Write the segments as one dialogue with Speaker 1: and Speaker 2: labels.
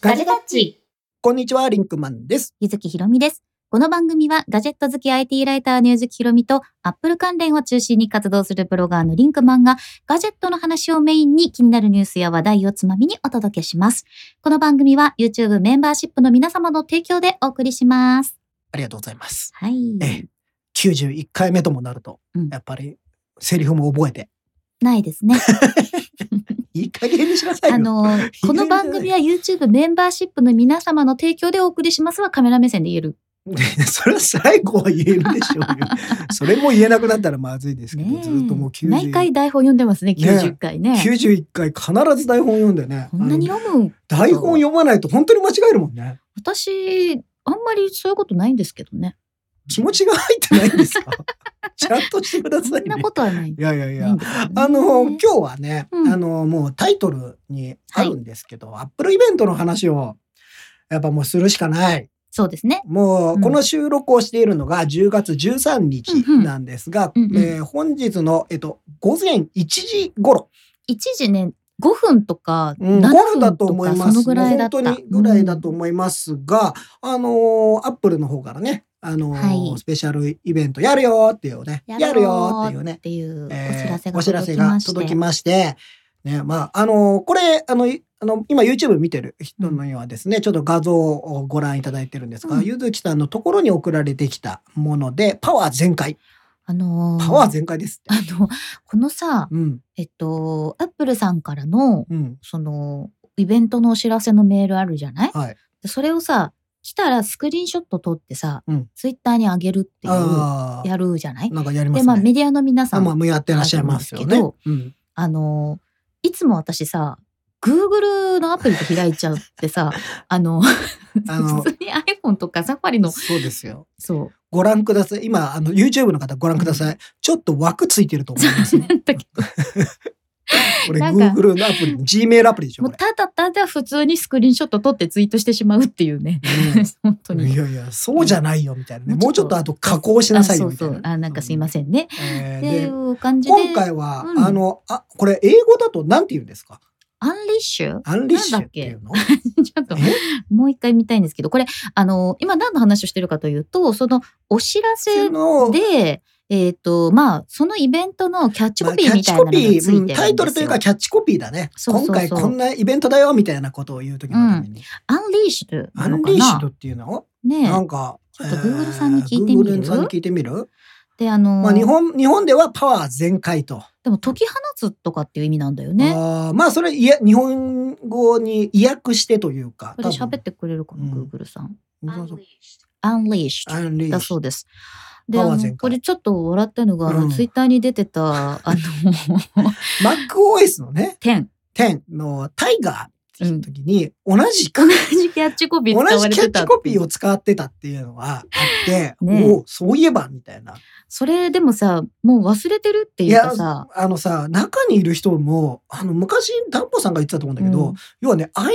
Speaker 1: ガジェタッチ。
Speaker 2: こんにちは、リンクマンです。
Speaker 1: ゆずきひろみです。この番組はガジェット好き IT ライターのゆずきひろみとアップル関連を中心に活動するブロガーのリンクマンがガジェットの話をメインに気になるニュースや話題をつまみにお届けします。この番組は YouTube メンバーシップの皆様の提供でお送りします。
Speaker 2: ありがとうございます。
Speaker 1: はい。
Speaker 2: ええ、91回目ともなると、
Speaker 1: うん
Speaker 2: やっぱり、セリフも覚えて、
Speaker 1: ないで すね。
Speaker 2: いい加減にしなさいよ。
Speaker 1: あの、この番組は YouTube メンバーシップの皆様の提供でお送りしますはカメラ目線で言える。
Speaker 2: それは最後は言えるでしょうよ。 それも言えなくなったらまずいですけど、
Speaker 1: ねえ
Speaker 2: ずっともう90
Speaker 1: 毎回台本読んでますね、90回ね。
Speaker 2: 91回必ず台本読んでね。
Speaker 1: こんなに読むん
Speaker 2: あの台本読まないと本当に間違えるもんね。
Speaker 1: 私、あんまりそういうことないんですけどね。
Speaker 2: 気持ちが入ってないんです かちゃんとしてくだ
Speaker 1: そ
Speaker 2: さ
Speaker 1: ん
Speaker 2: い
Speaker 1: な
Speaker 2: ね。
Speaker 1: ことはない。
Speaker 2: いやいやい
Speaker 1: ない
Speaker 2: や
Speaker 1: ん。ですよね
Speaker 2: あの今日はね、
Speaker 1: うん
Speaker 2: あのもうタイトルにあるんですけど、アップルイベントの話をやっぱもうするしかない。
Speaker 1: そうですね。
Speaker 2: も
Speaker 1: う
Speaker 2: うんこの収録をしているのが10月13日なんですが、
Speaker 1: うんうんうんうん
Speaker 2: えー本日の、えっと、午前1時頃、
Speaker 1: 一時ね、5分とか、
Speaker 2: うん、5
Speaker 1: 7
Speaker 2: 分
Speaker 1: 分
Speaker 2: だと
Speaker 1: と
Speaker 2: 思
Speaker 1: か、
Speaker 2: い
Speaker 1: そ
Speaker 2: ます。
Speaker 1: のぐらいだった。
Speaker 2: 本当にぐらいだと
Speaker 1: うん
Speaker 2: 思いますが、あのーアップルの方からね、あのー
Speaker 1: はい
Speaker 2: スペシャルイベントやるよーっていうね、や
Speaker 1: や
Speaker 2: る
Speaker 1: る
Speaker 2: よ
Speaker 1: よ
Speaker 2: ー
Speaker 1: ー
Speaker 2: っていうね
Speaker 1: っ、ていうお知
Speaker 2: え
Speaker 1: らせ
Speaker 2: ー
Speaker 1: が
Speaker 2: お知ら
Speaker 1: 届
Speaker 2: せ
Speaker 1: き
Speaker 2: が
Speaker 1: まして。
Speaker 2: 届きまして、ね、まあ、あのーこれ、あの、いあの今 YouTube 見てる人にはですね、ちょっと画像をご覧いただいてるんですが、
Speaker 1: うん
Speaker 2: ゆずきさんのところに送られてきたもので、パワー全開。
Speaker 1: あのー
Speaker 2: パワー全開ですって。
Speaker 1: あの、このさ、
Speaker 2: うん、
Speaker 1: えっと、アップルさんからの、
Speaker 2: うん、
Speaker 1: その、イベントのお知らせのメールあるじゃない
Speaker 2: はい。
Speaker 1: でそれをさ、来たらスクリーンショット撮ってさ、
Speaker 2: うん
Speaker 1: ツイッターに上げるっていう、
Speaker 2: あ
Speaker 1: やるじゃない
Speaker 2: あ、なんかやりま
Speaker 1: で、
Speaker 2: す
Speaker 1: まあ
Speaker 2: ね。
Speaker 1: メディアの皆さ
Speaker 2: あ
Speaker 1: ん、
Speaker 2: まあ、やってらっしゃいますよね。
Speaker 1: あるんで
Speaker 2: うん、
Speaker 1: あの、いつも私さ、Google のアプリで開いちゃうって さ、あの、
Speaker 2: あの
Speaker 1: 普通に iPhone とかサファリの、
Speaker 2: そうですよ。
Speaker 1: そ
Speaker 2: ご覧ください。今、あの、YouTube の方ご覧ください。ちょっと枠ついてると思います
Speaker 1: う、
Speaker 2: ね
Speaker 1: な。んだっけ
Speaker 2: これ、
Speaker 1: なんか
Speaker 2: Google のアプリ、Gmail アプリでしょ、
Speaker 1: もう
Speaker 2: これ。
Speaker 1: ただただ普通にスクリーンショット撮ってツイートしてしまうっていうね。
Speaker 2: ね
Speaker 1: 本当に。
Speaker 2: いやいや、そうじゃないよ、みたいなね。も
Speaker 1: も
Speaker 2: う
Speaker 1: う
Speaker 2: ち
Speaker 1: ち
Speaker 2: ょ
Speaker 1: ょ
Speaker 2: っ
Speaker 1: っ
Speaker 2: と
Speaker 1: と
Speaker 2: あと加工しなさいよ、
Speaker 1: あ
Speaker 2: みたい
Speaker 1: そう
Speaker 2: な
Speaker 1: そう
Speaker 2: ね。
Speaker 1: あ、なんかすいませんね。
Speaker 2: うん。えー
Speaker 1: ってい
Speaker 2: で、
Speaker 1: う感じで、
Speaker 2: 今回は、
Speaker 1: うん
Speaker 2: あの、あ、これ、英語だとなんて言うんですか
Speaker 1: アンリッシュ
Speaker 2: アンリッシュっていうの
Speaker 1: ちょっともう一回見たいんですけど、これ、あの、今何の話をしてるかというと、そのお知らせ
Speaker 2: えの、
Speaker 1: で、えっ、と、まあ、そのイベントのキャッチ
Speaker 2: ま
Speaker 1: コ
Speaker 2: あ
Speaker 1: ピ
Speaker 2: キャ
Speaker 1: ー
Speaker 2: ッ
Speaker 1: み
Speaker 2: チ
Speaker 1: たいな
Speaker 2: コ
Speaker 1: のがつい
Speaker 2: ピ
Speaker 1: てるんで
Speaker 2: ー
Speaker 1: す
Speaker 2: うんタ
Speaker 1: よ。
Speaker 2: イトルというかキャッチコピーだね。
Speaker 1: そうそうそう
Speaker 2: 今回こんなイベントだよ、みたいなことを言うときのために。
Speaker 1: アンリーシュド
Speaker 2: ア
Speaker 1: なの
Speaker 2: ン
Speaker 1: か
Speaker 2: リッシュド
Speaker 1: な
Speaker 2: っていうの
Speaker 1: ね
Speaker 2: なんか、
Speaker 1: ちょっと Google さんに聞いてみる
Speaker 2: Google さんに聞いてみる
Speaker 1: で、あの、
Speaker 2: まあ日本、日本ではパワー全開と。
Speaker 1: でも解き放つとかっていう意味なんだよね。
Speaker 2: あーまあそれいや、日本語に意訳してというか。
Speaker 1: これ喋ってくれるかな、
Speaker 2: うん
Speaker 1: Google さん。
Speaker 2: 多分。
Speaker 1: アンリーシ
Speaker 2: ア
Speaker 1: ュ
Speaker 2: ンリ
Speaker 1: ド
Speaker 2: ッ
Speaker 1: だ
Speaker 2: シ
Speaker 1: そ
Speaker 2: ュ
Speaker 1: うです。で、
Speaker 2: パ
Speaker 1: あ
Speaker 2: ワー全開
Speaker 1: の、これちょっと笑ったのが、あ
Speaker 2: うん
Speaker 1: のツイッターに出てた、あの、
Speaker 2: ド。MacOS のね、
Speaker 1: 点。
Speaker 2: 10のタイガーっていう時に、同じ か、
Speaker 1: 同じキャッチコピー
Speaker 2: 同
Speaker 1: 使わ
Speaker 2: じ
Speaker 1: れ
Speaker 2: キャッ
Speaker 1: て
Speaker 2: チ
Speaker 1: た。
Speaker 2: コピーを使ってたっていうのはあって、
Speaker 1: ねえ
Speaker 2: おうそういえばみたいな。
Speaker 1: それでもさ、もう忘れてるっていうかさ、
Speaker 2: あのさ、中にいる人も、あの、昔、ダンポさんが言ってたと思うんだけど、
Speaker 1: うん
Speaker 2: 要はね、iPhone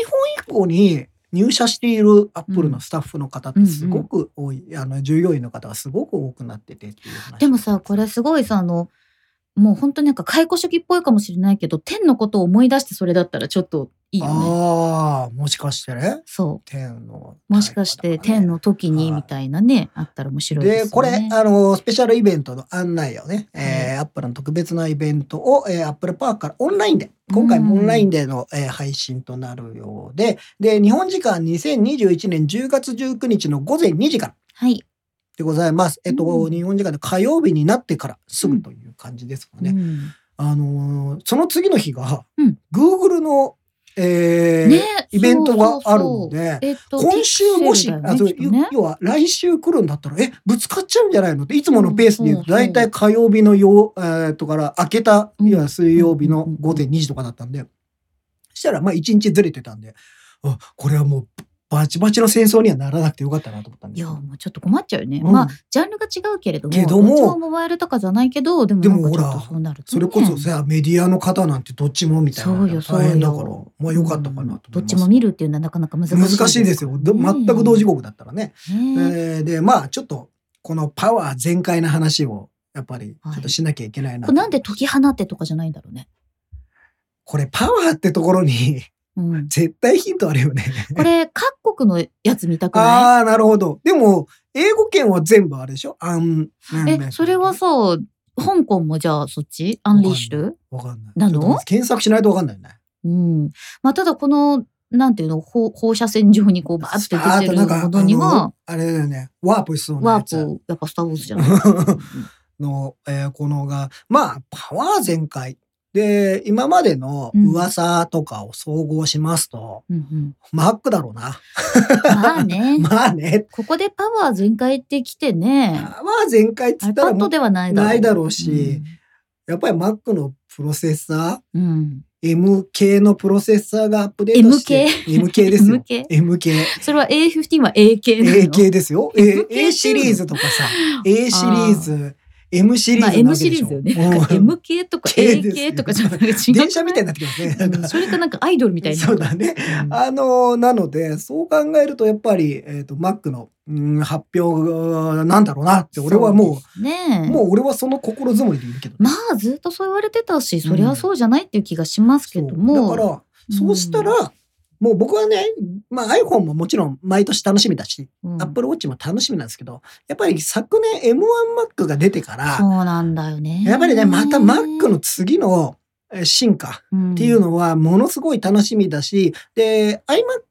Speaker 2: 以降に入社しているアップルのスタッフの方ってすごく多い、あの、従業員の方がすごく多くなっててっていう話
Speaker 1: でもさ、これすごいさ、あの、もう本当になんか解雇主義っぽいかもしれないけど、天のことを思い出してそれだったらちょっといいよね。
Speaker 2: ああ、もしかしてね、
Speaker 1: そ
Speaker 2: 天の、
Speaker 1: う。もしかして天の時に
Speaker 2: はい
Speaker 1: みたいなね、あったら面白いですよ
Speaker 2: で、
Speaker 1: ね。
Speaker 2: これ、あの、スペシャルイベントの案内をね、
Speaker 1: はい
Speaker 2: えー、アップルの特別なイベントを、えー、アップルパークからオンラインで、今回も
Speaker 1: うん
Speaker 2: オンラインでの、えー配信となるようで、で、日本時間2021年10月19日の午前2時から
Speaker 1: はい。
Speaker 2: でございます。えっと、
Speaker 1: うん
Speaker 2: 日本時間で火曜日になってからすぐという感じですかね。
Speaker 1: うん
Speaker 2: あのーその次の日が、
Speaker 1: うん
Speaker 2: Google の、えー
Speaker 1: ね
Speaker 2: イベントがあるの
Speaker 1: そうそうそう
Speaker 2: で、
Speaker 1: えっと
Speaker 2: 今週もし、
Speaker 1: ピクセルだ
Speaker 2: あ
Speaker 1: よ
Speaker 2: そう
Speaker 1: ねきっとね
Speaker 2: 要は来週来るんだったら、え、ぶつかっちゃうんじゃないのって、いつもの
Speaker 1: うん
Speaker 2: ペースで言うと、
Speaker 1: そう
Speaker 2: だ
Speaker 1: そう
Speaker 2: いたい火曜日のよう、えーっとから明けた、
Speaker 1: うん
Speaker 2: いや水曜日の
Speaker 1: うんうんうん
Speaker 2: 午前2時とかだったんで、そしたら、まあ一日ずれてたんで、あ、これはもう、バチバチの戦争にはならなくてよかったなと思ったんで
Speaker 1: い
Speaker 2: す
Speaker 1: や、
Speaker 2: よ。
Speaker 1: もうちょっと困っちゃうよね。
Speaker 2: うん
Speaker 1: まあ、ジャンルが違うけれども、
Speaker 2: けども
Speaker 1: どっちもモバイルとかじゃないけど、でもなんか
Speaker 2: でもほ
Speaker 1: ち
Speaker 2: ら
Speaker 1: ょっとそうなると
Speaker 2: そ
Speaker 1: ね、
Speaker 2: れこそさ、メディアの方なんてどっちもみたいな。
Speaker 1: そうよ、そう
Speaker 2: 大
Speaker 1: よ。
Speaker 2: 変だから、まあよかったかなと思います
Speaker 1: うんどっちも見るっていうのはなかなか難しい
Speaker 2: 難
Speaker 1: ら。
Speaker 2: しいですよ。ど全く同時刻だったらね。
Speaker 1: ね
Speaker 2: えーで、まあちょっと、このパワー全開な話を、やっぱり、ちょっとしなきゃいけないな
Speaker 1: ことれなんで解き放ってとかじゃないんだろうね。
Speaker 2: これパワーってところに
Speaker 1: うん
Speaker 2: 絶対ヒントあるよね。
Speaker 1: これ、各国のやつ見たくな
Speaker 2: ああ、なるほど。でも、英語圏は全部あれでしょアン、
Speaker 1: いえ、それは
Speaker 2: さ
Speaker 1: さ、香港もじゃあそっちアンリッシュ
Speaker 2: わかんない。
Speaker 1: なの
Speaker 2: ちょっと検索しないとわかんないね。
Speaker 1: うん。まあ、ただこの、なんていうの、放放射線上にこうバーって出てるものには、
Speaker 2: あれだよね。ワープしそうな
Speaker 1: ワ
Speaker 2: やつ。
Speaker 1: ープ、やっぱスターウォーズじゃない
Speaker 2: の、えーこのが、まあ、パワー全開。で、今までの噂とかを総合しますと、
Speaker 1: うんうん
Speaker 2: マックだろうな。
Speaker 1: まあ ね。
Speaker 2: まあね。
Speaker 1: ここでパワー全開ってきてね、
Speaker 2: パワー全開って言ったらもう
Speaker 1: iPad ではないだろう。
Speaker 2: ないだろうしやっぱりマックのプロセッサ
Speaker 1: うん、うん。
Speaker 2: ー、M 系のプロセッサーがアップデートして。M 系ですよ
Speaker 1: M。系
Speaker 2: M 系。
Speaker 1: それは A15 は A 系なの
Speaker 2: A 系ですよ。A,
Speaker 1: M 系っていうの
Speaker 2: A シリーズとかさ、A シリーズ、M シリ
Speaker 1: ま
Speaker 2: ー
Speaker 1: あ
Speaker 2: ズな
Speaker 1: M
Speaker 2: わけで
Speaker 1: シリ
Speaker 2: し
Speaker 1: ー
Speaker 2: ょ。
Speaker 1: ズよね。なんか
Speaker 2: うん
Speaker 1: M 系とか
Speaker 2: 系
Speaker 1: A
Speaker 2: ですよ
Speaker 1: 系とかじゃなくて違くない
Speaker 2: 電車みたいになってきますね。なん
Speaker 1: うん
Speaker 2: か
Speaker 1: それかなんかアイドルみたいな。
Speaker 2: そうだね。
Speaker 1: うん
Speaker 2: あのなのでそう考えるとやっぱり、えー、と Mac の、うん、発表なんだろうなって俺はも
Speaker 1: そうですね
Speaker 2: うもう俺はその心づもりでいるけど、
Speaker 1: まあずっとそう言われてたし、そりゃそうじゃないっていう気がしますけ
Speaker 2: そう
Speaker 1: ども。
Speaker 2: だからそうしたら、もう僕はね、まあ、iPhone ももちろん毎年楽しみだし、
Speaker 1: うん、
Speaker 2: Apple Watch も楽しみなんですけどやっぱり昨年 M1Mac が出てから、
Speaker 1: そうなんだよね。
Speaker 2: やっぱりねまた Mac の次のえー進化
Speaker 1: っ
Speaker 2: っていうのはものすごい楽しみだし、で、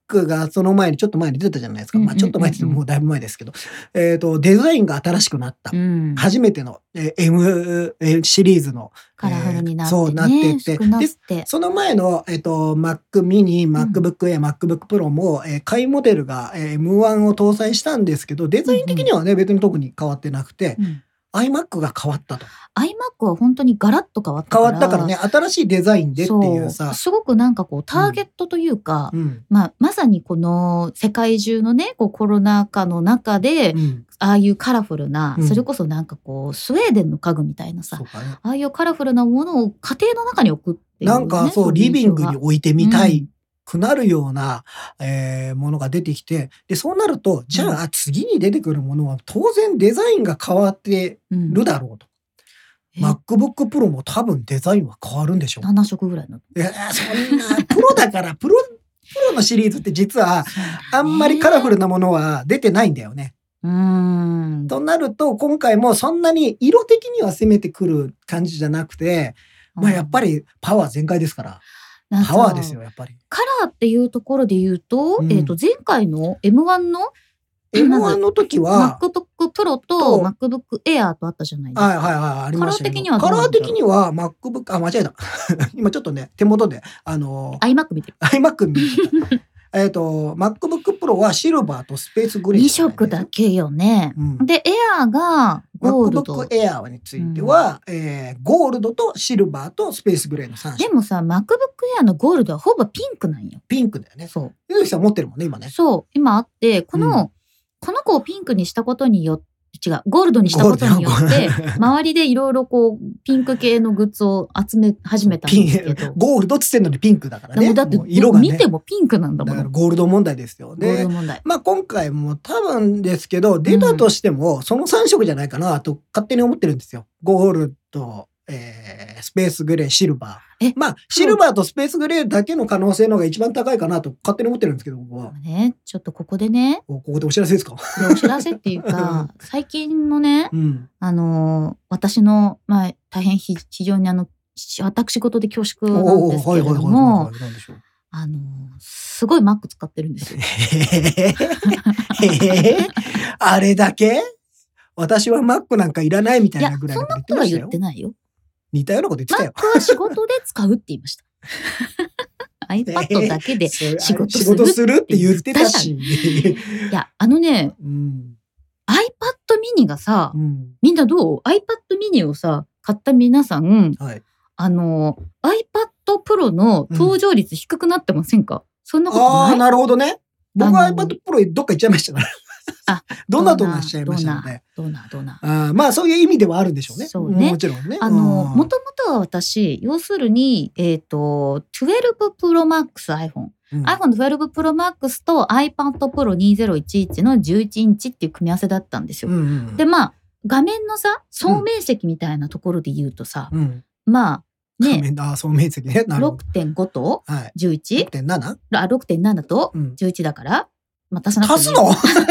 Speaker 2: iMac がその前に、ちょっと前に出たじゃないですか。
Speaker 1: うんうん
Speaker 2: まあちょっと前って言ってももうだいぶ前ですけど、えっ、と、デザインが新しくなった。
Speaker 1: うん、
Speaker 2: 初めての、えー M えーシリーズの、
Speaker 1: カラフルになって、ね
Speaker 2: そうなってって
Speaker 1: 少なくて。
Speaker 2: その前の、えっ、と、Mac mini、
Speaker 1: ん
Speaker 2: MacBook Air、MacBook Pro も、えー、買いモデルが、えー M1 を搭載したんですけど、デザイン的にはね、別に特に変わってなくて、
Speaker 1: うん
Speaker 2: iMac が変わったと。
Speaker 1: iMac は本当にガラッと変わったか
Speaker 2: 変
Speaker 1: ら
Speaker 2: わったからね、新しいデザインでっていう
Speaker 1: そ
Speaker 2: さ、
Speaker 1: すごくなんかこうターゲットというか、
Speaker 2: うん。
Speaker 1: まあ、まさにこの世界中のねこうコロナ禍の中で、
Speaker 2: うん。
Speaker 1: ああいうカラフルな、
Speaker 2: うん
Speaker 1: それこそなんかこうスウェーデンの家具みたいなさ
Speaker 2: そうかね。
Speaker 1: ああいうカラフルなものを家庭の中に置くっていう、
Speaker 2: な
Speaker 1: ね、
Speaker 2: んかそう、
Speaker 1: い
Speaker 2: リビング
Speaker 1: 印象
Speaker 2: に
Speaker 1: が
Speaker 2: 置いてみたいくなるような、えーものが出てきて、で、そうなると、じゃあ次に出てくるものは当然デザインが変わって
Speaker 1: うん
Speaker 2: るだろうと。
Speaker 1: え
Speaker 2: MacBook Pro も多分デザインは変わるんでしょう。
Speaker 1: 7色ぐらいの
Speaker 2: いやそんな、プロだから、 プロ、プロのシリーズって実は、あんまりカラフルなものは出てないんだよね。
Speaker 1: うーん
Speaker 2: となると、今回もそんなに色的には攻めてくる感じじゃなくて、まあやっぱりパワー全開ですから、
Speaker 1: なんか
Speaker 2: パワーですよ、やっぱり。
Speaker 1: カラーっていうところで言うと、
Speaker 2: うん
Speaker 1: えっ、と、前回の M1 のま
Speaker 2: M1
Speaker 1: ず
Speaker 2: の時は、
Speaker 1: MacBook Pro
Speaker 2: と
Speaker 1: と MacBook Air とあったじゃないですか。
Speaker 2: はいはいはい、ありましたけど
Speaker 1: カ
Speaker 2: カ
Speaker 1: ラ
Speaker 2: ラ
Speaker 1: ー
Speaker 2: ー
Speaker 1: 的
Speaker 2: 的
Speaker 1: に
Speaker 2: には MacBook、あ、間違えた。 今ちょっとね、手元で、あの、
Speaker 1: iMac 見てる。
Speaker 2: iMac 見 てた。えっと、MacBook Pro はシルバーとスペースグレー。
Speaker 1: 2色だ。けよね。
Speaker 2: うん。
Speaker 1: で、Air がゴールド
Speaker 2: MacBook。Air については、えーゴールドとシルバーとスペースグレーの3
Speaker 1: で
Speaker 2: 色。
Speaker 1: もさ、MacBook Air のゴールドはほぼピンクなんよ。
Speaker 2: ピンクだよね。
Speaker 1: そ
Speaker 2: ゆうきさん持ってるもんね、今
Speaker 1: う。
Speaker 2: ね。
Speaker 1: そう。今あって、この、
Speaker 2: う
Speaker 1: この子をピンクにしたことによって、違う、ゴールドにしたことによって
Speaker 2: ゴ ール、
Speaker 1: 周りでいろいろこう、ピンク系のグッズを集め始めたん
Speaker 2: ピ
Speaker 1: ですけ
Speaker 2: ン
Speaker 1: ど。
Speaker 2: ゴールドっつってんのにピンクだから
Speaker 1: で
Speaker 2: ね。
Speaker 1: もだって、
Speaker 2: もう色がね。
Speaker 1: 見てもピンクなんだも
Speaker 2: だ
Speaker 1: ん。
Speaker 2: からゴールド問題ですよ。
Speaker 1: ゴール
Speaker 2: で
Speaker 1: ド、問題。
Speaker 2: まあ今回も多分ですけど、出たとしても、その3色じゃないかなと勝手に思ってるんですよ。ゴールド、えースペースグレー、シルバ
Speaker 1: え
Speaker 2: ー。まあ、シルバーとスペースグレーだけの可能性の方が一番高いかなと勝手に思ってるんですけど、僕は。
Speaker 1: ね、ちょっとここでね、
Speaker 2: ここでお知らせですか
Speaker 1: これお知らせっていうか、最近のね、
Speaker 2: うん。
Speaker 1: あのー私の、まあ、大変ひ非常にあの、し私事で恐縮
Speaker 2: お
Speaker 1: なんですけ
Speaker 2: はい
Speaker 1: れ
Speaker 2: はい
Speaker 1: ど
Speaker 2: はい
Speaker 1: も
Speaker 2: は、い。なんでしょう。
Speaker 1: あのーすごい Mac 使ってるんですよ。
Speaker 2: へへへへ あれだけ私はマックなんかいらないみた
Speaker 1: い
Speaker 2: い
Speaker 1: や、
Speaker 2: な
Speaker 1: そ
Speaker 2: ぐ
Speaker 1: ん
Speaker 2: ら
Speaker 1: ない
Speaker 2: のこと言っ
Speaker 1: こ
Speaker 2: て
Speaker 1: と
Speaker 2: ま
Speaker 1: は
Speaker 2: した
Speaker 1: 言
Speaker 2: よ
Speaker 1: って。ないよ。
Speaker 2: 似たようなこと言ってたよ。
Speaker 1: Mac は仕事で使うって言 いました。iPad だけで。い
Speaker 2: そう
Speaker 1: 仕事す
Speaker 2: 仕
Speaker 1: る
Speaker 2: 事するって言ってたし。
Speaker 1: や、あのね、
Speaker 2: うん。
Speaker 1: iPad mini がさ
Speaker 2: う、ん。
Speaker 1: みんなどう ?iPad mini をさ、買った皆さん、
Speaker 2: はい。
Speaker 1: あの、iPad Pro の登場率低くなってませんか、そんなこと
Speaker 2: ああ
Speaker 1: な
Speaker 2: ー、
Speaker 1: い
Speaker 2: なるほどね。僕
Speaker 1: あ
Speaker 2: は
Speaker 1: の
Speaker 2: iPad Pro どっか行っちゃいましたから。
Speaker 1: あ、
Speaker 2: どんなとなしちゃいましたので。
Speaker 1: どうな、どうな。
Speaker 2: あーまあ、そういう意味ではあるんでしょうね。
Speaker 1: そうね
Speaker 2: もちろんね。
Speaker 1: あの、
Speaker 2: うん
Speaker 1: もともとは私、要するに、えっ、と、12 Pro Max
Speaker 2: う
Speaker 1: iPhone。
Speaker 2: ん
Speaker 1: iPhone 12 Pro Max と iPad Pro 2011の11インチっていう組み合わせだったんです
Speaker 2: う
Speaker 1: よ。
Speaker 2: んうん
Speaker 1: で、まあ、画面のさ、総面積みたいなところで言うとさ、
Speaker 2: うん。
Speaker 1: まあ、
Speaker 2: 画
Speaker 1: ね、
Speaker 2: 面ああ、総面積ね。なるほど。
Speaker 1: 6.5と
Speaker 2: はい。
Speaker 1: 11
Speaker 2: 6.7?
Speaker 1: あ、6.7と
Speaker 2: うん。
Speaker 1: 11だから、まあ、足さなくてもいい
Speaker 2: 足すの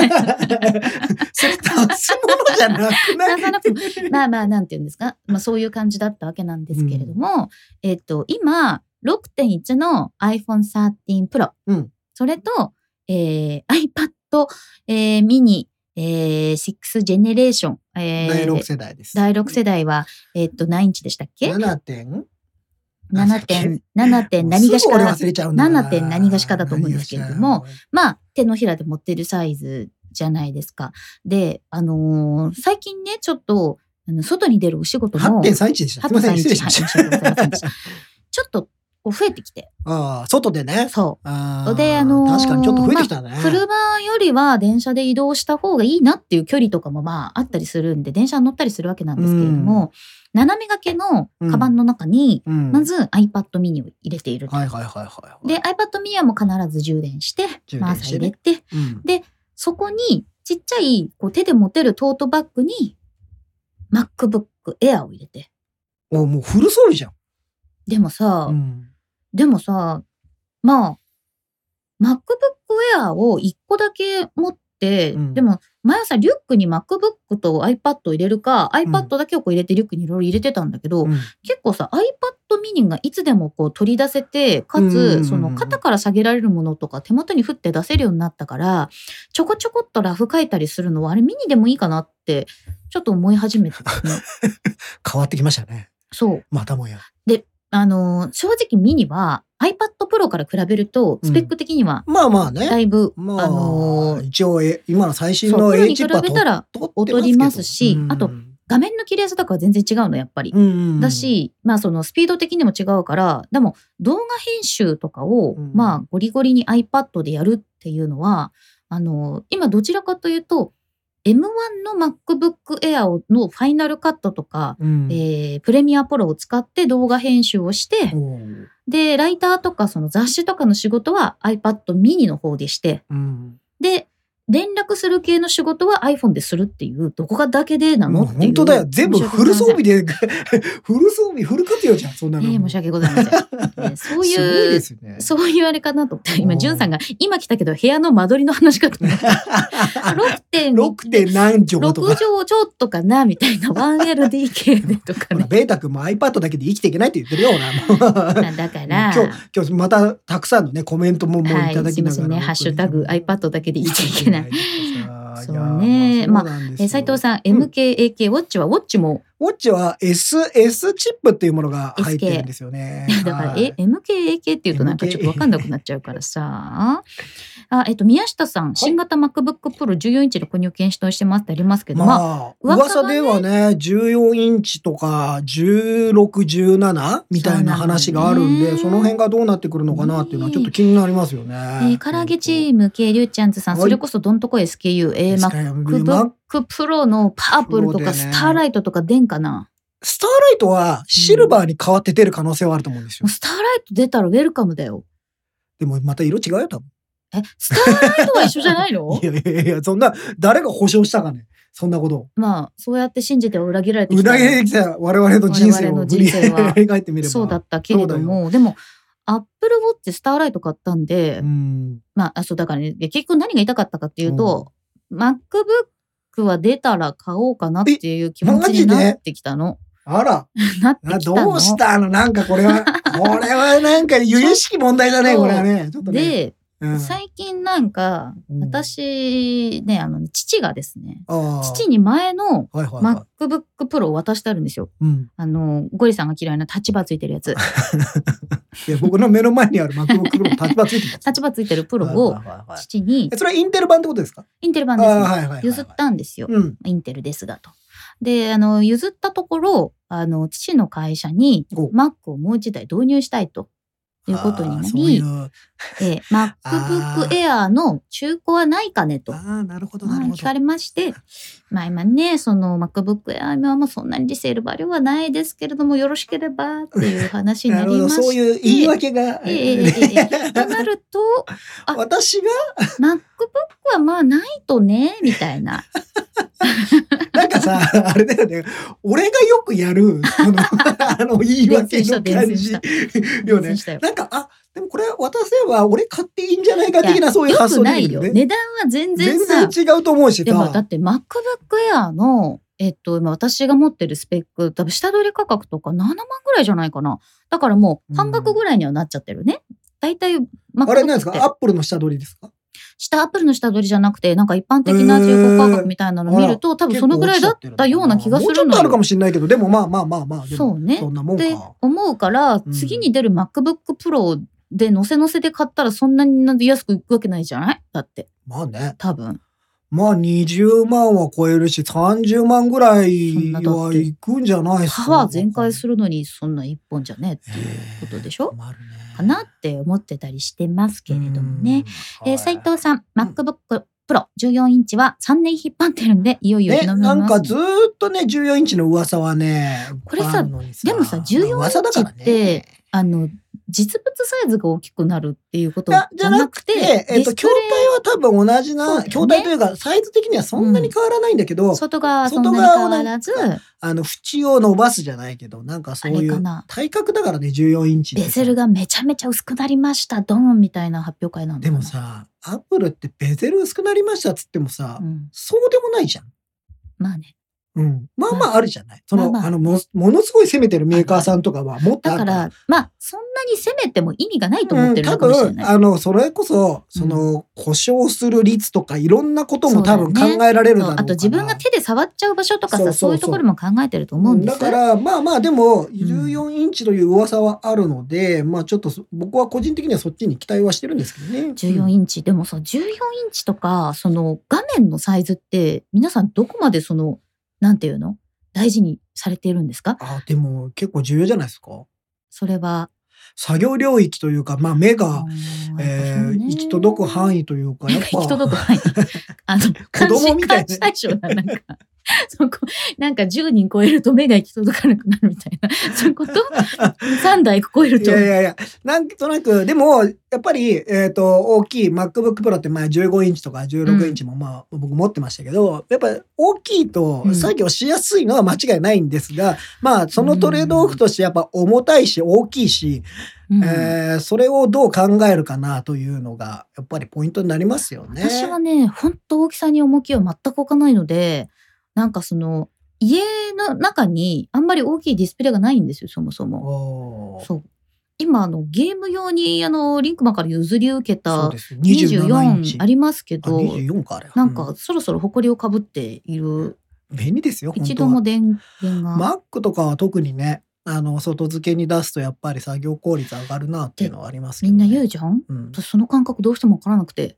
Speaker 2: それ足すものじゃなくない
Speaker 1: 足さなく まあまあ、なんて言うんですか。まあ、そういう感じだったわけなんですけれども、えっと、今、6.1の iPhone 13 Pro。
Speaker 2: うん
Speaker 1: それと、えー iPad、えー、mini、えー、6 Generation。えー
Speaker 2: 第6世代です。
Speaker 1: 第六世代は、えっと、何インチでしたっけ
Speaker 2: 7. 点
Speaker 1: 7点、7点何がし
Speaker 2: もうすぐ俺
Speaker 1: か
Speaker 2: 忘。れちゃうんだな
Speaker 1: 7点何がしかだと思うんですけれども。まあ、手のひらで持ってるサイズじゃないですか。で、あのー最近ね、ちょっと、あの外に出るお仕事も、
Speaker 2: 何がしか8.31でした。すみません、失礼しました。
Speaker 1: 8.31はい申し訳ござい ませんちょっと、こう増えてきて。
Speaker 2: ああ、外でね。
Speaker 1: そ
Speaker 2: あー
Speaker 1: であのー
Speaker 2: 確かにちょっと増えてきたね。
Speaker 1: う。車よりは電車で移動した方がいいなっていう距離とかもまああったりするんで、電車に乗ったりするわけなんですけれども、斜め掛けのカバンの中に、
Speaker 2: うん
Speaker 1: まず iPad mini を入れていると。
Speaker 2: はいはいはいはい。
Speaker 1: で、iPad mini はもう必ず充電して、
Speaker 2: 充
Speaker 1: まあ
Speaker 2: 電し
Speaker 1: 朝
Speaker 2: て
Speaker 1: 入
Speaker 2: ね
Speaker 1: れて、
Speaker 2: うん、
Speaker 1: そこにちっちゃいこう手で持てるトートバッグに MacBook Air を入れて。
Speaker 2: おもうフルソールじゃん。
Speaker 1: でもさ、
Speaker 2: うん
Speaker 1: でもさ、まあ、MacBook Air を1個だけ持って、
Speaker 2: うん
Speaker 1: でも、毎朝リュックに MacBook と iPad を入れるか、iPad だけをこう入れてリュックにいろいろ入れてたんだけど、
Speaker 2: うん
Speaker 1: 結構さ、iPad mini がいつでもこう取り出せて、か
Speaker 2: うんうんうんう
Speaker 1: つ、
Speaker 2: ん
Speaker 1: その肩から下げられるものとか手元に振って出せるようになったから、ちょこちょこっとラフ書いたりするのは、あれミニでもいいかなって、ちょっと思い始めてた ね。
Speaker 2: 変わってきましたね。
Speaker 1: そう。
Speaker 2: またもや。
Speaker 1: あのー、正直ミニは iPad Pro から比べると、スペック的には
Speaker 2: まあまあ
Speaker 1: だ
Speaker 2: ね。
Speaker 1: いぶ、
Speaker 2: まあ、
Speaker 1: あのー
Speaker 2: 一応え今の最新
Speaker 1: そう
Speaker 2: の
Speaker 1: プロ
Speaker 2: A
Speaker 1: に
Speaker 2: チ
Speaker 1: 比
Speaker 2: ップは
Speaker 1: べたら
Speaker 2: と
Speaker 1: 劣りますし
Speaker 2: 取って
Speaker 1: あと画面の綺麗さとかは全然違うの、やっぱり。
Speaker 2: うんうん
Speaker 1: だ、し、まあそのスピード的にも違うから、でも動画編集とかを、
Speaker 2: うん
Speaker 1: まあゴリゴリに iPad でやるっていうのは、あの、今どちらかというと、M1 の MacBook Air をのファイナルカットとか、
Speaker 2: うん
Speaker 1: えープレミアプロを使って動画編集をして、
Speaker 2: おー
Speaker 1: で、ライターとかその雑誌とかの仕事は iPad mini の方でして、
Speaker 2: うん
Speaker 1: で、連絡する系の仕事は iPhone でするっていう、どこがだけでな
Speaker 2: も
Speaker 1: の
Speaker 2: う
Speaker 1: っていう。
Speaker 2: 本当だよ。全部フル装備
Speaker 1: で。
Speaker 2: で、 フル装備、フル活用じゃん、そんなの。
Speaker 1: ええ申し訳ございません。ええそ
Speaker 2: すご
Speaker 1: う
Speaker 2: い
Speaker 1: い
Speaker 2: で
Speaker 1: う、
Speaker 2: すよね。
Speaker 1: そういうあれかなと思って、
Speaker 2: う
Speaker 1: 今、
Speaker 2: ん
Speaker 1: じゅんさんが、今来たけど部屋の間取りの話かと 思った。6点、
Speaker 2: 6. 点何畳と
Speaker 1: 6
Speaker 2: か。
Speaker 1: 畳ちょっとかな、みたいな 1LDK でとか
Speaker 2: ほら
Speaker 1: ね。
Speaker 2: ベータ君も iPad だけで生きていけないって言ってるよ、俺はもう
Speaker 1: だから、
Speaker 2: 今日、今日またたくさんのね、コメントももういた
Speaker 1: は
Speaker 2: だ
Speaker 1: い、す
Speaker 2: き
Speaker 1: い
Speaker 2: なが
Speaker 1: ませ
Speaker 2: ら。
Speaker 1: んね、ハッシュタグ iPad だけで生きていけない。
Speaker 2: い
Speaker 1: そうねえ斉藤
Speaker 2: ん。
Speaker 1: さん、
Speaker 2: うん
Speaker 1: MKAK ウォッチはウォッチも、
Speaker 2: ウォッチは SS チップっていうものが入ってるんですよね。
Speaker 1: だから、
Speaker 2: はい
Speaker 1: え、MKAK って言うとなんかちょっとわかんなくなっちゃうからさ。あ、えっと、宮下さん、新型 MacBook Pro 14インチで購入検討してますってありますけど、まあ、
Speaker 2: まあ、噂
Speaker 1: 噂がね
Speaker 2: ではね、14インチとか、16、17みたいな話があるんで、そ
Speaker 1: そう
Speaker 2: の
Speaker 1: なんだね
Speaker 2: 辺がどうなってくるのかなっていうのはちょっと気になりますよね。
Speaker 1: えー、唐揚げチーム、K リュウちゃんズさん、
Speaker 2: はい
Speaker 1: それこそどんとこ SKU、えー、
Speaker 2: マ
Speaker 1: MacBook Pro のパープルと
Speaker 2: そ
Speaker 1: か
Speaker 2: うだよ
Speaker 1: ス
Speaker 2: ね
Speaker 1: ターライトとか出んかな。
Speaker 2: スターライトはシルバーに変わって出る可能性はあると思うんです
Speaker 1: も
Speaker 2: よ
Speaker 1: う。スターライト出たらウェルカムだよ。
Speaker 2: でもまた色違うよ、多分。
Speaker 1: え、スターライトは一緒じゃない の
Speaker 2: いやいやいや、そんな、誰が保証したかね。そんなことを。
Speaker 1: まあ、そうやって信じて裏切られてきた
Speaker 2: 裏
Speaker 1: ら。
Speaker 2: 切ってきた我々の人生
Speaker 1: 我々の
Speaker 2: を振
Speaker 1: 人
Speaker 2: り
Speaker 1: 生は
Speaker 2: 返ってみれば。
Speaker 1: そうだったけれど
Speaker 2: そうだ
Speaker 1: も、でも、アップルウォッチスターライト買ったんで、
Speaker 2: うん。
Speaker 1: まあ、あそうだからね、で結局何が言いたかったかっていうと、MacBook は出たら買おうかなっていう気持
Speaker 2: え
Speaker 1: ちに
Speaker 2: マジで
Speaker 1: なってきたの。
Speaker 2: あら、
Speaker 1: なって
Speaker 2: な
Speaker 1: きたの。
Speaker 2: どうしたのなんかこれは、 これはなんか由々しき問題だね、
Speaker 1: そう
Speaker 2: これはね。ちょっとね。う
Speaker 1: で、
Speaker 2: ん
Speaker 1: 最近なんか、
Speaker 2: うん
Speaker 1: 私ね、あのね、父がですね、
Speaker 2: ああ
Speaker 1: 父に前の
Speaker 2: はいはいはい。
Speaker 1: MacBook Pro を渡してあるんですよ。
Speaker 2: うん。
Speaker 1: あの、ゴリさんが嫌いな立場ついてる やつ。
Speaker 2: いや、僕の目の前にある MacBook Pro 立場ついてます。
Speaker 1: 立場ついてるプロ
Speaker 2: は
Speaker 1: を
Speaker 2: いはいはい
Speaker 1: 父に
Speaker 2: え、それはインテル版ってことですか
Speaker 1: インテル
Speaker 2: あ
Speaker 1: 版
Speaker 2: あ
Speaker 1: ですね、
Speaker 2: はいはいはいはい。
Speaker 1: 譲ったんですよ。
Speaker 2: うん。
Speaker 1: インテルですがと。で、あの、譲ったところ、あの、父の会社に
Speaker 2: お
Speaker 1: Mac をもう一台導入したいということにな
Speaker 2: ああ
Speaker 1: り、
Speaker 2: そういう
Speaker 1: えー MacBook Air の中古はないかねと。
Speaker 2: ああ、なるほど、な
Speaker 1: まあ
Speaker 2: るほ
Speaker 1: 聞かれ
Speaker 2: ど。
Speaker 1: まして、まあ今ね、その MacBook Air はもうそんなにリセールバリューはないですけれども、よろしければっていう話にな
Speaker 2: なる
Speaker 1: り
Speaker 2: ほど、
Speaker 1: まして。
Speaker 2: そういう言い訳が。
Speaker 1: ええええええ となると、あ
Speaker 2: 私が、
Speaker 1: MacBook はまあないとね、みたいな。
Speaker 2: なんかさ、あれだよね。俺がよくやる、そ の、あの、言い訳の感
Speaker 1: 伝染し
Speaker 2: じ
Speaker 1: た伝染。
Speaker 2: よ
Speaker 1: 伝染
Speaker 2: ね
Speaker 1: したよ。
Speaker 2: なんか、あ、でもこれ渡せば俺買っていいんじゃないか的なそういう
Speaker 1: よ
Speaker 2: 発
Speaker 1: く
Speaker 2: 想
Speaker 1: な
Speaker 2: でい
Speaker 1: い
Speaker 2: い
Speaker 1: よ。
Speaker 2: よね。
Speaker 1: 値段は全然
Speaker 2: 全
Speaker 1: さ。
Speaker 2: 然違うと思うし
Speaker 1: でもだ
Speaker 2: さ
Speaker 1: っ。て MacBook Air の、えっと、今私が持ってるスペック、多分下取り価格とか7万ぐらいじゃないかな。だからもう半額ぐらいにはなっちゃってるね。大体 MacBook って。
Speaker 2: あれなんですかアップルの下取りですか
Speaker 1: 下、アップルの下取りじゃなくて、なんか一般的な中古価格みたいなの見ると、多分そのぐらいだったような気がす
Speaker 2: もうち
Speaker 1: る
Speaker 2: ょっと
Speaker 1: の
Speaker 2: あるか
Speaker 1: よ。
Speaker 2: もしれないけど、でもまあまあまあまあ、でも
Speaker 1: そうね
Speaker 2: そんなもん
Speaker 1: って
Speaker 2: か。
Speaker 1: 思うから、
Speaker 2: うん
Speaker 1: 次に出る MacBook Pro で乗せ乗せで買ったらそんなに安くいくわけないじゃないだって、
Speaker 2: まあね。
Speaker 1: 多分。
Speaker 2: まあ20万は超えるし、30万ぐらい
Speaker 1: そんなだっ
Speaker 2: は
Speaker 1: て
Speaker 2: いくんじゃないですか。
Speaker 1: パワー全開するのにそんな一本じゃねえっていうことでしょ
Speaker 2: 困るね
Speaker 1: かなって思ってたりしてますけれどもね。。
Speaker 2: うん
Speaker 1: えー、
Speaker 2: はい
Speaker 1: 斉藤さん、MacBook Pro 14インチは3年引っ張ってるんで、いよいよ
Speaker 2: ね、
Speaker 1: 日の目
Speaker 2: な
Speaker 1: を
Speaker 2: ん
Speaker 1: 回
Speaker 2: か
Speaker 1: す
Speaker 2: ずーっとね、14インチの噂はね、
Speaker 1: これさ
Speaker 2: あるのに
Speaker 1: でもさ14
Speaker 2: 噂だからね
Speaker 1: インチってあの、実物サイズが大きくなるっていうこと
Speaker 2: いや
Speaker 1: じゃなくて、
Speaker 2: で、えっ、
Speaker 1: ディ
Speaker 2: と、
Speaker 1: スプ
Speaker 2: 筐
Speaker 1: レ
Speaker 2: 体は多分同じ
Speaker 1: そうだ
Speaker 2: な、
Speaker 1: よね
Speaker 2: 筐体というか、サイズ的にはそんなに変わらないんだけど、
Speaker 1: イ、外側はそんなに変わらず、
Speaker 2: 外側をなあの、縁を伸ばすじゃないけど、なんか
Speaker 1: あ
Speaker 2: そう
Speaker 1: れ
Speaker 2: い
Speaker 1: か
Speaker 2: う、
Speaker 1: な、
Speaker 2: 体格だからね、14インチっ
Speaker 1: ベ
Speaker 2: てさ
Speaker 1: ゼルがめちゃめちゃ薄くなりました、ドンみたいな発表会なのか
Speaker 2: で
Speaker 1: な
Speaker 2: も、さ、アップルってベゼル薄くなりましたっつってもさ、
Speaker 1: うん、
Speaker 2: そうでもないじゃん。
Speaker 1: まあね。
Speaker 2: うん。まあまああるじゃない。その、
Speaker 1: まあまあ
Speaker 2: あのも、ものすごい攻めてるメーカーさんとかは、もっとあ
Speaker 1: だ
Speaker 2: るか
Speaker 1: からら、まあ、そんなに攻めても意味がないと思ってる
Speaker 2: 多
Speaker 1: のかもしれ
Speaker 2: 分
Speaker 1: ない。
Speaker 2: あのそれこそその故障する率とかいろんなことも多分考えられるだろ
Speaker 1: そ
Speaker 2: うか
Speaker 1: う
Speaker 2: ら
Speaker 1: あと自分が手で触っちゃう場所とか
Speaker 2: そ
Speaker 1: さそうう
Speaker 2: そうそう
Speaker 1: いうところも考えてると思うんです
Speaker 2: だからまあまあでも14インチという噂はあるので、まあちょっとそ僕は個人的にはそっちに期待はしてるんですけどね。
Speaker 1: 14インチ、でもさ14インチとかその画面のサイズって皆さんどこまでそのなんていうの大事にされているんですか
Speaker 2: あでも結構重要じゃないですか。
Speaker 1: それは、
Speaker 2: 作業領域というかまあ目が、
Speaker 1: うん
Speaker 2: えー行き届く範
Speaker 1: 囲
Speaker 2: 囲というか
Speaker 1: なん
Speaker 2: やっ
Speaker 1: か
Speaker 2: ぱ
Speaker 1: 行き届く範囲あの 監
Speaker 2: 供
Speaker 1: 視
Speaker 2: みたいね
Speaker 1: 監視対象だなんかそこなんか10人超えると目が行き届かなくなるみたいなそういうこと 3台超える
Speaker 2: い
Speaker 1: と
Speaker 2: やいやいや、なんとなく、でも、やっぱり、えっ、と、大きい MacBook Pro って、まあ、15インチとか16インチも、まあ、僕持ってましたけど、やっぱ、大きいと
Speaker 1: うん
Speaker 2: 作業しやすいのは間違いないんですが、まあ、そのトレードオフとして、やっぱ、重たいし、大きいし、
Speaker 1: うん
Speaker 2: えーそれをどう考えるかなというのが、やっぱりポイントになりますよね。
Speaker 1: 私はね本当大きさに重きを全く置かないのでなんかその家の中にあんまり大きいディスプレイがないんですよそもそも。
Speaker 2: おー
Speaker 1: そう今あのゲーム用にあのリンクマンから譲り受け
Speaker 2: そ
Speaker 1: た
Speaker 2: うですよ24インチ。
Speaker 1: 24ありますけど
Speaker 2: あ24か、あれ。
Speaker 1: なんか
Speaker 2: う
Speaker 1: そろそろ埃をかぶっている
Speaker 2: ん便利ですよ、本当は
Speaker 1: 一度も電源が。
Speaker 2: Mac とかは特にね、あの外付けに出すとやっぱり作業効率上がるなっていうのはありますけ
Speaker 1: み
Speaker 2: ど、
Speaker 1: ん
Speaker 2: ね。
Speaker 1: な言うじゃん
Speaker 2: うん。
Speaker 1: 私その感覚どうしてもわからなくて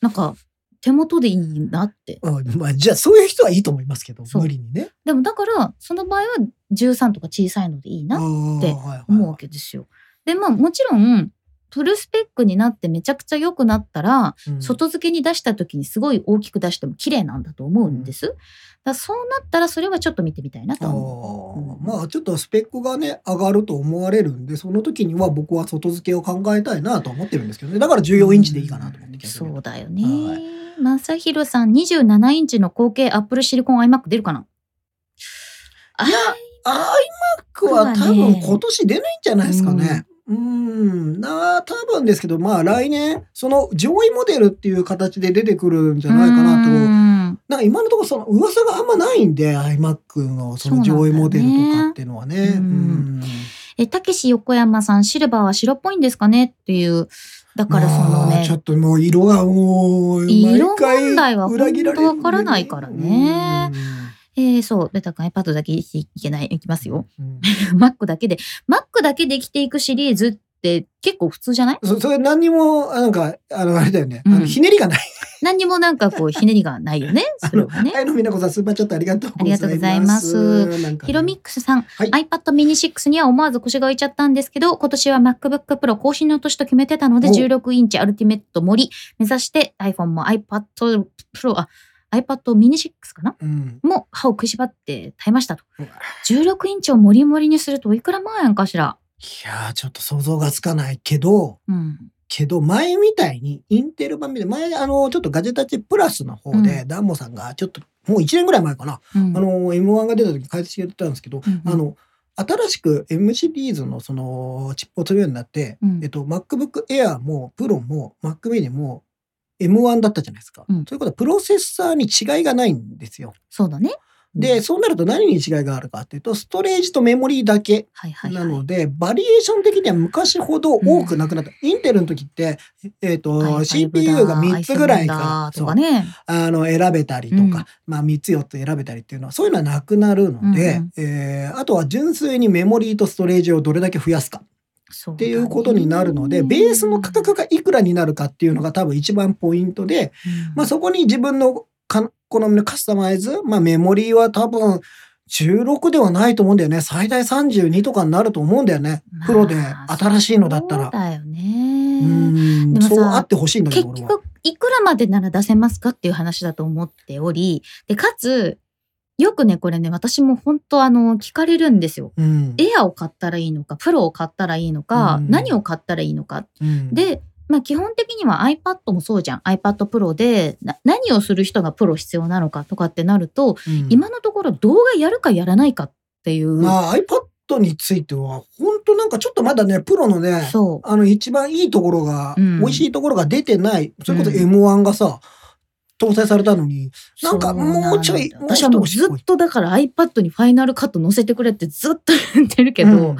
Speaker 1: なんか手元でいいなって
Speaker 2: うんまあ、じゃあそういう人はいいと思いますけど、
Speaker 1: そう
Speaker 2: 無理にね。
Speaker 1: でもだからその場合は13とか小さいのでいいなっ
Speaker 2: って
Speaker 1: 思うわけですよ。でまあもちろんフルスペックになってめちゃくちゃ良くなったら、外付けに出した時にすごい大きく出しても綺麗なんだと思うんです。だからそうなったらそれはちょっと見てみたいなとは思う。うん
Speaker 2: まあちょっとスペックがね上がると思われるんでその時には僕は外付けを考えたいなと思ってるんですけどねだから14インチでいいかなと思って逆に
Speaker 1: そうだよね
Speaker 2: は。
Speaker 1: まさひろさん27インチの後継アップルシリコン iMac 出るかな。あ
Speaker 2: いや iMac は多
Speaker 1: まあ
Speaker 2: 分
Speaker 1: ね
Speaker 2: 今年出ないんじゃないですかね。うん、な多分ですけど、まあ来年、その上位モデルっていう形で出てくるんじゃないかなと。
Speaker 1: な
Speaker 2: なんか今のところその噂があんまないんで、iMac のその上位モデルとかっていうのはね。
Speaker 1: そう
Speaker 2: う
Speaker 1: なん
Speaker 2: ん
Speaker 1: えたけし横山さんシルバーは白っぽいんですかねっていうだからその
Speaker 2: まあ
Speaker 1: ね
Speaker 2: ちょっともう色がもう、毎
Speaker 1: 色
Speaker 2: 回
Speaker 1: 問題は本当
Speaker 2: 裏切られるんでね
Speaker 1: わからないからね。えー、そう。ベタ君 iPad だけ生きていけない、いきますよ。
Speaker 2: うん
Speaker 1: Mac だけで、Mac だけで生きていくシリーズって結構普通じゃない
Speaker 2: そそれ何にも、なんか、あの、あれだよね。あの
Speaker 1: うん
Speaker 2: ひねりがない。
Speaker 1: 何にもなんかこう、ひねりがないよね。それはね。
Speaker 2: はい、のみなこさん、スーパーチャットありがとうございます。
Speaker 1: ありがとうございます
Speaker 2: なんかね
Speaker 1: ヒロミックスさん、
Speaker 2: はい
Speaker 1: iPad mini 6には思わず腰が浮いちゃったんですけど、今年は MacBook Pro 更新の年と決めてたので、
Speaker 2: お
Speaker 1: 16インチアルティメット盛り、目指して iPhone も iPad Pro、あ、iPad mini 6かな
Speaker 2: うん。
Speaker 1: もう歯を食いしばって耐えましたと
Speaker 2: うわ。
Speaker 1: 16インチをもりもりにするとおいくら万円かしら。
Speaker 2: いやー、ちょっと想像がつかないけど、
Speaker 1: うん。
Speaker 2: けど、前みたいに、インテル版みたいに、前、あの、ちょっとガジェタッチプラスの方で、
Speaker 1: う
Speaker 2: ダンモさんが、ちょっともう1年ぐらい前かな、
Speaker 1: うん
Speaker 2: あの M1 が出た時解説してたんですけど、
Speaker 1: うんうん
Speaker 2: あの新しく M シリーズのそのチップを取るようになって、
Speaker 1: うん
Speaker 2: えっと、MacBook Air も Pro も MacMini も M1 だったじゃないですか。
Speaker 1: うん
Speaker 2: ということはプロセッサーに違いがないんですよ。
Speaker 1: そうだね。
Speaker 2: で、
Speaker 1: うん
Speaker 2: そうなると何に違いがあるかっていうとストレージとメモリーだけ
Speaker 1: はいはいは。
Speaker 2: ないので、バリエーション的には昔ほど多くなくなった。インテルの時って、えっ、と、
Speaker 1: はい
Speaker 2: CPU が3つぐらい
Speaker 1: iPhone
Speaker 2: か
Speaker 1: だと
Speaker 2: そう
Speaker 1: かね。
Speaker 2: あの選べたりとか、
Speaker 1: うん
Speaker 2: まあ3つ4つ選べたりっていうのはそういうのはなくなるので、
Speaker 1: うん
Speaker 2: えーあとは純粋にメモリーとストレージをどれだけ増やすか
Speaker 1: そうだ
Speaker 2: っ
Speaker 1: ね
Speaker 2: ていうことになるので、ベースの価格がいくらになるかっていうのが多分一番ポイントで、
Speaker 1: うん
Speaker 2: まあ、そこに自分のか好みのカスタマイズ、まあ、メモリーは多分16ではないと思うんだよね。最大32とかになると思うんだよね。プロで
Speaker 1: まあ
Speaker 2: 新しいのだった
Speaker 1: そう
Speaker 2: ら。
Speaker 1: だよ
Speaker 2: う
Speaker 1: ね。
Speaker 2: ん
Speaker 1: でもさ
Speaker 2: そうあってほしいんだけ
Speaker 1: 結
Speaker 2: ど、俺は。
Speaker 1: 局、いくらまでなら出せますかっていう話だと思っており、で、かつ、よくね、これね、私も本当あの、聞かれるんですよ。
Speaker 2: うん
Speaker 1: エアを買ったらいいのか、プロを買ったらいいのか、
Speaker 2: うん
Speaker 1: 何を買ったらいいのか。
Speaker 2: うん
Speaker 1: で、まあ基本的には iPad もそうじゃん。iPad プロで、な何をする人がプロ必要なのかとかってなると、
Speaker 2: うん
Speaker 1: 今のところ動画やるかやらないかっていう、
Speaker 2: まあ iPad については本当なんかちょっとまだねプロのね
Speaker 1: そう
Speaker 2: あの一番いいところが、
Speaker 1: うん
Speaker 2: 美味しいところが出てないそれこそ
Speaker 1: うん
Speaker 2: M1 がさ、搭載されたのになんか
Speaker 1: そうなんだ
Speaker 2: もうちょいもう
Speaker 1: 私
Speaker 2: ちょ
Speaker 1: は
Speaker 2: っと
Speaker 1: もう
Speaker 2: 欲しい
Speaker 1: ずっとだから iPad にファイナルカット載せてくれってずっと言ってるけど、
Speaker 2: うん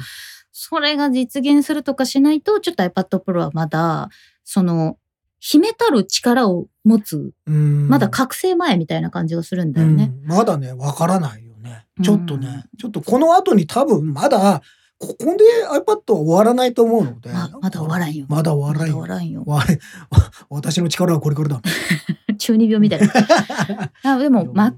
Speaker 1: それが実現するとかしないとちょっと iPad Pro はまだその秘めたる力を持つ
Speaker 2: うん
Speaker 1: まだ覚醒前みたいな感じがするんだよね。
Speaker 2: うんまだねわからないよね
Speaker 1: うん
Speaker 2: ちょっとね、ちょっとこの後に多分まだここで iPad は終わらないと思うので
Speaker 1: ままだ終わらんよ。
Speaker 2: まだ終わらんよ
Speaker 1: まだ終わらんよ。
Speaker 2: われ 私の力はこれから だ
Speaker 1: 中二病みたい な。あでも MacBook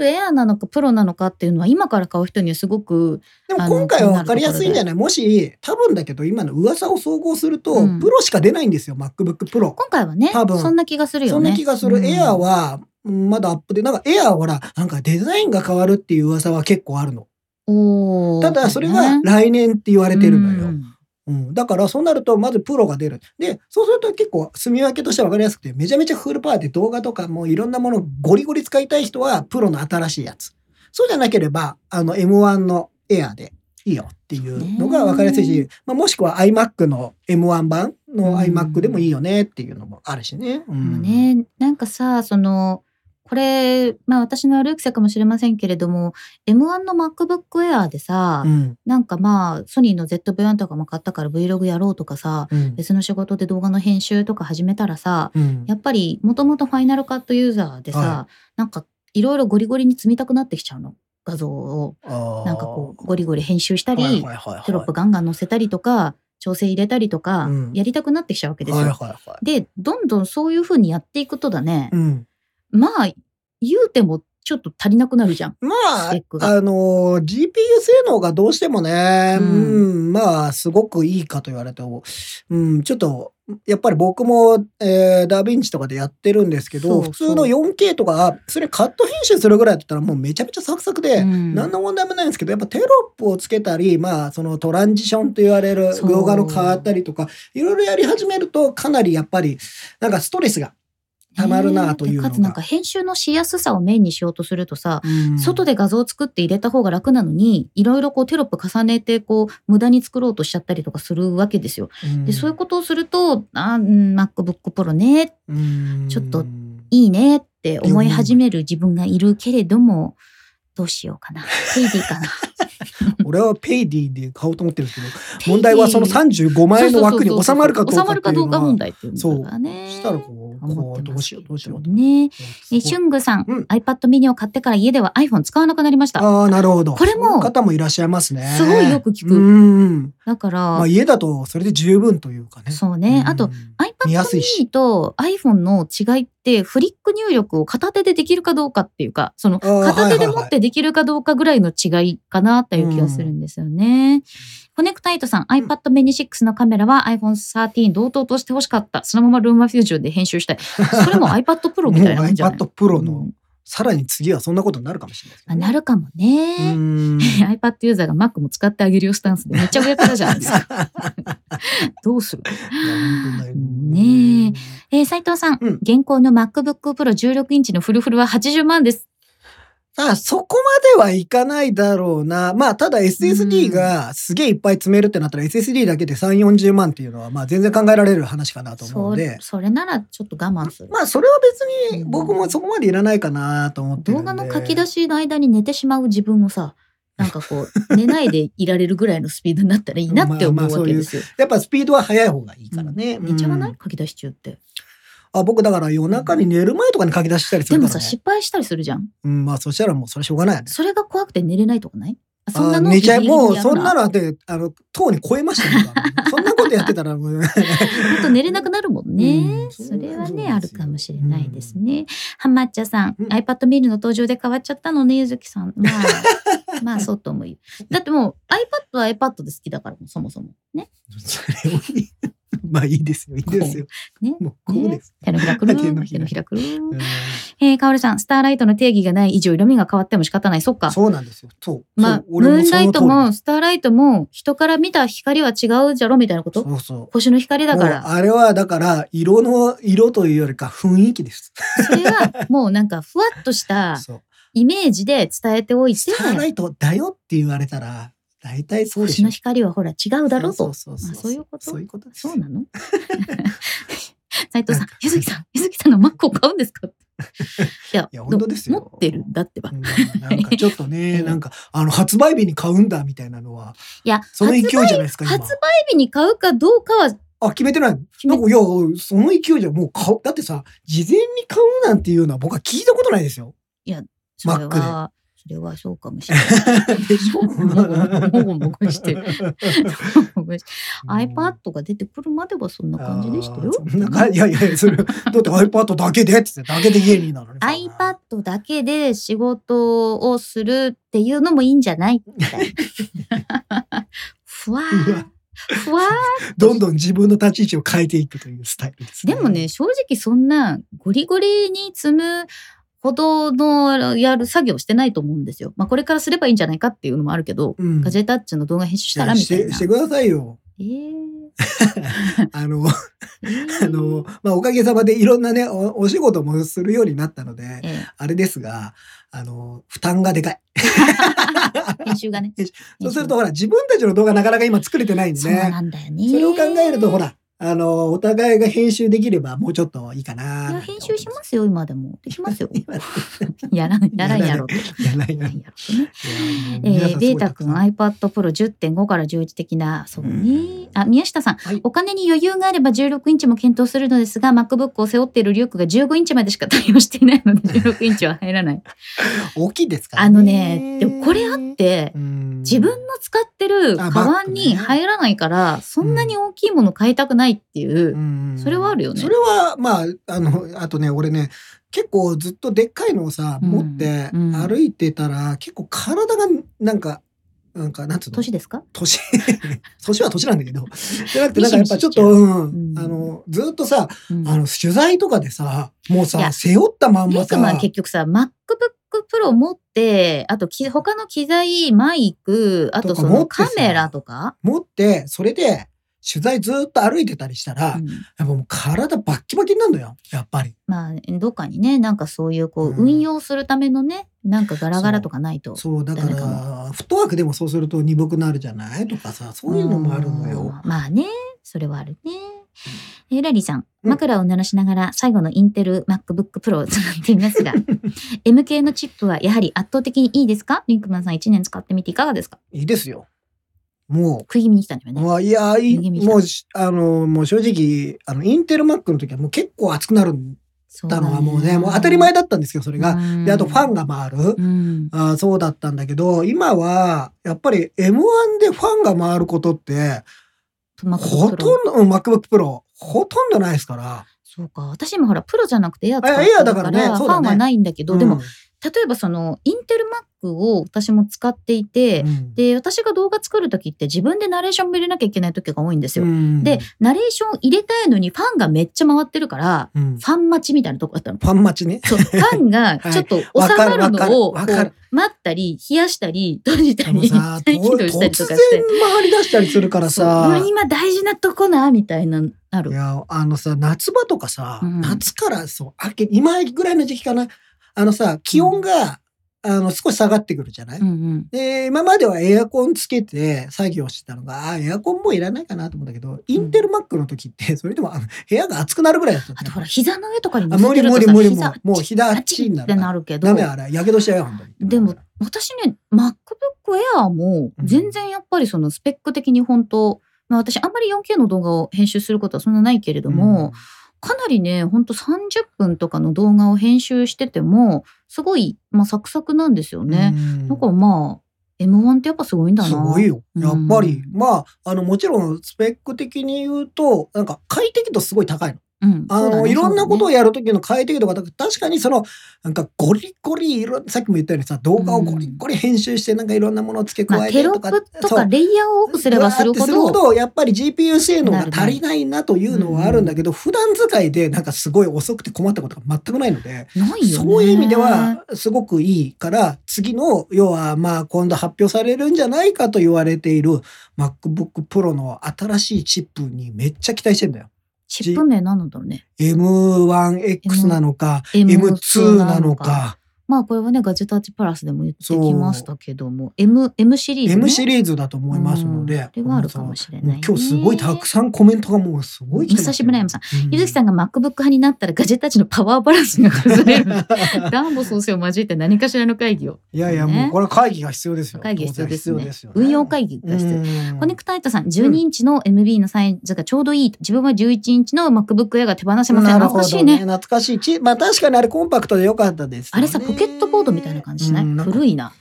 Speaker 1: Air なのか Pro なのかっていうのは今から買う人にはすごく
Speaker 2: でも
Speaker 1: あの
Speaker 2: 今回は分かりやすいんじゃないもし多分だけど今の噂を総合すると、
Speaker 1: うん
Speaker 2: プロしか出ないんですよ MacBookPro、
Speaker 1: 今回はね
Speaker 2: 多分
Speaker 1: そんな気がするよ
Speaker 2: そ
Speaker 1: ね。
Speaker 2: んな気がする、
Speaker 1: うん
Speaker 2: Air はうんまだアップでなんか Air はほらなんかデザインが変わるっていう噂は結構あるの
Speaker 1: おー
Speaker 2: ただそれ
Speaker 1: ね
Speaker 2: は来年って言われてるのよ、
Speaker 1: うん
Speaker 2: うん、だからそうなるとまずプロが出るでそうすると結構住み分けとしては分かりやすくてめちゃめちゃフルパワーで動画とかもういろんなものゴリゴリ使いたい人はプロの新しいやつそうじゃなければあの M1 のエアーでいいよっていうのが分かりやすい
Speaker 1: そう
Speaker 2: し、まあ、もしくは iMac の M1 版
Speaker 1: うん
Speaker 2: の iMac でもいいよねっていうのもあるしね。う
Speaker 1: でも
Speaker 2: ん
Speaker 1: ね、なんかさ、その、これ、まあ私の悪い癖かもしれませんけれども、M1 の MacBook Air でさ、
Speaker 2: うん
Speaker 1: なんかまあ、ソニーの ZV-1 とかも買ったから Vlog やろうとかさ、
Speaker 2: うん
Speaker 1: 別の仕事で動画の編集とか始めたらさ、
Speaker 2: うん
Speaker 1: やっぱりもともとファイナルカットユーザーでさ、
Speaker 2: は
Speaker 1: なんかいろいろゴリゴリに積みたくなってきちゃうの。画像を、
Speaker 2: あー
Speaker 1: なんかこう、ゴリゴリ編集したり、
Speaker 2: はいはいはいはい
Speaker 1: テロップガンガン載せたりとか、調整入れたりとか、
Speaker 2: うん
Speaker 1: やりたくなってきちゃうわけですよ。
Speaker 2: はいはいはい
Speaker 1: で、どんどんそういうふうにやっていくとだね、
Speaker 2: うん
Speaker 1: まあ、言うてもちょっと足りなくなるじゃん。
Speaker 2: ま
Speaker 1: ス
Speaker 2: あ
Speaker 1: ペック、が
Speaker 2: あのー、GPU 性能がどうしてもね、
Speaker 1: う
Speaker 2: うんん、まあ、すごくいいかと言われても、うん、ちょっと、やっぱり僕も、えーダヴィンチとかでやってるんですけど、
Speaker 1: そうそう
Speaker 2: 普通の 4K とか、それカット編集するぐらいだったらもうめちゃめちゃサクサクで、
Speaker 1: うん
Speaker 2: 何の問題もないんですけど、やっぱテロップをつけたり、まあ、そのトランジションと言われる
Speaker 1: そう
Speaker 2: 動画の変わったりとか、いろいろやり始めると、かなりやっぱり、なんかストレスが溜まるなというのが。
Speaker 1: でかつなんか編集のしやすさをメインにしようとするとさ、
Speaker 2: うん
Speaker 1: 外で画像を作って入れた方が楽なのに、いろいろこうテロップ重ねて、こう、無駄に作ろうとしちゃったりとかするわけですよ。で、そういうことをすると、あーうん、MacBook Pro ね、
Speaker 2: うん
Speaker 1: ちょっといいねって思い始める自分がいるけれども、どうしよう かな。ペイディかな。
Speaker 2: 俺はペイディで買おうと思ってるんですけど、問題はその35万円の枠に収まるかどうか
Speaker 1: 収まるか
Speaker 2: ってい
Speaker 1: ど
Speaker 2: う
Speaker 1: うか
Speaker 2: の
Speaker 1: 問
Speaker 2: が
Speaker 1: 題っていうのがね。
Speaker 2: したらこう、
Speaker 1: 思
Speaker 2: こ
Speaker 1: っ
Speaker 2: う
Speaker 1: て
Speaker 2: ど
Speaker 1: ま
Speaker 2: う
Speaker 1: す
Speaker 2: しようどうしようと。
Speaker 1: ね。え、シュ
Speaker 2: うん
Speaker 1: ングさん、
Speaker 2: うん
Speaker 1: iPad mini を買ってから家では iPhone 使わなくなりました。
Speaker 2: ああ、なるほど。
Speaker 1: これも
Speaker 2: そういう方もいらっしゃいますね。
Speaker 1: すごいよく聞く
Speaker 2: うん。
Speaker 1: だから、
Speaker 2: まあ家だとそれで十分というかね。
Speaker 1: そうね。
Speaker 2: うん
Speaker 1: あと、、
Speaker 2: 見
Speaker 1: iPad
Speaker 2: やすいし
Speaker 1: mini と iPhone の違いって、フリック入力を片手でできるかどうかっていうか、その、
Speaker 2: あー
Speaker 1: 片手
Speaker 2: は
Speaker 1: で
Speaker 2: いはい
Speaker 1: 持
Speaker 2: はい
Speaker 1: ってできるかどうかぐらいの違いかなという気がするんですよね。コネクタイトさん、
Speaker 2: ん
Speaker 1: iPad mini 6のカメラは iPhone 13同等として欲しかった。そのままルーマフュージョンで編集したい。それも iPad
Speaker 2: も
Speaker 1: Pro
Speaker 2: う
Speaker 1: みたいなもんじゃな い
Speaker 2: iPad Pro の、
Speaker 1: うん
Speaker 2: さらに次はそんなことになるかもしれないです
Speaker 1: あ
Speaker 2: ね。
Speaker 1: なるかもね。
Speaker 2: うん。
Speaker 1: iPad ユーザーが Mac も使ってあげるよスタンスでめっちゃ上からじ ゃないですか。どうする
Speaker 2: いや本当だよ
Speaker 1: ねえー、斉藤さん、
Speaker 2: うん
Speaker 1: 現行の MacBook Pro 16インチのフルフルは80万です。
Speaker 2: あ、そこまではいかないだろうな。まあ、ただ SSD がすげえいっぱい詰めるってなったら、SSD だけで3、40万っていうのは、まあ全然考えられる話かなと思う
Speaker 1: そ
Speaker 2: の
Speaker 1: う
Speaker 2: で、
Speaker 1: それならちょっと我慢する。
Speaker 2: まあそれは別に僕もそこまでいらないかなと思ってる
Speaker 1: 動
Speaker 2: んで。
Speaker 1: 画の書き出しの間に寝てしまう自分もさ、なんかこう、寝ないでいられるぐらいのスピードになったらいいなって
Speaker 2: ま
Speaker 1: 思
Speaker 2: あまあ
Speaker 1: うわけですよ。
Speaker 2: やっぱスピードは速い方がいいからね。
Speaker 1: 寝ちゃわない、
Speaker 2: うん
Speaker 1: 書き出し中って。
Speaker 2: あ僕だから夜中に寝る前とかに書き出したりす
Speaker 1: で
Speaker 2: るか
Speaker 1: も
Speaker 2: ら、ね。
Speaker 1: さ、失敗したりするじゃん。
Speaker 2: うん、まあそしたらもうそれしょうがないよね。
Speaker 1: それが怖くて寝れないとかないあそん
Speaker 2: あ
Speaker 1: な
Speaker 2: ー
Speaker 1: の
Speaker 2: 寝ちゃい、
Speaker 1: ギリギリ
Speaker 2: もう
Speaker 1: やる
Speaker 2: そんなので、あの、とうに超えましたね。 そんなことやってたらもう
Speaker 1: ちょっと寝れなくなるもんね。
Speaker 2: うん
Speaker 1: それは
Speaker 2: そうなんです
Speaker 1: ね、
Speaker 2: よ
Speaker 1: あるかもしれないですね。ハマッチャさん、
Speaker 2: うん
Speaker 1: iPad ミルの登場で変わっちゃったのね、ゆずきさん。ま あ、まあそうとも言う。だってもう iPad は iPad で好きだから、そもそも。ね。
Speaker 2: それをいい まあいいですよ、いいですよ。
Speaker 1: ね
Speaker 2: もうこうです。
Speaker 1: 手のひらくる
Speaker 2: 手の
Speaker 1: ん。
Speaker 2: ひ
Speaker 1: 手
Speaker 2: ら
Speaker 1: のひらくるん
Speaker 2: う。ん
Speaker 1: えー、かおるさん、スターライトの定義がない以上、色味が変わっても仕方ない。そっか。
Speaker 2: そうなんですよ。そう。
Speaker 1: ま
Speaker 2: そ
Speaker 1: あ
Speaker 2: う、
Speaker 1: ム
Speaker 2: 俺も
Speaker 1: ーン
Speaker 2: そ
Speaker 1: ライ
Speaker 2: の通
Speaker 1: ト
Speaker 2: り
Speaker 1: も、スターライトも、人から見た光は違うじゃろみたいなこ
Speaker 2: です
Speaker 1: と
Speaker 2: そうそう。
Speaker 1: 星の光だか
Speaker 2: も
Speaker 1: ら。
Speaker 2: うあれはだから、色の、色というよりか雰囲気です。
Speaker 1: それは、もうなんか、ふわっとし た
Speaker 2: そう。
Speaker 1: イメージで伝えておいて、
Speaker 2: スターライトだよって言われたら、大体そうで
Speaker 1: 星
Speaker 2: し
Speaker 1: の
Speaker 2: ょ。
Speaker 1: 光はほら違うだろう
Speaker 2: そ
Speaker 1: と
Speaker 2: う。そう
Speaker 1: ま
Speaker 2: そ
Speaker 1: あ
Speaker 2: う。
Speaker 1: そういうこと
Speaker 2: そういうことです
Speaker 1: そうなの斉藤さん、ゆずきさん、ゆずきさんのマックを買うんですかいや
Speaker 2: いや本当ですよ
Speaker 1: 持ってるんだってば。
Speaker 2: うんなんかちょっと
Speaker 1: ええ
Speaker 2: ね、なんか、あの、発売日に買うんだみたいなのは、
Speaker 1: いや、
Speaker 2: その勢いじゃない
Speaker 1: 発売
Speaker 2: ですか、今
Speaker 1: 発。売日に買うかどうかは
Speaker 2: あ、決めてない。
Speaker 1: 決
Speaker 2: な
Speaker 1: め
Speaker 2: んか、いや、その勢いじゃもう買う。だってさ、事前に買うなんていうのは僕は聞いたことないですよ。
Speaker 1: それ
Speaker 2: マッ
Speaker 1: は、それはそうかもしれない。
Speaker 2: でしょ
Speaker 1: もごもごもごしてる iPad が出てくるまではそんな感じでしたよ。
Speaker 2: あーそんな感じいやいやいや、それ、だって iPad だけでっつって、だけで家になるね。
Speaker 1: iPad だけで仕事をするっていうのもいいんじゃないみたいな。ふわ
Speaker 2: う
Speaker 1: ー
Speaker 2: わ。
Speaker 1: ふわー。
Speaker 2: どんどん自分の立ち位置を変えていくというスタイルです、
Speaker 1: でもね、、正直そんなゴリゴリに積むほどのやる作業してないと思うんですよ。まあこれからすればいいんじゃないかっていうのもあるけど、
Speaker 2: うん。
Speaker 1: ガジェタッチの動画編集したらみたい
Speaker 2: し
Speaker 1: な
Speaker 2: てし。てくださいよ。
Speaker 1: えー
Speaker 2: あの、
Speaker 1: えー
Speaker 2: あの、まあ、おかげさまでいろんなね、おお仕事もするようになったので、
Speaker 1: え
Speaker 2: あれですが、あの、負担がでかい。
Speaker 1: ー編集がね。
Speaker 2: 編集そうすると、
Speaker 1: 編
Speaker 2: ほら、自分たちの動画なかなか今作れてないん
Speaker 1: 集
Speaker 2: で
Speaker 1: そう
Speaker 2: ね。
Speaker 1: なんだよね。
Speaker 2: それを考えると、ほら、あの、お互いが編集できればもうちょっといいかな。
Speaker 1: いや、
Speaker 2: なんて
Speaker 1: 編
Speaker 2: 思
Speaker 1: 集 しますよ、今でも。できますよ。
Speaker 2: 今
Speaker 1: やらん、やらんやろと。
Speaker 2: いやない
Speaker 1: やら
Speaker 2: なんい
Speaker 1: やろとね。
Speaker 2: やもう
Speaker 1: え
Speaker 2: 皆さんす
Speaker 1: ー、
Speaker 2: ごい
Speaker 1: ベー
Speaker 2: た
Speaker 1: タ君
Speaker 2: くさん
Speaker 1: iPad Pro 10.5から11的な、そうね。
Speaker 2: うん
Speaker 1: あ、宮下さん、
Speaker 2: はい
Speaker 1: お金に余裕があれば16インチも検討するのですが、MacBook を背負っているリュックが15インチまでしか対応していないの で、16インチは入らない。
Speaker 2: 大きいですから
Speaker 1: あのね、でもこれあって、自
Speaker 2: 自
Speaker 1: 分の使ってるカ
Speaker 2: あ
Speaker 1: バンに
Speaker 2: バッグね
Speaker 1: 入らないから、そんなに大きいもの買いたくないっていう、それはあるよね
Speaker 2: それはまああのあとね俺ね結構ずっとでっかいのをさ、
Speaker 1: うん
Speaker 2: 持って
Speaker 1: うん
Speaker 2: 歩いてたら結構体がなんかなんかなんつうの
Speaker 1: 年ですか
Speaker 2: 年年 は年なんだけどじゃなくてなんかやっぱちょっ
Speaker 1: ミシミシしちゃ
Speaker 2: と、
Speaker 1: う
Speaker 2: うん
Speaker 1: うん
Speaker 2: あのずっとさ
Speaker 1: うん
Speaker 2: あの取材とかでさもう
Speaker 1: い
Speaker 2: さ
Speaker 1: や
Speaker 2: 背負ったまん
Speaker 1: リュ
Speaker 2: ま
Speaker 1: ック
Speaker 2: さ
Speaker 1: マン結局さ、MacBook Pro 持って、あとき他の機材、マイク、あと
Speaker 2: と
Speaker 1: そ
Speaker 2: か持
Speaker 1: の
Speaker 2: ってさ
Speaker 1: カメラとか、
Speaker 2: 持ってそれで取材ずっと歩いてたりしたら、
Speaker 1: う
Speaker 2: やっ
Speaker 1: ん
Speaker 2: ぱもう体バッキバキになるのよやっぱり。
Speaker 1: まあ、どっかにね、なんかそういうこう、
Speaker 2: うん
Speaker 1: 運用するためのね、なんかガラガラとかないと。
Speaker 2: そうだか
Speaker 1: ダメから
Speaker 2: フットワークでもそうすると鈍くなるじゃないとかさそういうのもあるのよ。
Speaker 1: あー。まあね、それはあるね。えラリーさん、
Speaker 2: うん
Speaker 1: 枕を鳴らしながら最後のインテル MacBook Pro を使っていま すが、M 系のチップはやはり圧倒的にいいですかリンクマンさん1年使ってみていかがですか
Speaker 2: いいですよ。も
Speaker 1: 食い気味に来たんだよ
Speaker 2: う、
Speaker 1: ね。
Speaker 2: まあ、いや、いい
Speaker 1: 右見た
Speaker 2: もうし、あの、もう正直、あの、インテルマックの時はもう結構熱くなるん
Speaker 1: そう
Speaker 2: だ
Speaker 1: だね
Speaker 2: のはもうね、もう当たり前だったんですよ、それが。
Speaker 1: うん
Speaker 2: で、あとファンが回る。
Speaker 1: うん
Speaker 2: あーそうだったんだけど、今は、やっぱり M1 でファンが回ることって、
Speaker 1: マック
Speaker 2: ほ
Speaker 1: プロ
Speaker 2: とんど、うん MacBook Pro、ほとんどないですから。
Speaker 1: そうか私今ほらプロじゃなくてエア使って
Speaker 2: あエア
Speaker 1: る
Speaker 2: だ
Speaker 1: か
Speaker 2: かららね
Speaker 1: フ
Speaker 2: そうだね
Speaker 1: ァンはないんだけど、でも
Speaker 2: うん、
Speaker 1: 例えばそのインテルマックを私も使っていて、
Speaker 2: うん
Speaker 1: で私が動画作る時って自分でナレーションも入れなきゃいけない時が多いんですよ。
Speaker 2: うん
Speaker 1: でナレーション入れたいのにファンがめっちゃ回ってるから
Speaker 2: うん
Speaker 1: ファン待ちみたいなとこだったの。
Speaker 2: ファン待ちね。
Speaker 1: そうファンがちょっと収
Speaker 2: わか
Speaker 1: ま
Speaker 2: る
Speaker 1: るのを
Speaker 2: わかるわかる
Speaker 1: こう待ったり冷やしたり閉じた
Speaker 2: あの
Speaker 1: り
Speaker 2: さ、と
Speaker 1: 再起動したりと
Speaker 2: 突
Speaker 1: か
Speaker 2: 然
Speaker 1: して。
Speaker 2: 回り出したりするから
Speaker 1: そうも
Speaker 2: さ
Speaker 1: う。今大事なとこなみたいなある
Speaker 2: い。や、あのさ、夏場とかさ、
Speaker 1: うん
Speaker 2: 夏からそう、秋、今ぐらいの時期かな。あのさ、気温があの、少し下がってくるじゃない、
Speaker 1: うんうん。
Speaker 2: で、今まではエアコンつけて作業してたのが、あーエアコンもういらないかなと思うんだけど、インテルマックの時って、 それでもあの部屋が暑くなるぐらいだったのね
Speaker 1: あとほら、膝の上とかに
Speaker 2: あ
Speaker 1: 乗
Speaker 2: 無
Speaker 1: せ
Speaker 2: 理
Speaker 1: てると
Speaker 2: 無
Speaker 1: さ
Speaker 2: 理無理無
Speaker 1: 膝
Speaker 2: 理。もうひだ
Speaker 1: あ
Speaker 2: っ
Speaker 1: っ
Speaker 2: ち
Speaker 1: ち
Speaker 2: に
Speaker 1: っ
Speaker 2: な
Speaker 1: て
Speaker 2: るから。
Speaker 1: なるけど
Speaker 2: ダメ、あれ。やけどしちゃうよ、本当に。
Speaker 1: でも私ね、MacBook Air も
Speaker 2: うん
Speaker 1: 全然やっぱりそのスペック的に本当、まあ私あんまり 4K の動画を編集することはそんなないけれども、かなりね、ほんと30分とかの動画を編集してても、すごい、まあ、サクサクなんですよ
Speaker 2: うん、
Speaker 1: ね。
Speaker 2: うん
Speaker 1: だからまあ、M1 ってやっぱすごいんだな。
Speaker 2: すごいよ。やっぱり、
Speaker 1: うん
Speaker 2: まあ、あの、もちろん、スペック的に言うと、なんか、快適度すごい高いの。
Speaker 1: うん。
Speaker 2: あ
Speaker 1: そうだ
Speaker 2: の、
Speaker 1: ね
Speaker 2: いろんなことを
Speaker 1: そう
Speaker 2: やるときの快適度が高く、確かにその、なんか、ゴリゴリいろ、さっきも言ったようにさ、動画をゴリゴリ編集して、なんかいろんなものを付け
Speaker 1: だ
Speaker 2: 加
Speaker 1: ねまあ、
Speaker 2: え
Speaker 1: テ
Speaker 2: て
Speaker 1: ロ
Speaker 2: と
Speaker 1: ッ
Speaker 2: か、
Speaker 1: プと
Speaker 2: そう
Speaker 1: かレイヤーを多くすればするほ
Speaker 2: うわーって
Speaker 1: ど、
Speaker 2: やっぱり GPU 性能が足りないなというのはあるんだけど、普段使いでなんかすごい遅くて困ったことが全くないので、
Speaker 1: ないよね。
Speaker 2: そういう意味ではすごくいいから、次の、要はまあ今度発表されるんじゃないかと言われている MacBook Pro の新しいチップにめっちゃ期待してんだよ。
Speaker 1: チップ名なんだろうね。
Speaker 2: M1X なのか、M2 なの。か、
Speaker 1: まあ、これはね、ガジェタッチプラスでも言ってきましたけども、M、M シリーズ、ね。
Speaker 2: M シリーズだと思いますの
Speaker 1: うん
Speaker 2: で
Speaker 1: こ、れはあるかもしれない、ね。
Speaker 2: 今日すごいたくさんコメントがもうすごい来てますよ
Speaker 1: 久しぶりだよ山さ
Speaker 2: う
Speaker 1: ゆずきさんが MacBook 派になったらガジェタッチのパワーバランスが崩れ る。ダンボ総裁を交えて何かしらの会議を。
Speaker 2: いやいや、
Speaker 1: ね
Speaker 2: もうこれは会議が必要ですよ。
Speaker 1: 会議必要です
Speaker 2: 当然
Speaker 1: ね
Speaker 2: 必要。
Speaker 1: 運用会議が必要。
Speaker 2: 要
Speaker 1: コネクタイトさん、12インチの MB のサイズがちょうどいいと。自分は11インチの MacBook Air が手放せません。
Speaker 2: なる
Speaker 1: 懐
Speaker 2: ほ
Speaker 1: かし
Speaker 2: ど
Speaker 1: い
Speaker 2: ね。
Speaker 1: ね。
Speaker 2: 懐かしいち。まあ確かにあれコンパクトで良かったです、
Speaker 1: あれさ、ポケットボードみたいな感じしない、
Speaker 2: うんんか
Speaker 1: 古 いな。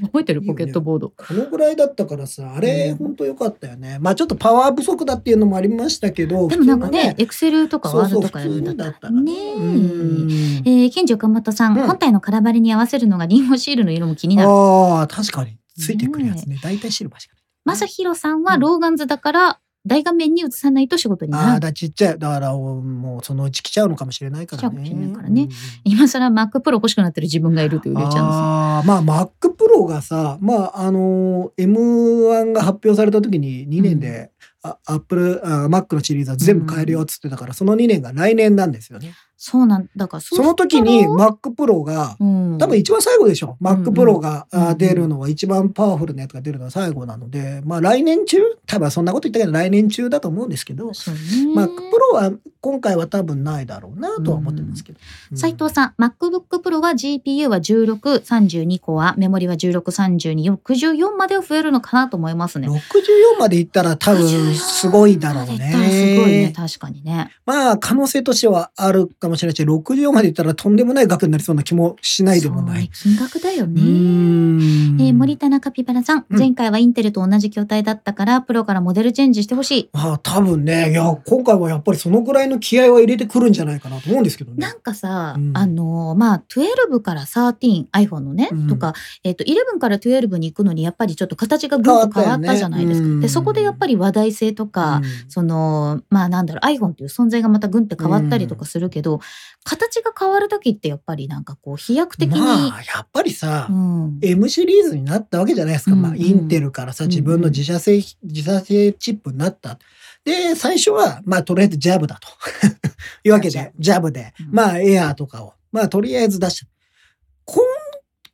Speaker 1: 覚えてるポケットボード。
Speaker 2: このぐらいだったからさ、あれ
Speaker 1: うん
Speaker 2: 本当良かったよね。まあちょっとパワー不足だっていうのもありましたけど、
Speaker 1: でもなんかね、
Speaker 2: 普
Speaker 1: Excel とか
Speaker 2: 通の
Speaker 1: Word
Speaker 2: ねそうそう
Speaker 1: とかやる
Speaker 2: 普通
Speaker 1: ん
Speaker 2: にだ
Speaker 1: だっ
Speaker 2: った
Speaker 1: た
Speaker 2: ら
Speaker 1: ら
Speaker 2: ね
Speaker 1: ね。
Speaker 2: うん
Speaker 1: えー、ケンジ岡本さん、
Speaker 2: うん
Speaker 1: 本体の空張りに合わせるのがリンゴシールの色も気になる。
Speaker 2: ああ、確かに。ついてくるやつね。大体シルバーしか
Speaker 1: まさひろさんは
Speaker 2: うん
Speaker 1: ローガンズだから大画面に映さないと仕事に
Speaker 2: な。
Speaker 1: ない
Speaker 2: ああ
Speaker 1: ら
Speaker 2: ー、だ
Speaker 1: ない。
Speaker 2: からちっちゃい。だからもうそのうち来ちゃうのかもしれないからね。
Speaker 1: 来ちゃうかもしれないからね
Speaker 2: うん
Speaker 1: 今更 Mac Pro 欲しくなってる自分がいるというりゅうちゃんのさ。
Speaker 2: あーまあ Mac Pro がさ、まああの M1 が発表された時に2年で、あ Apple あ Mac のシリーズは全部変えるよっつってたから、その2年が来年なんですよね。
Speaker 1: そうなんだから
Speaker 2: その時に
Speaker 1: う
Speaker 2: Mac Pro が
Speaker 1: ん、
Speaker 2: 多分一番最後でしょ、
Speaker 1: ん
Speaker 2: Mac Pro が、
Speaker 1: うん
Speaker 2: あ出るのは一番パワフルなやつが出るのは最後なのでまあ来年中多分そんなこと言ったけど来年中だと思うんですけど、
Speaker 1: そうね
Speaker 2: Mac Pro は今回は多分ないだろうなとは思ってますけど。
Speaker 1: 斉藤さん、MacBook Pro は GPU は16、32コア、メモリは16、32、64までは増えるのかなと思いますね。
Speaker 2: 64までいったら多分すごいだろう
Speaker 1: 64までいったらすごいね、
Speaker 2: ね。
Speaker 1: 確かにね。
Speaker 2: まあ可能性としてはあるかもしれないし、64までいったらとんでもない額になりそうな気もしないでもな
Speaker 1: そう
Speaker 2: い
Speaker 1: ね。金額だよ
Speaker 2: うー
Speaker 1: ね。
Speaker 2: ん
Speaker 1: えー、森田中ピバラさん、
Speaker 2: うん
Speaker 1: 前回はインテルと同じ筐体だったから、プロからモデルチェンジしてほしい。
Speaker 2: まあ多分ね、いや、今回はやっぱりそのぐらいの気合は入れてくるんじゃないかなと思うんですけどね
Speaker 1: な。んかさ、
Speaker 2: うん
Speaker 1: あのまあ12から 13iPhone のね、
Speaker 2: うん
Speaker 1: とか、えっと11から12に行くのにやっぱりちょっと形がぐっと変わ
Speaker 2: 変わっよ
Speaker 1: ったた
Speaker 2: ね
Speaker 1: じゃないですか。
Speaker 2: うん
Speaker 1: でそこでやっぱり話題性とか、
Speaker 2: うん
Speaker 1: そのまあなんだろう iPhone っていう存在がまたぐんって変わったりとかするけど、形が変わる時ってやっぱりなんかこう飛躍的に、
Speaker 2: まあやっぱりさ、
Speaker 1: うん、
Speaker 2: M シリーズになったわけじゃないですか、まあ、
Speaker 1: うんうん
Speaker 2: インテルからさ自分の自社製、自社製チップになったで最初はまあとりあえずジャブだ というわけでジャブで、
Speaker 1: うん
Speaker 2: まあエアーとかをまあとりあえず出したこん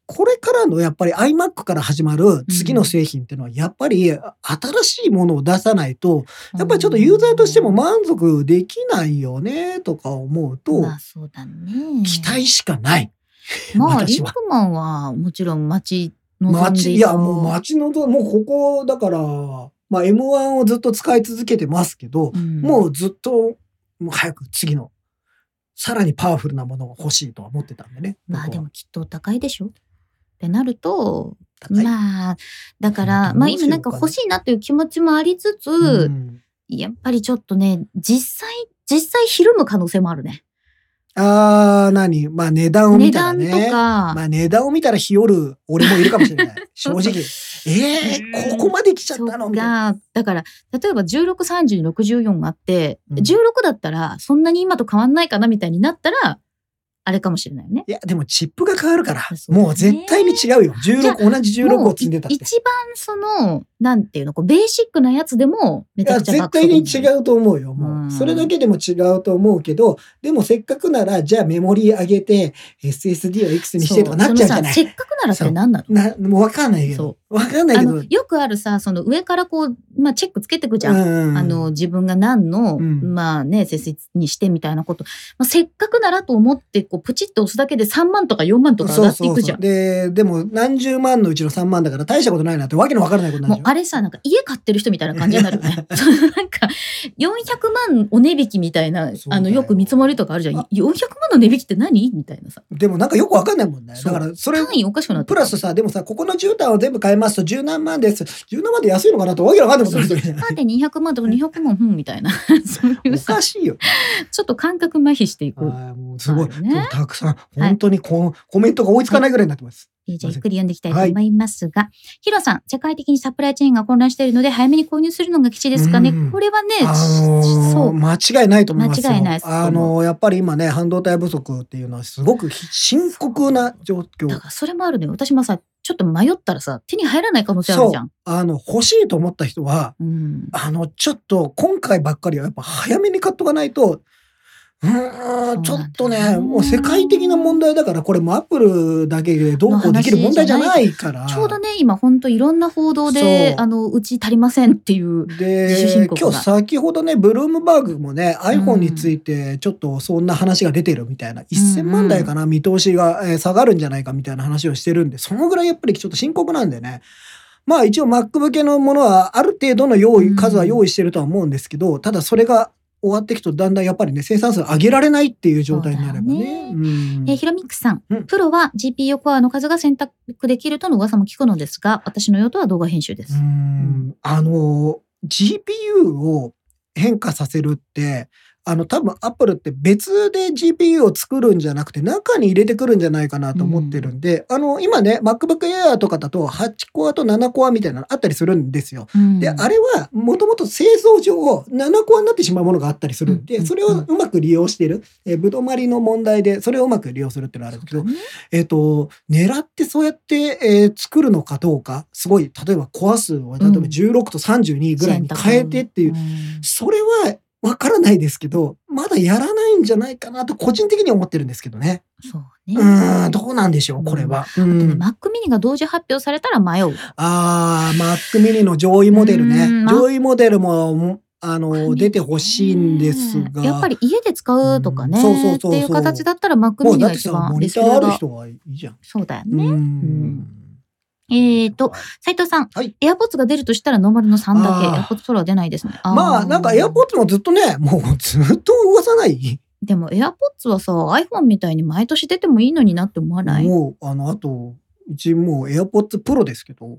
Speaker 2: これからのやっぱり iMac から始まる次の製品っていうのはやっぱり新しいものを出さないとやっぱりちょっとユーザーとしても満足できないよねとか思うと
Speaker 1: まあそうだね。
Speaker 2: 期待しかない。
Speaker 1: まあリ
Speaker 2: 私
Speaker 1: ン
Speaker 2: は
Speaker 1: クマンはもちろん待ち望んでいた。
Speaker 2: 街いやもう街のどもうここだから、まあ、M1 をずっと使い続けてますけど、
Speaker 1: うん
Speaker 2: もうずっともう早く次のさらにパワフルなものが欲しいとは思ってたんでね。
Speaker 1: まあで
Speaker 2: 僕は
Speaker 1: もきっとお高いでしょってなると、
Speaker 2: 高い
Speaker 1: まあだから
Speaker 2: ど
Speaker 1: まあ
Speaker 2: うしようかな
Speaker 1: 今なんか欲しいなという気持ちもありつつ、
Speaker 2: うん
Speaker 1: やっぱりちょっとね実際実際ひるむ可能性もあるね
Speaker 2: あー何まあ値段を
Speaker 1: 値
Speaker 2: 見たら
Speaker 1: 段
Speaker 2: ね。
Speaker 1: とか、
Speaker 2: まあ値段を見たら日和る俺もいるかもしれ ない。正直。えー、ここまで来ちゃっ
Speaker 1: そう
Speaker 2: たのみたいな。
Speaker 1: かだから例えば163064があって、
Speaker 2: うん
Speaker 1: 16だったらそんなに今と変わんないかなみたいになったらあれかもしれないよね。
Speaker 2: いや、でもチップが変わるから、
Speaker 1: そうだね
Speaker 2: もう絶対に違うよ。
Speaker 1: じゃあ
Speaker 2: 16、同じ16を積んでたって。
Speaker 1: も
Speaker 2: い
Speaker 1: うい一番その、なんていうの、こうベーシックなやつでもめちゃ
Speaker 2: や
Speaker 1: くちゃ
Speaker 2: 絶対に違
Speaker 1: う。
Speaker 2: うと思うよ。
Speaker 1: う
Speaker 2: も
Speaker 1: ん
Speaker 2: う、それだけでも違うと思うけど、でもせっかくなら、じゃあメモリー上げて、SSD をいくつにしてとかなっちゃうじゃ
Speaker 1: その
Speaker 2: な
Speaker 1: さ
Speaker 2: い
Speaker 1: せっかくならそれ何なの
Speaker 2: な、もうわかんないけ
Speaker 1: そ
Speaker 2: ど。わかんない
Speaker 1: あ
Speaker 2: けど。
Speaker 1: のよくあるさその上からこう、まあ、チェックつけてくじゃん、
Speaker 2: うん
Speaker 1: あの自分が何の、
Speaker 2: うん
Speaker 1: まあね節節にしてみたいなこと、まあ、せっかくならと思ってこうプチッと押すだけで3万とか4万とか上がっていくじゃん。
Speaker 2: そうそうそうで、でも何十万のうちの3万だから大したことないなってわけのわからないことになる
Speaker 1: もう
Speaker 2: じゃん
Speaker 1: あれさなんか家買ってる人みたいな感じになるよ ね。そうなんか400万お値引きみたいな
Speaker 2: そうだ
Speaker 1: あ
Speaker 2: よ
Speaker 1: のよく見積もりとかあるじゃん
Speaker 2: あ
Speaker 1: 400万の値引きって何みたいなさ
Speaker 2: でもなんかよくわかんないもんね。
Speaker 1: そ
Speaker 2: だ
Speaker 1: う
Speaker 2: からそれ
Speaker 1: 単位おかしくなって
Speaker 2: プラスさ、でもさ、ここの絨毯を全部買いますと10何万です。10何万で安いのかなってわけのわかんないことになる じゃん
Speaker 1: パーで200万とか200万ふんみた いなそうい
Speaker 2: お
Speaker 1: うさ
Speaker 2: かしいよ。
Speaker 1: ちょっと感覚麻痺していこう。
Speaker 2: はいもうすごい。
Speaker 1: まあね
Speaker 2: でもたくさん、本当にこうコメントが追いつかないぐらいになってます。
Speaker 1: えーじゃあ、ゆっくり読んでいきたいと思いますが、ヒロさん、世界的にサプライチェーンが混乱しているので、早めに購入するのが吉ですかね。
Speaker 2: うん
Speaker 1: これはね、
Speaker 2: あのー
Speaker 1: そう。
Speaker 2: 間違いないと思いますよ。
Speaker 1: 間違いないです
Speaker 2: あのーやっぱり今ね、半導体不足っていうのはすごく深刻な状況
Speaker 1: だから、それもあるのよ。私もさ、ちょっと迷ったらさ、手に入らない可能性あるじゃん。
Speaker 2: あの、欲しいと思った人は、
Speaker 1: うん。
Speaker 2: あの、ちょっと今回ばっかりはやっぱ早めに買っとかないと、うーん、ち
Speaker 1: そ
Speaker 2: ょ
Speaker 1: うな
Speaker 2: っ
Speaker 1: んだ
Speaker 2: と
Speaker 1: よね
Speaker 2: ね、もう世界的な問題だから、これもアップルだけでどうこうできる問題じゃないから。
Speaker 1: ちょうどね、今、ほんといろんな報道で、
Speaker 2: そう
Speaker 1: あの、うち足りませんっていう。自主申
Speaker 2: で、
Speaker 1: 告が
Speaker 2: 今日先ほどね、ブルームバーグもね、iPhone についてちょっとそんな話が出てるみたいな、1000万台かな、見通しがえー下がるんじゃないかみたいな話をしてるんで、そのぐらいやっぱりちょっと深刻なんでね。まあ一応 Mac 向けのものはある程度の用
Speaker 1: うん
Speaker 2: 意、数は用意してるとは思うんですけど、ただそれが終わってきくとだんだんやっぱりね、生産数上げられないっていう状態になればね。
Speaker 1: そう
Speaker 2: うん
Speaker 1: えーヒロミックさん,、
Speaker 2: うん
Speaker 1: プロは GPU コアの数が選択できるとの噂も聞くのですが、私の用途は動画編集で
Speaker 2: う
Speaker 1: す。
Speaker 2: ーんあの GPU を変化させるってあの多分アップルって別で GPU を作るんじゃなくて中に入れてくるんじゃないかなと思ってるんで、あの今ね MacBook Air とかだと8コアと7コアみたいなのあったりするんですよ。
Speaker 1: うん
Speaker 2: であれはもともと製造上7コアになってしまうものがあったりするん
Speaker 1: うん
Speaker 2: でそれをうまく利用してるえぶどまりの問題でそれをうまく利用するっていうのはあるんですけど
Speaker 1: ね
Speaker 2: えっ、と、狙ってそうやって、えー作るのかどうか、すごい、例えばコア数を、例えば16と32ぐらいに変えてっていう、
Speaker 1: ん
Speaker 2: それはわからないですけど、まだやらないんじゃないかなと、個人的には思ってるんですけどね。
Speaker 1: そう
Speaker 2: う
Speaker 1: ね。
Speaker 2: ーん、どうなんでしょう、これは。う
Speaker 1: でね、
Speaker 2: ん、
Speaker 1: Mac mini が同時発表されたら迷う。
Speaker 2: あー、Mac mini の上位モデル
Speaker 1: う
Speaker 2: ね
Speaker 1: ん。
Speaker 2: 上位モデルも、あの、
Speaker 1: Mac
Speaker 2: 出てほしいんですが。
Speaker 1: やっぱり家で使うとかね、
Speaker 2: うんそうそうそうそう
Speaker 1: っていう形だったら Mac
Speaker 2: も
Speaker 1: mini
Speaker 2: うだっ
Speaker 1: が
Speaker 2: て
Speaker 1: 一
Speaker 2: さ、
Speaker 1: 番
Speaker 2: モ
Speaker 1: リ
Speaker 2: ニ
Speaker 1: ス
Speaker 2: タ
Speaker 1: ク
Speaker 2: ーあ
Speaker 1: が
Speaker 2: る人はいいじゃん。
Speaker 1: そうだよね。
Speaker 2: うん
Speaker 1: えーと、斉藤さん、
Speaker 2: はい
Speaker 1: AirPods が出るとしたらノーマルの3だけ、
Speaker 2: あー
Speaker 1: AirPods Pro は出ないですね。ー
Speaker 2: まあなんかエアポッツもずっとね、もうずっと動かさない。
Speaker 1: でも AirPods はさ、iPhone みたいに毎年出てもいいのになって思わない
Speaker 2: もうあのあとうちもうエアポッツプロですけど、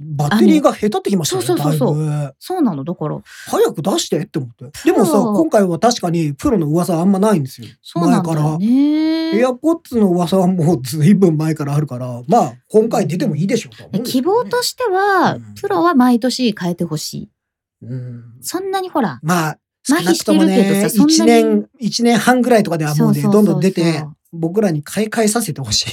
Speaker 2: バッテリーが下手ってきましたね。
Speaker 1: そうそうそうそう
Speaker 2: だいぶ
Speaker 1: そうなの、だから。
Speaker 2: 早く出してって思って。でもさ、
Speaker 1: プロ
Speaker 2: 今回は確かにプロの噂あんまないんですよ。
Speaker 1: そうなんだ
Speaker 2: 前か
Speaker 1: よ
Speaker 2: ら。
Speaker 1: ね
Speaker 2: エ。アポッツの噂はもうずいぶん前からあるから、まあ今回出てもいいでしょうとは思うんです
Speaker 1: 希
Speaker 2: けど
Speaker 1: 望
Speaker 2: ね
Speaker 1: としては、
Speaker 2: うん
Speaker 1: プロは毎年変えてほしい。
Speaker 2: うん
Speaker 1: そんなにほら、
Speaker 2: まあ、少
Speaker 1: 麻
Speaker 2: な
Speaker 1: 痺
Speaker 2: く
Speaker 1: して
Speaker 2: とも
Speaker 1: るけど
Speaker 2: ね、
Speaker 1: さそんなに
Speaker 2: 1年、一年半ぐらいとかではもうね、
Speaker 1: そうそうそうそう
Speaker 2: どんどん出て、僕らに買い替えさせてほしい。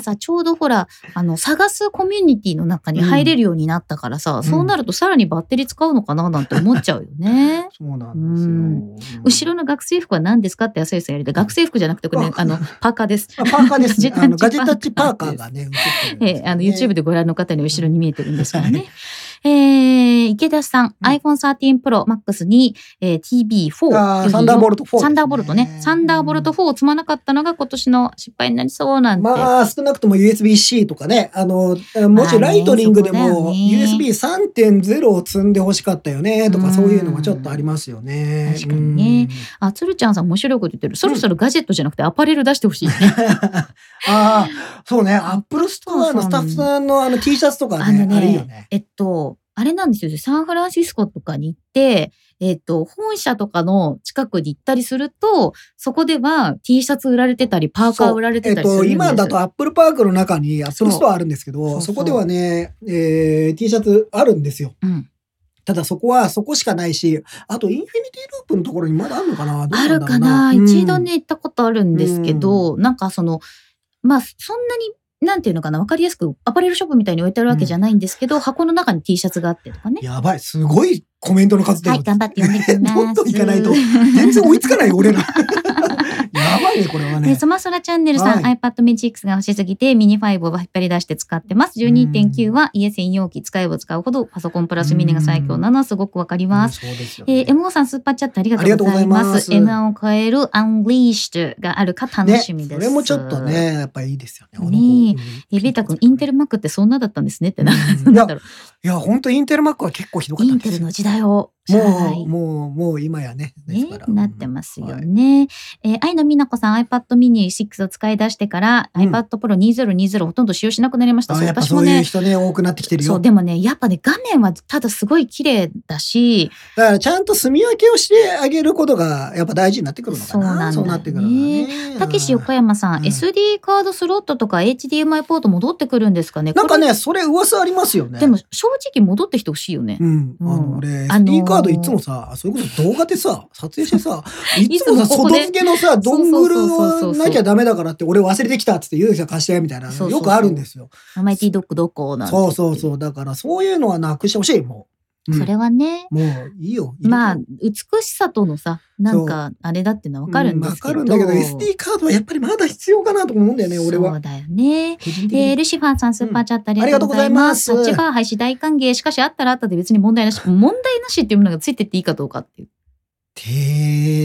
Speaker 1: さ、ちょうどほら、あの、探すコミュニティの中に入れるようになったからさ、
Speaker 2: ん。
Speaker 1: そうなるとさらにバッテリー使うのかななんて思っちゃうよね
Speaker 2: そうなんですよ。
Speaker 1: 後ろの学生服は何ですかって安井さんやりで、学生服じゃなくて、これね、
Speaker 2: あ
Speaker 1: あ の、パーカーです。
Speaker 2: あパーカーですね。あの
Speaker 1: ガ
Speaker 2: ガ
Speaker 1: ジ
Speaker 2: ジ
Speaker 1: ェ
Speaker 2: ェ
Speaker 1: タ
Speaker 2: タ
Speaker 1: ッ
Speaker 2: ッ
Speaker 1: チ
Speaker 2: チ
Speaker 1: パ
Speaker 2: パ
Speaker 1: ー
Speaker 2: ー
Speaker 1: カ
Speaker 2: カ
Speaker 1: ー
Speaker 2: ー
Speaker 1: で
Speaker 2: がね、映ってるんですよね
Speaker 1: ええあの、YouTube でご覧の方に後ろに見えてるんですから ね。えー、池田さん、
Speaker 2: うん
Speaker 1: iPhone 13 Pro Max に、えー TB4。
Speaker 2: あーサンダーボルト4ですね。
Speaker 1: サンダーボルトね。サンダーボルト4を積まなかったのが今年の失敗になりそうなんて。
Speaker 2: まあ、少なくとも USB-C とかね、あの、もしライトニングで
Speaker 1: まあねそこ
Speaker 2: も
Speaker 1: だよね
Speaker 2: USB3.0 を積んでほしかったよね、と
Speaker 1: うん
Speaker 2: かそういうのがちょっとありますよね。
Speaker 1: 確かにねあ、つるちゃんさん面白いこと言ってる。そろそろガジェットじゃなくてアパレル出してほしいね。
Speaker 2: うん。ああ、そうね、アップルストアのスタッフさんのあの T シャツとか
Speaker 1: あの
Speaker 2: ね、
Speaker 1: ね
Speaker 2: あれいいよね。
Speaker 1: えっと、あれなんですよ。サンフランシスコとかに行って、えっと、本社とかの近くに行ったりすると、そこでは T シャツ売られてたり、パーカー売られて
Speaker 2: え
Speaker 1: た
Speaker 2: っ
Speaker 1: りするん
Speaker 2: と、
Speaker 1: です、
Speaker 2: 今だとアップルパークの中にアップルストアあるんですけ
Speaker 1: そうそう
Speaker 2: ど、
Speaker 1: そ
Speaker 2: そ
Speaker 1: う
Speaker 2: こではね、えー T シャツあるんですよ。
Speaker 1: うん、
Speaker 2: ただそこはそこしかないし、あとインフィニティループのところにまだあるのかなどう
Speaker 1: あ
Speaker 2: んだ
Speaker 1: る
Speaker 2: ろう
Speaker 1: かな、一度。
Speaker 2: うん
Speaker 1: ね行ったことあるんですけど、なんかそのまあそんなになんていうのかなわかりやすくアパレルショップみたいに置いてあるわけじゃないんですけど、箱の中に T シャツがあってとかね。
Speaker 2: やばい、すごいコメントの数だよ。
Speaker 1: はい頑張って読んで きます。
Speaker 2: どんどん行かないと全然追いつかないよ俺 ら。やばいね、これは
Speaker 1: ね、
Speaker 2: ね。
Speaker 1: ソマソラチャンネルさん、
Speaker 2: は
Speaker 1: iPad mini 6が欲しすぎてミニ5を引っ張り出して使ってます。12.9は家専用機使えば使うほどパソコンプラスミニが最強なのはすごくわかります。
Speaker 2: うんそうですよね
Speaker 1: えー、MO さんスーパーチャットありがとうございます。
Speaker 2: ありがとうござ
Speaker 1: M1 を超える Unleashed があるか楽しみです。
Speaker 2: ね、それもちょっと。ね、やっぱいいですよね。
Speaker 1: ねえー、ベータ
Speaker 2: 君
Speaker 1: 君、インテルマックってそんなだったんですねってな。
Speaker 2: うんい
Speaker 1: な
Speaker 2: や
Speaker 1: んだろう
Speaker 2: いや、本当インテルマックは結構ひどかっ
Speaker 1: イ
Speaker 2: たん
Speaker 1: ン
Speaker 2: で
Speaker 1: テ
Speaker 2: す
Speaker 1: ル
Speaker 2: よ。
Speaker 1: の時代を知らな
Speaker 2: も、。
Speaker 1: いう
Speaker 2: もう、もう今やね。で
Speaker 1: ね
Speaker 2: すから、
Speaker 1: なってますよ
Speaker 2: はい
Speaker 1: ね。えー愛の美奈子さん iPad mini6 を使い出してから、
Speaker 2: うん
Speaker 1: iPad Pro 2020ほとんど使用しなくなりました。
Speaker 2: あ
Speaker 1: そう
Speaker 2: やっぱ
Speaker 1: 私
Speaker 2: そ
Speaker 1: も
Speaker 2: ういう
Speaker 1: ね、
Speaker 2: 人ね、多くなってきてる
Speaker 1: そ
Speaker 2: よ。
Speaker 1: う、
Speaker 2: だ
Speaker 1: でもね、やっぱね、画面はただすごい綺麗だし、
Speaker 2: からちゃんと住み分けをしてあげることが、やっぱ大事になってくるのか
Speaker 1: そうなんだよ
Speaker 2: な。
Speaker 1: ね
Speaker 2: そうなってくるのね。
Speaker 1: たけし岡山さん、
Speaker 2: うん
Speaker 1: SD カードスロットとか HDMI ポート戻ってくるんですかね
Speaker 2: なんか
Speaker 1: こ
Speaker 2: ね、それ噂ありますよね。
Speaker 1: れでも、正直戻ってきてほしいよね
Speaker 2: う。ん、あ
Speaker 1: うん
Speaker 2: の俺、
Speaker 1: あのー
Speaker 2: SD カードいつもさ、そういうこと動画でさ、撮影して さ、いつもさ、
Speaker 1: いつもここ
Speaker 2: 外
Speaker 1: で
Speaker 2: 付けのさ、ドングル
Speaker 1: そうそうそうそう
Speaker 2: をなきゃダメだからって、俺忘れてきたっつって、ゆうきさん貸してみたいな、
Speaker 1: そうそうそう
Speaker 2: よくあるんですよ。
Speaker 1: マイティドッグどこなんて
Speaker 2: そうそうそう。だから、そういうのはなくしてほしい、もう。うん
Speaker 1: それはね、
Speaker 2: もういいよ。いいよ
Speaker 1: まあ、美しさとのさ、なんか、あれだってのはわかるんですけ
Speaker 2: う
Speaker 1: ど。
Speaker 2: わかるんだけど、SD カードはやっぱりまだ必要かなと思うんだよね、俺
Speaker 1: そ
Speaker 2: は
Speaker 1: う。だよね。
Speaker 2: 個人的に
Speaker 1: えー、ルシファーさん、スーパーチャットありがとうございます。
Speaker 2: ありが
Speaker 1: タ
Speaker 2: と
Speaker 1: ッチ
Speaker 2: うございます
Speaker 1: バー廃止大歓迎。しかし、あったらあったで別に問題なし。問題なしっていうものがついてっていいかどうかっていう。
Speaker 2: て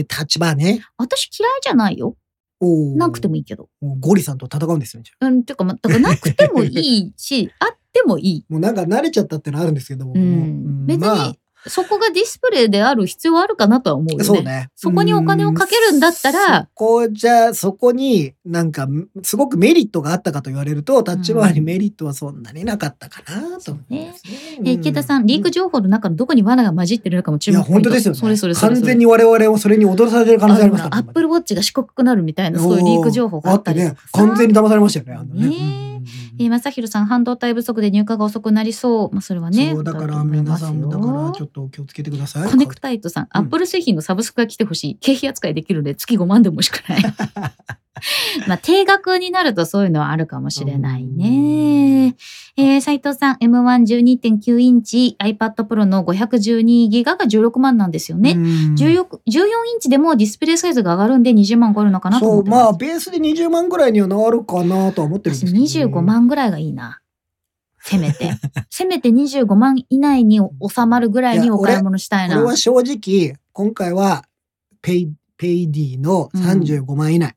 Speaker 2: ー、立場ね。
Speaker 1: 私嫌いじゃないよ。
Speaker 2: おー
Speaker 1: なくてもいいけど。
Speaker 2: もうゴリさんと戦うんですよ、じゃあ
Speaker 1: うん、ていうか、まだからなくてもい いし、あってもいい。
Speaker 2: もうなんか慣れちゃったってのあるんですけども。
Speaker 1: う。
Speaker 2: もうん
Speaker 1: 別
Speaker 2: まあ
Speaker 1: に、そこがディスプレイである必要あるかなとは思うよね。
Speaker 2: そうね。
Speaker 1: そこにお金をかけるんだったら
Speaker 2: うんそこじゃ、そこになんか、すごくメリットがあったかと言われると、タッチバーにメリットはそんなになかったかなと思いますね。
Speaker 1: えー池田さん、リーク
Speaker 2: 上
Speaker 1: 情報の中のどこに罠が混じってるのかも注
Speaker 2: い
Speaker 1: 目
Speaker 2: や、
Speaker 1: ポイ
Speaker 2: 本
Speaker 1: ント
Speaker 2: 当ですよ、ね。
Speaker 1: それそれそれ
Speaker 2: 完全に我々をそれに踊らされてる可能性ありますから
Speaker 1: ア
Speaker 2: ね
Speaker 1: ップルウォッチが四国くなるみたいな、そういうリーク情報があったり
Speaker 2: あ
Speaker 1: と
Speaker 2: って
Speaker 1: か
Speaker 2: ね、
Speaker 1: さ
Speaker 2: 完全に騙されましたよね。あのね
Speaker 1: ね
Speaker 2: うん
Speaker 1: えー、まさひろさん、半導体不足で入荷が遅くなりそう。まあ、それはね。
Speaker 2: そうだか
Speaker 1: と
Speaker 2: ら
Speaker 1: 思いま
Speaker 2: 皆
Speaker 1: すよ
Speaker 2: さんもだからちょっと気をつけてください。
Speaker 1: コネクタイトさん、ア
Speaker 2: うん
Speaker 1: ップル製品のサブスクが来てほしい。経費扱いできるので、月5万でもしか ない。まあ、定額になるとそういうのはあるかもしれないね。えー、斉藤さん、M112.9 インチ、iPad Pro の512ギガが16万なんですよね。
Speaker 2: うん
Speaker 1: 14, 14インチでもディスプレイサイズが上がるんで20万超えるのかなと
Speaker 2: そ
Speaker 1: 思っ
Speaker 2: う
Speaker 1: てます。
Speaker 2: まあベースで20万ぐらいにはなるかなとは思ってるんで
Speaker 1: 私
Speaker 2: すけど、
Speaker 1: 25万ぐらいがいいな。せ めて。せめて25万以内に収まるぐらいにお買い物したい
Speaker 2: こ
Speaker 1: な。
Speaker 2: れは正直今回はペイペイディの35万以内、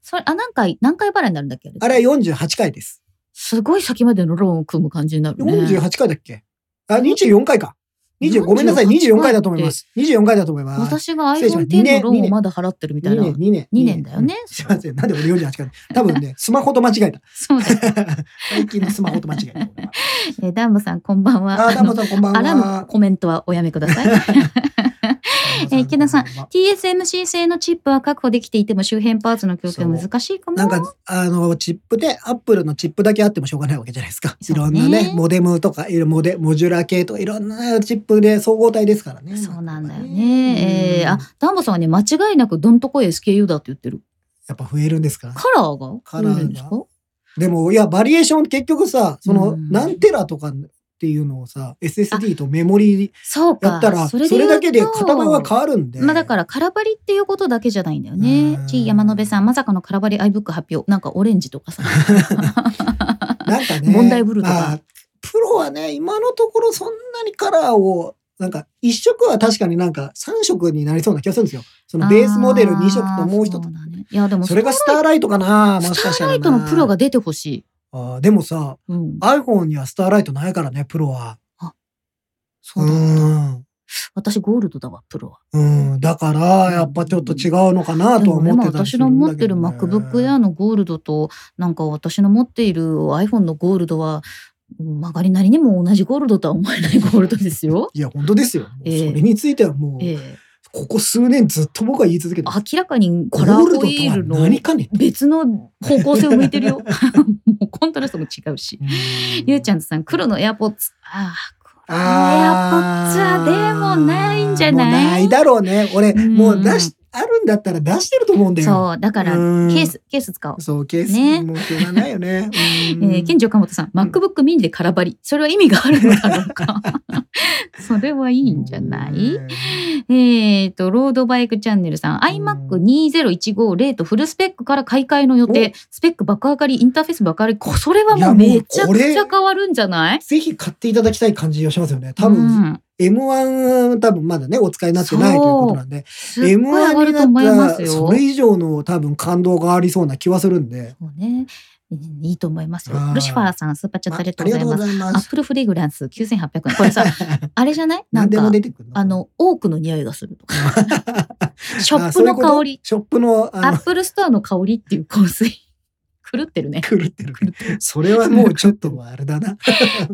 Speaker 1: それ、あ、何回、何回払いになるんだっけ
Speaker 2: あれは48回です、
Speaker 1: すごい先までのローンを組む感じになるね。
Speaker 2: 48回だっけあ24回か20ごめんなさい24回だと思います24回だと思います
Speaker 1: 私が
Speaker 2: 失礼しました
Speaker 1: iPhone10 のローン
Speaker 2: 二
Speaker 1: を
Speaker 2: 年
Speaker 1: まだ払ってるみたい
Speaker 2: 2
Speaker 1: な。
Speaker 2: 年2年
Speaker 1: 二年だよね
Speaker 2: うんすいませんなんで俺48回多分ねスマホと間違えた
Speaker 1: そうだよ。
Speaker 2: 最近のスマホと間違えた
Speaker 1: えーダンボさん、こんばんは。
Speaker 2: あーダンボ
Speaker 1: あ
Speaker 2: さんこんばんは
Speaker 1: のあらぬコメントはおやめください。
Speaker 2: ダンボ
Speaker 1: え池田さん
Speaker 2: こばは
Speaker 1: TSMC 製のチップは確保できていても周辺パーツの供給は難しいかも。
Speaker 2: なんか、あの、チップで、アップルのチップだけあってもしょうがないわけじゃないですか。
Speaker 1: そ
Speaker 2: いう
Speaker 1: ね
Speaker 2: ろんなね、モデムとか、いろモデ、モジュラ系とか、いろんなチップで総合体ですからね。
Speaker 1: そうなんだよね。え
Speaker 2: う
Speaker 1: ー
Speaker 2: ん
Speaker 1: あ、ダンボさんはね、間違いなくどんとこい SKU だって言ってる。
Speaker 2: やっぱ増えるんですから。
Speaker 1: カラーが
Speaker 2: カラーが
Speaker 1: 増えるんですか
Speaker 2: でも、いや、バリエーション結局さ、そうの、
Speaker 1: ん
Speaker 2: 何テラとかっていうのをさ、SSD とメモリ
Speaker 1: そうか。
Speaker 2: やったら、それ
Speaker 1: 言うと
Speaker 2: だけで型番は変わるんで。
Speaker 1: まあだから、空張りっていうことだけじゃないんだよね
Speaker 2: う。ん
Speaker 1: T 山野辺さん、まさかの空張り iBook 発表。なんかオレンジとかさ。
Speaker 2: なんかね。
Speaker 1: 問題ブルーとか
Speaker 2: まあプロはね、今のところそんなにカラーを、なんか一色は確かになんか三色になりそうな気がするんですよ。そ のベースモデル2色ともう一
Speaker 1: あー
Speaker 2: つ
Speaker 1: そ。だねいやでも
Speaker 2: それがスターライトかなもし
Speaker 1: スタ
Speaker 2: かし
Speaker 1: ー
Speaker 2: たら
Speaker 1: ラ
Speaker 2: な
Speaker 1: イトのプロが出てほしい。
Speaker 2: あーでもさ、
Speaker 1: うん。
Speaker 2: iPhone にはスターライトないからね、プロは。
Speaker 1: そうだ。
Speaker 2: ん。
Speaker 1: 私ゴールドだわ、プロは。
Speaker 2: うん。だから、やっぱちょっと違うのかな
Speaker 1: で
Speaker 2: とは思
Speaker 1: も
Speaker 2: っ
Speaker 1: 今
Speaker 2: てたりす
Speaker 1: 私
Speaker 2: る
Speaker 1: の
Speaker 2: ん
Speaker 1: 持
Speaker 2: だ
Speaker 1: って
Speaker 2: け
Speaker 1: る
Speaker 2: どね。
Speaker 1: MacBook Air のゴールドと、なんか私の持っている iPhone のゴールドは、曲がりなりにも同じゴールドとは思えないゴールドですよ
Speaker 2: いや、本当ですよ。もう
Speaker 1: ええ
Speaker 2: それについてはもう、
Speaker 1: ええ。
Speaker 2: ここ数年ずっと僕は言い続けてます
Speaker 1: 明らかに
Speaker 2: ゴ
Speaker 1: カラー
Speaker 2: ー
Speaker 1: ホイー
Speaker 2: ル
Speaker 1: ル
Speaker 2: ドと
Speaker 1: の
Speaker 2: は何かね。
Speaker 1: 別の方向性を向いて るよ。もうコントラストも違うし。ゆうちゃんさん、黒のエアポッツ。ああ、こ
Speaker 2: あー
Speaker 1: AirPods はでもないんじゃない
Speaker 2: もうないだろうね。俺、
Speaker 1: うん
Speaker 2: もう出し、あるんだったら出してると思うんだよ。
Speaker 1: そう、だから、ケ
Speaker 2: うん
Speaker 1: ース、ケース使おう。
Speaker 2: そう、ケース、
Speaker 1: ね
Speaker 2: もうしょうがないよ ね。う
Speaker 1: え
Speaker 2: ん
Speaker 1: ー、健常岡本さん、MacBook mini で空張り。それは意味があるのだろう か。それはいいんじゃない
Speaker 2: もうね
Speaker 1: えっと、ロードバイクチャンネルさん、iMac20150 レートフルスペックから買い替えの予定、スペック爆上がり、インターフェース爆上がり、こそれはいも
Speaker 2: や
Speaker 1: う
Speaker 2: もう
Speaker 1: めちゃ
Speaker 2: こ
Speaker 1: く
Speaker 2: れ
Speaker 1: ちゃ変わるんじゃない
Speaker 2: ぜひ買っていただきたい感じがしますよね。多
Speaker 1: う
Speaker 2: 分、
Speaker 1: ん
Speaker 2: M1、多分まだね、お使いになってないということなんで、
Speaker 1: すっごい上が
Speaker 2: M1
Speaker 1: ると思い
Speaker 2: にな
Speaker 1: ま
Speaker 2: っ
Speaker 1: す
Speaker 2: たら、
Speaker 1: よ。
Speaker 2: それ以上の多分感動がありそうな気はするんで。
Speaker 1: そうね。うんいいと思いますよ
Speaker 2: あ。ー
Speaker 1: ルシファーさん、スーパーチャッ
Speaker 2: ま
Speaker 1: トありがとうございます。
Speaker 2: ざいま
Speaker 1: アッ。プルフレグランス9800円。こ れさ、あれじゃない
Speaker 2: 何
Speaker 1: なん
Speaker 2: で
Speaker 1: か
Speaker 2: も、出てくる
Speaker 1: あ、の、オークの匂いがす るとか。ショ
Speaker 2: あ
Speaker 1: ッ
Speaker 2: そ
Speaker 1: プ
Speaker 2: ういう
Speaker 1: の
Speaker 2: こと
Speaker 1: 香り。
Speaker 2: ショップの、あ
Speaker 1: ア
Speaker 2: の
Speaker 1: ッ、プルストアの香りっていう香水。 狂ってるね。
Speaker 2: 狂ってるね。それはも うちょっとあれだな。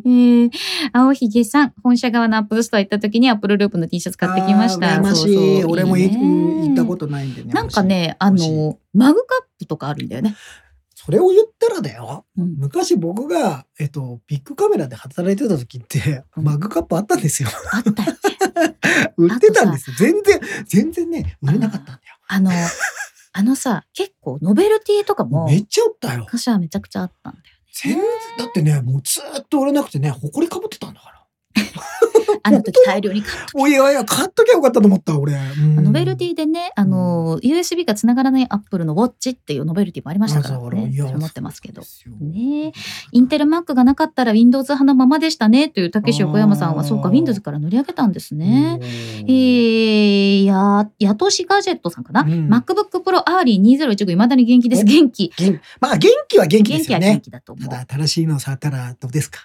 Speaker 1: えー、青ひげさん、本社側のアップルストア行った時にアップルループの T シャツ買ってきました。
Speaker 2: あー羨まし
Speaker 1: そう
Speaker 2: い。
Speaker 1: そう
Speaker 2: 俺もい
Speaker 1: いいね
Speaker 2: 行ったことないんでね。
Speaker 1: なんかね、あ
Speaker 2: 欲しい欲しい
Speaker 1: の、マグカップとかあるんだよね。
Speaker 2: それを言ったらだよ。
Speaker 1: うん
Speaker 2: 昔僕が、えっと、ビッグカメラで働いてた時って、マグカップあったんですよ。
Speaker 1: あったよね。
Speaker 2: 売ってたんですよ。全然、全然ね、売れなかったんだよ。
Speaker 1: あの、あのさ、結構ノベルティとか
Speaker 2: も
Speaker 1: も
Speaker 2: うめ、っちゃ売ったよ。
Speaker 1: 昔はめちゃくちゃあったんだよ。
Speaker 2: 全然、だってね、もうずーっと売れなくてね、埃かぶってたんだから。
Speaker 1: あの時大量に買っ
Speaker 2: おいおいおい、買っときゃよかったと思った、俺。うん
Speaker 1: ノベルティでね、あの、USB が繋がらないアップルのウォッチっていうノベルティもありましたから
Speaker 2: あそう
Speaker 1: ね。
Speaker 2: いや
Speaker 1: それ持ってますけど。
Speaker 2: そうなんですよ
Speaker 1: ねえインテル Mac がなかったら Windows 派のままでしたねという竹志横山さんは、
Speaker 2: あー
Speaker 1: そうか、Windows から乗り上げたんですね。
Speaker 2: うん
Speaker 1: えー、や、やとしガジェットさんかな、
Speaker 2: うん
Speaker 1: ?MacBook Pro R2015 未だに元気です。元気。
Speaker 2: 元まあ元気は元気で
Speaker 1: 元
Speaker 2: す
Speaker 1: 気
Speaker 2: よ
Speaker 1: は元
Speaker 2: ね。
Speaker 1: 気だと思
Speaker 2: ただ
Speaker 1: う。
Speaker 2: 新しいのを触ったらどう ですか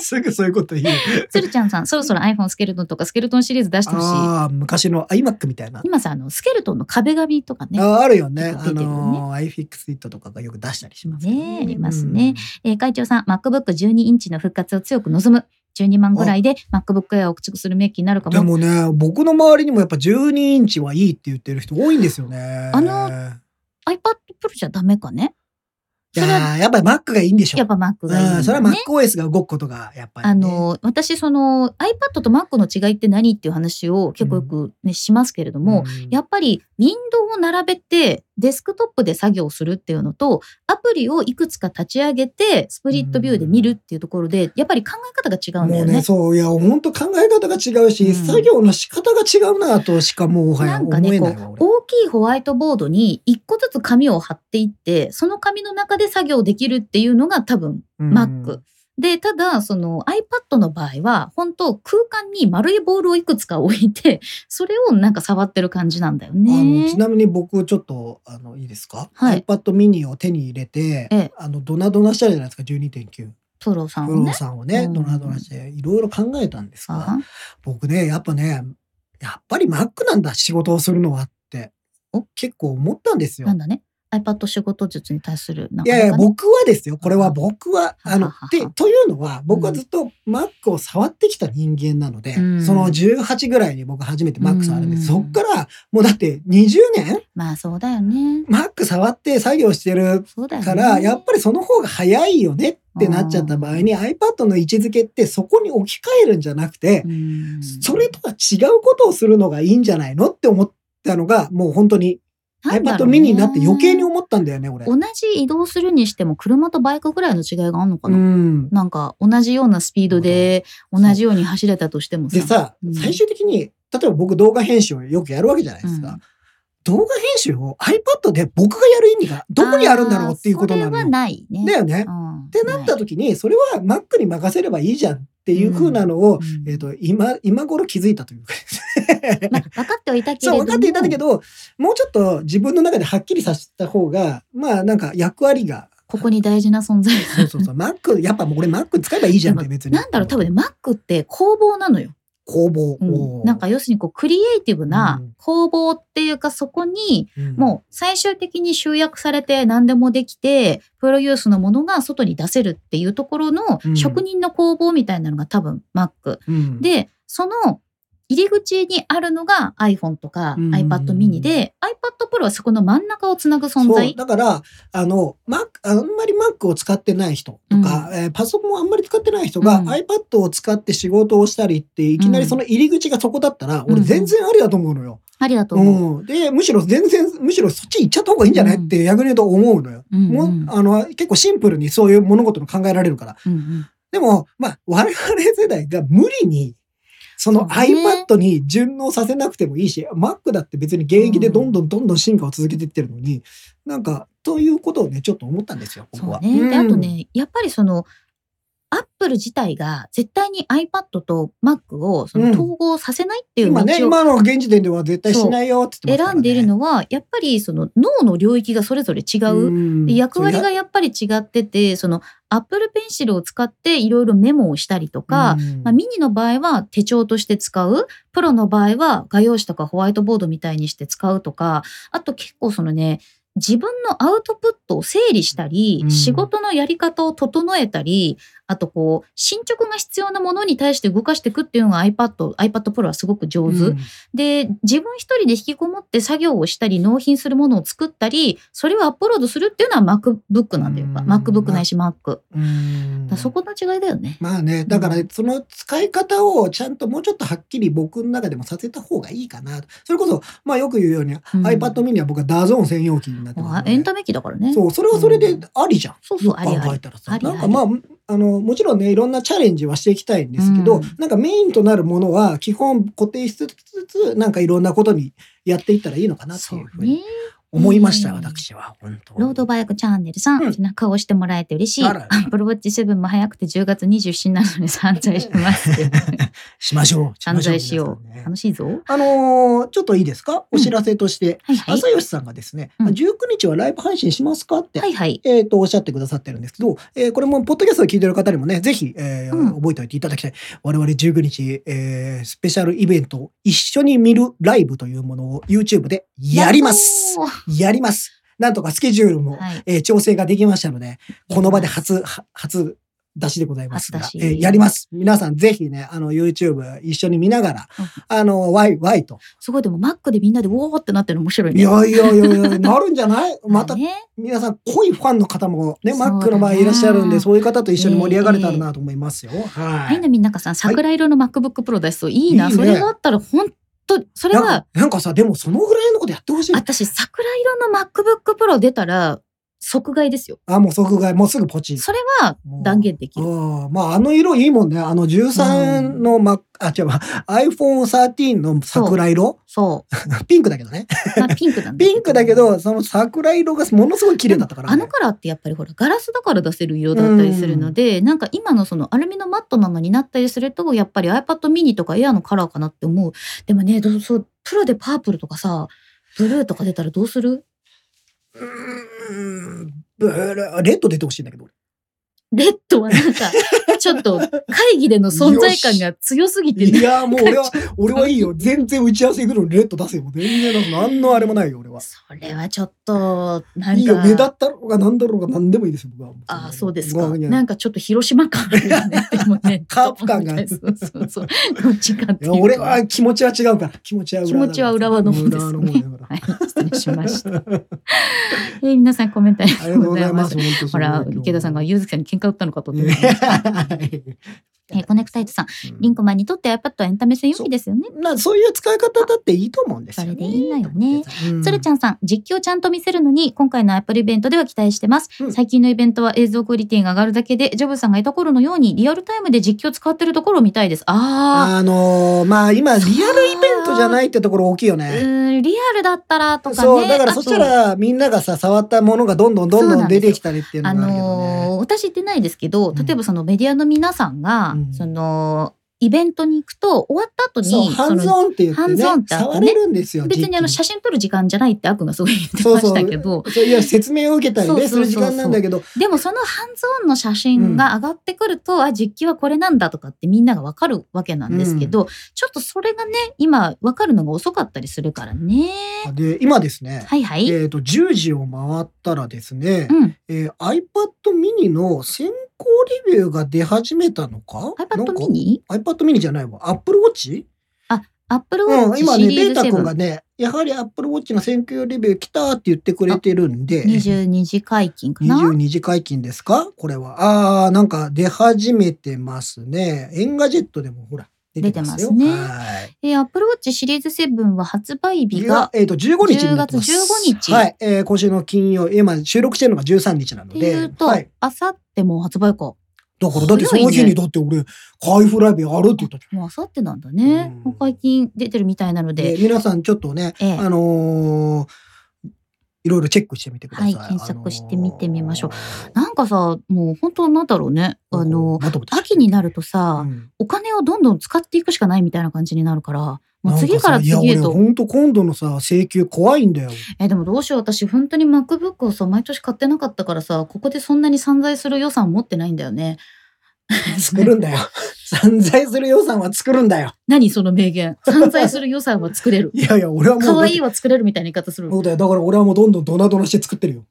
Speaker 2: すぐそういうこと言う。
Speaker 1: つるちゃんさん、そろそろ iPhone スケルトンとかスケルトンシリーズ出してほしい。
Speaker 2: ああ、昔の iMac みたいな。
Speaker 1: 今さ、あの、スケルトンの壁紙とかね
Speaker 2: あ。ーあるよね。
Speaker 1: 結構
Speaker 2: あ
Speaker 1: 出てるよね
Speaker 2: のー、iFixit とかがよく出したりしますけど
Speaker 1: ねありますね。えー会長さん、MacBook12 インチの復活を強く望む。12万ぐらいで MacBook Air を駆逐するメッキになるか
Speaker 2: うんで
Speaker 1: も。
Speaker 2: もね、僕の周りにもやっぱ12インチはいいって言ってる人多いんですよね。
Speaker 1: あの iPad Pro じゃダメかね
Speaker 2: い
Speaker 1: それ
Speaker 2: やーやっぱり Mac がいいんでしょ。
Speaker 1: やっぱ Mac がいいんだ
Speaker 2: う
Speaker 1: ね。
Speaker 2: ん、それは MacOS が動くことがやっぱり、ね。
Speaker 1: あの、私、その iPad と Mac の違いって何っていう話を結構よくね、しますけれども、
Speaker 2: うん
Speaker 1: やっぱり、ウィンドウを並べて、デスクトップで作業するっていうのと、アプリをいくつか立ち上げて、スプリットビューで見るっていうところで、やっぱり考え方が違うんだ
Speaker 2: もう
Speaker 1: よ
Speaker 2: ね、
Speaker 1: ね。
Speaker 2: そう、いや、本当考え方が違うし、
Speaker 1: うん
Speaker 2: 作業の仕方が違うなとしかもうもはや
Speaker 1: なん
Speaker 2: 思
Speaker 1: か
Speaker 2: えな
Speaker 1: ね、
Speaker 2: い
Speaker 1: こ
Speaker 2: わ。
Speaker 1: う、
Speaker 2: 俺
Speaker 1: 大きいホワイトボードに一個ずつ紙を貼っていって、その紙の中で作業できるっていうのが多分、
Speaker 2: うん
Speaker 1: Mac。で、ただ、その iPad の場合は、本当空間に丸いボールをいくつか置いて、それをなんか触ってる感じなんだよ
Speaker 2: あの
Speaker 1: ね
Speaker 2: ち。なみに僕ちょっとあのいいですか、
Speaker 1: はい
Speaker 2: iPad mini を手に入れて、
Speaker 1: ええ
Speaker 2: あのドナドナしたじゃないですか12.9
Speaker 1: トロさん
Speaker 2: プ
Speaker 1: は
Speaker 2: ロ
Speaker 1: ね。
Speaker 2: さんをね、
Speaker 1: うん
Speaker 2: ドナドナしていろいろ考えたんです
Speaker 1: あ
Speaker 2: が、
Speaker 1: はん
Speaker 2: 僕ねやっぱねやっぱり Mac なんだ仕事をするのはって
Speaker 1: お
Speaker 2: 結構思ったんですよ
Speaker 1: なん。だね。iPad 仕事術に対するなん
Speaker 2: い
Speaker 1: か、ね。
Speaker 2: やいや僕はですよこれは僕は
Speaker 1: はは
Speaker 2: あのでというのは僕
Speaker 1: う
Speaker 2: は
Speaker 1: ん
Speaker 2: ずっと Mac を触ってきた人間なので、
Speaker 1: うん
Speaker 2: その18ぐらいに僕初めて Mac 触るんです、
Speaker 1: うん
Speaker 2: そっからもうだって20年
Speaker 1: まあそうだよね。
Speaker 2: Mac 触って作業してる
Speaker 1: そうだよね。
Speaker 2: から、やっぱりその方が早いよねってなっちゃった場合に、iPad の位置づけってそこに置き換えるんじゃなくて、
Speaker 1: うん
Speaker 2: それとは違うことをするのがいいんじゃないのって思ったのが、もう本当に
Speaker 1: なんだ
Speaker 2: iPad
Speaker 1: ろうね
Speaker 2: mini になって余計に思ったんだよね、俺。
Speaker 1: 同じ移動するにしても車とバイクぐらいの違いがあるのか
Speaker 2: う
Speaker 1: な、
Speaker 2: ん。
Speaker 1: なんか同じようなスピードで同
Speaker 2: そう
Speaker 1: じように走れたとしてもさ。
Speaker 2: でさ
Speaker 1: う、ん
Speaker 2: 最終的に、例えば僕動画編集をよくやるわけじゃないですか。
Speaker 1: うん
Speaker 2: 動画編集を iPad で僕がやる意味がどこにあるんだろうっていうことな
Speaker 1: あーそれ
Speaker 2: のよ。
Speaker 1: はないね。
Speaker 2: だよね。
Speaker 1: うん
Speaker 2: ってなった時に、それは Mac に任せればいいじゃんっていう風なのを、えっ、と、今、今頃気づいたというかですね。
Speaker 1: まあ、分かってはいたけ れ
Speaker 2: そう、
Speaker 1: ども。
Speaker 2: 分かっていたんだけど、もうちょっと自分の中ではっきりさせた方が、まあなんか役割が、
Speaker 1: ここに大事な存在
Speaker 2: そうそうそう、Mac、やっぱもう俺 Mac 使えばいいじゃんって別に。
Speaker 1: なんだろう、多分ね、Mac って工房なのよ。
Speaker 2: 工房。
Speaker 1: うん
Speaker 2: おー
Speaker 1: なんか、要するにこう、クリエイティブな
Speaker 2: うん
Speaker 1: 工房っていうか、そこに、
Speaker 2: うん
Speaker 1: もう最終的に集約されて何でもできて、プロユースのものが外に出せるっていうところの
Speaker 2: うん
Speaker 1: 職人の工房みたいなのが多分 Mac。
Speaker 2: うん、
Speaker 1: で、その入り口にあるのが iPhone とか
Speaker 2: うん
Speaker 1: iPad mini で、トプロはそこの真ん中をつなぐ存
Speaker 2: そう
Speaker 1: 在。
Speaker 2: だからあの Mac あんまり Mac を使ってない人とか、えーパソコンをあんまり使ってない人が、
Speaker 1: うん
Speaker 2: iPad を使って仕事をしたりっていきなりその入り口がそこだったら、
Speaker 1: うん
Speaker 2: 俺全然ありだと思うのよ。
Speaker 1: ありだと
Speaker 2: う
Speaker 1: 思う。
Speaker 2: んでむしろ全然むしろそっち行っちゃった方がいいんじゃない、
Speaker 1: うん
Speaker 2: って逆に言うと思うのよ。
Speaker 1: うん
Speaker 2: もう
Speaker 1: うん
Speaker 2: あの結構シンプルにそういう物事の考えられるから。
Speaker 1: うんうん
Speaker 2: でも、まあ、我々世代が無理に、その
Speaker 1: そうね
Speaker 2: iPad に順応させなくてもいいし、Mac だって別に現役でどんどんどんどん進化を続けていってるのに、なんか、ということをね、ちょっと思ったんですよ、
Speaker 1: そ
Speaker 2: 僕は。
Speaker 1: うね。
Speaker 2: うん
Speaker 1: で、あと。ね、やっぱりその、アップル自体が絶対に iPad と Mac をその
Speaker 2: うん
Speaker 1: 統合させないっていう道
Speaker 2: 今ね、
Speaker 1: を
Speaker 2: 今の現時点では絶対しないよって言ってますからね、
Speaker 1: 選んでいるのは、やっぱりその脳の領域がそれぞれ違う。
Speaker 2: ん
Speaker 1: で役割が
Speaker 2: 違
Speaker 1: やっぱり違っててそのアップルペンシルを使っていろいろメモをしたりとか、
Speaker 2: うん
Speaker 1: まあ、ミニの場合は手帳として使うプロの場合は画用紙とかホワイトボードみたいにして使うとかあと結構そのね自分のアウトプットを整理したり、
Speaker 2: うん
Speaker 1: 仕事のやり方を整えたりあとこう進捗が必要なものに対して動かしていくっていうのが iPad、iPad Pro はすごく上手。
Speaker 2: うん
Speaker 1: で自分一人で引きこもって作業をしたり納品するものを作ったりそれをアップロードするっていうのは MacBook なんだよ
Speaker 2: うん
Speaker 1: MacBook ないし Mac、だか
Speaker 2: うん
Speaker 1: らそこの違いだよね。
Speaker 2: まあね、だから
Speaker 1: う
Speaker 2: その使い方をちゃんともうちょっとはっきり僕の中でもさせた方がいいかなと。それこそ、まあよく言うように、iPad mini は僕はダゾーン専用機になってます
Speaker 1: あ
Speaker 2: ので、
Speaker 1: エンタメ機だからね。
Speaker 2: そう、それはそれでありじゃん。
Speaker 1: そうそう
Speaker 2: よく考え
Speaker 1: ありあり
Speaker 2: たら
Speaker 1: あ
Speaker 2: さ。
Speaker 1: りあ
Speaker 2: な
Speaker 1: り
Speaker 2: んかまあ、あの、もちろんね、いろんなチャレンジはしていきたいんですけど、
Speaker 1: うん
Speaker 2: なんかメインとなるものは基本固定しつつ、なんかいろんなことにやっていったらいいのかなっていうふうに
Speaker 1: ね。
Speaker 2: 思いました、
Speaker 1: うん
Speaker 2: 私は。本当に
Speaker 1: ロードバイクチャンネルさん、
Speaker 2: うん
Speaker 1: 背中を押してもらえて嬉しい。
Speaker 2: あらら
Speaker 1: Apple Watch 7も早くて10月27日なので散財します。
Speaker 2: しましょう。し
Speaker 1: 散
Speaker 2: ましょう
Speaker 1: 財しよ
Speaker 2: 皆さ
Speaker 1: う。
Speaker 2: んね
Speaker 1: 楽しいぞ。
Speaker 2: あのーちょっといいですかお知らせとして、
Speaker 1: はいはい。
Speaker 2: 朝吉さんがですね、
Speaker 1: うん
Speaker 2: 19日はライブ配信しますかって、
Speaker 1: はいはい。
Speaker 2: えっ、と、おっしゃってくださってるんですけど、えーこれも、ポッドキャストを聞いてる方にもね、ぜひ、えー
Speaker 1: うん
Speaker 2: 覚えておいていただきたい。我々19日、えースペシャルイベント、一緒に見るライブというものを YouTube でやります
Speaker 1: やっ
Speaker 2: やりますなんとかスケジュール
Speaker 1: ほ
Speaker 2: も、
Speaker 1: ーはい。
Speaker 2: えー調整ができましたので、この場で
Speaker 1: やります
Speaker 2: 初、は初出しでございますが、
Speaker 1: 初
Speaker 2: え
Speaker 1: 出し
Speaker 2: ーやります皆さんぜひね、あの、YouTube 一緒に見ながら、あの、ワイワイと。
Speaker 1: すごいでも Mac でみんなでおーってなってるの面白い
Speaker 2: い
Speaker 1: ね。
Speaker 2: やいやいやいや、なるんじゃ ないまた
Speaker 1: ね。
Speaker 2: 皆さん濃いファンの方もね、
Speaker 1: そうだな
Speaker 2: Mac の場合いらっしゃるんで、そういう方と一緒に盛り上がれたらなと思いますよ。は
Speaker 1: はい、
Speaker 2: い。
Speaker 1: みんなかさん、桜色の MacBook Pro 出しそう。いいな。
Speaker 2: いいね
Speaker 1: それがあったら、本当それ
Speaker 2: なん
Speaker 1: は
Speaker 2: か、なんかさ、でもそのぐらいのことやってほしい。
Speaker 1: 私、桜色の MacBook Pro 出たら、即買いですよ。
Speaker 2: あ、もう即買い、もうすぐポチ。
Speaker 1: それは
Speaker 2: もう
Speaker 1: 断言でき
Speaker 2: う
Speaker 1: る。
Speaker 2: んまあ、あの色いいもんね。あの13の Mac、あ、違うわ、iPhone13 の桜色
Speaker 1: そう。
Speaker 2: ピンクだけどね。
Speaker 1: まあ、ピンクなんだ
Speaker 2: ピンクだけ、ど、その桜色がものすごい綺麗だったから、
Speaker 1: あ
Speaker 2: ね
Speaker 1: の。カラーってやっぱりほら、ガラスだから出せる色だったりするので、なんか今のそのアルミのマットなのになったりすると、やっぱり iPad mini とか Air のカラーかなって思う。でもね、どうそう、プロでパープルとかさ、ブルーとか出たらどうする
Speaker 2: うーんブルーレッド出てほしいんだけど。
Speaker 1: レッドはなん か、ちょっと会議での存在感が強すぎてね
Speaker 2: いや、もう俺は、俺はいいよ。全然打ち合わせ行くのにレッド出せよ。全然なんか何のあれもないよ、俺は。
Speaker 1: それはちょっと、なんか。
Speaker 2: いいよ、目立ったろうが何だろうが何でもいいですよ、僕は。
Speaker 1: ああ、そうです
Speaker 2: まあ
Speaker 1: か。
Speaker 2: いや
Speaker 1: なんかちょっと広島感あるよね。でも ね
Speaker 2: カープ感がある
Speaker 1: そうそうそう。どっちかって
Speaker 2: い
Speaker 1: いう
Speaker 2: や
Speaker 1: と
Speaker 2: 俺は気持ちは違うから。気持ちは裏だから
Speaker 1: 気持ちは裏はの方ですね
Speaker 2: 裏の方だか
Speaker 1: はい、失礼しました。えー皆さんコメン トあり
Speaker 2: らありが
Speaker 1: が
Speaker 2: と
Speaker 1: と
Speaker 2: うご
Speaker 1: うご
Speaker 2: ざ
Speaker 1: ざ
Speaker 2: い
Speaker 1: い
Speaker 2: ま。
Speaker 1: ますす。
Speaker 2: 本当に
Speaker 1: ほら、池田さんが、ゆうずきさんに喧嘩売ったのかと思って。えーコネクタイトさん、リンコマンにとって iPad はエンタメ専用機ですよね。
Speaker 2: なそういう使い方だっていいと思うんですよ、ね。
Speaker 1: それでいいんだよね
Speaker 2: うん。
Speaker 1: つるちゃんさん、実況ちゃんと見せるのに、今回のアップルイベントでは期待してます。
Speaker 2: うん
Speaker 1: 最近のイベントは映像クオリティが上がるだけで、ジョブさんがいた頃のように、リアルタイムで実況使ってるところを見たいです。あ
Speaker 2: あのーまあ今リアルイベントじゃないってところ大きいよ
Speaker 1: あ、う
Speaker 2: ね。
Speaker 1: ーん、リアルだったらとかね。
Speaker 2: そうだから
Speaker 1: あ
Speaker 2: そし
Speaker 1: と
Speaker 2: たらみんながさ触ったものがどんどんどん
Speaker 1: そう
Speaker 2: ど
Speaker 1: なんんです
Speaker 2: 出
Speaker 1: よ
Speaker 2: てきたりっていうの
Speaker 1: あ
Speaker 2: があるけどね。
Speaker 1: のー私言ってないですけど、
Speaker 2: うん
Speaker 1: 例えばそのメディアの皆さんが、
Speaker 2: うん
Speaker 1: その、イベントに行くと、終わった後
Speaker 2: そう
Speaker 1: に、
Speaker 2: ハンズ
Speaker 1: の
Speaker 2: オンって言って
Speaker 1: ハン
Speaker 2: ね
Speaker 1: ズオンってあってね
Speaker 2: 触れるんですよ。
Speaker 1: 別にあの写真撮る時間じゃないってあくんがすごい言ってま
Speaker 2: そうそう
Speaker 1: したけど、
Speaker 2: そういや説明を受けたりねす
Speaker 1: そうそうそうそう
Speaker 2: る時間なんだけど
Speaker 1: でもそのハンズオンの写真が上がってくると、あ、実機はこれなんだとかってみんながわかるわけなんですけど、ちょっとそれがね、今わかるのが遅かったりするからね。
Speaker 2: で今ですね、
Speaker 1: はいはい。
Speaker 2: えっ、と10時を回ったらですね、
Speaker 1: うん。
Speaker 2: えー iPad mini の先行レビューが出始めたのか
Speaker 1: iPad mini?
Speaker 2: mini?iPad mini じゃないわ Apple Watch?
Speaker 1: Apple
Speaker 2: う
Speaker 1: Watch
Speaker 2: ん、
Speaker 1: シ
Speaker 2: 今ね、ベ
Speaker 1: リ
Speaker 2: ー
Speaker 1: ーズ
Speaker 2: タ
Speaker 1: 7。
Speaker 2: 君がね、やはり Apple Watch の選挙レビュー来たって言ってくれてるんで。
Speaker 1: 22時解禁かな
Speaker 2: 22時解禁ですかこれは。ああ、なんか出始めてますね。エンガジェットでもほら、出てますよ。
Speaker 1: 出てますね
Speaker 2: はい。
Speaker 1: えー、Apple Watch シリーズ7は発売日が、
Speaker 2: えっ、と、15日になってます。
Speaker 1: 10月15日
Speaker 2: はい。えー今週の金曜、今収録してるのが13日なの
Speaker 1: って
Speaker 2: で。
Speaker 1: いうと、
Speaker 2: はい。
Speaker 1: あさってもう発売か。
Speaker 2: だから、だってその日にだって俺、開封ライブやるって言ったじ
Speaker 1: もうあさってなんだね
Speaker 2: うん。
Speaker 1: もう解禁出てるみたいなの
Speaker 2: ゃん。で
Speaker 1: で、
Speaker 2: 皆さんちょっとね、
Speaker 1: ええ
Speaker 2: あのーいろいろチェックしてみてください。
Speaker 1: はい検索してみてみましょう
Speaker 2: あ
Speaker 1: なんかさ、もう本当なんだろうね。
Speaker 2: のー。
Speaker 1: あの、
Speaker 2: まとめて
Speaker 1: 秋になるとさ、
Speaker 2: うん
Speaker 1: お金をどんどん使っていくしかないみたいな感じになるから、もう次から
Speaker 2: なんさ
Speaker 1: 次へ
Speaker 2: いや、
Speaker 1: と
Speaker 2: 俺、ほんと今度のさ、請求怖いん だよ。
Speaker 1: えでもどうしよう私本当に MacBook をさ毎年買ってなかったからさここでそんなに散財する予算持ってないんだよね
Speaker 2: 作るん だよ。散財する予算は作るんだよ。
Speaker 1: 何その名言散財する予算は作れる
Speaker 2: いやいや、俺は もう。
Speaker 1: 可愛いは作れるみたいな言い方する
Speaker 2: そうだよ。だから俺はもうどんどんドナドナして作ってるよ。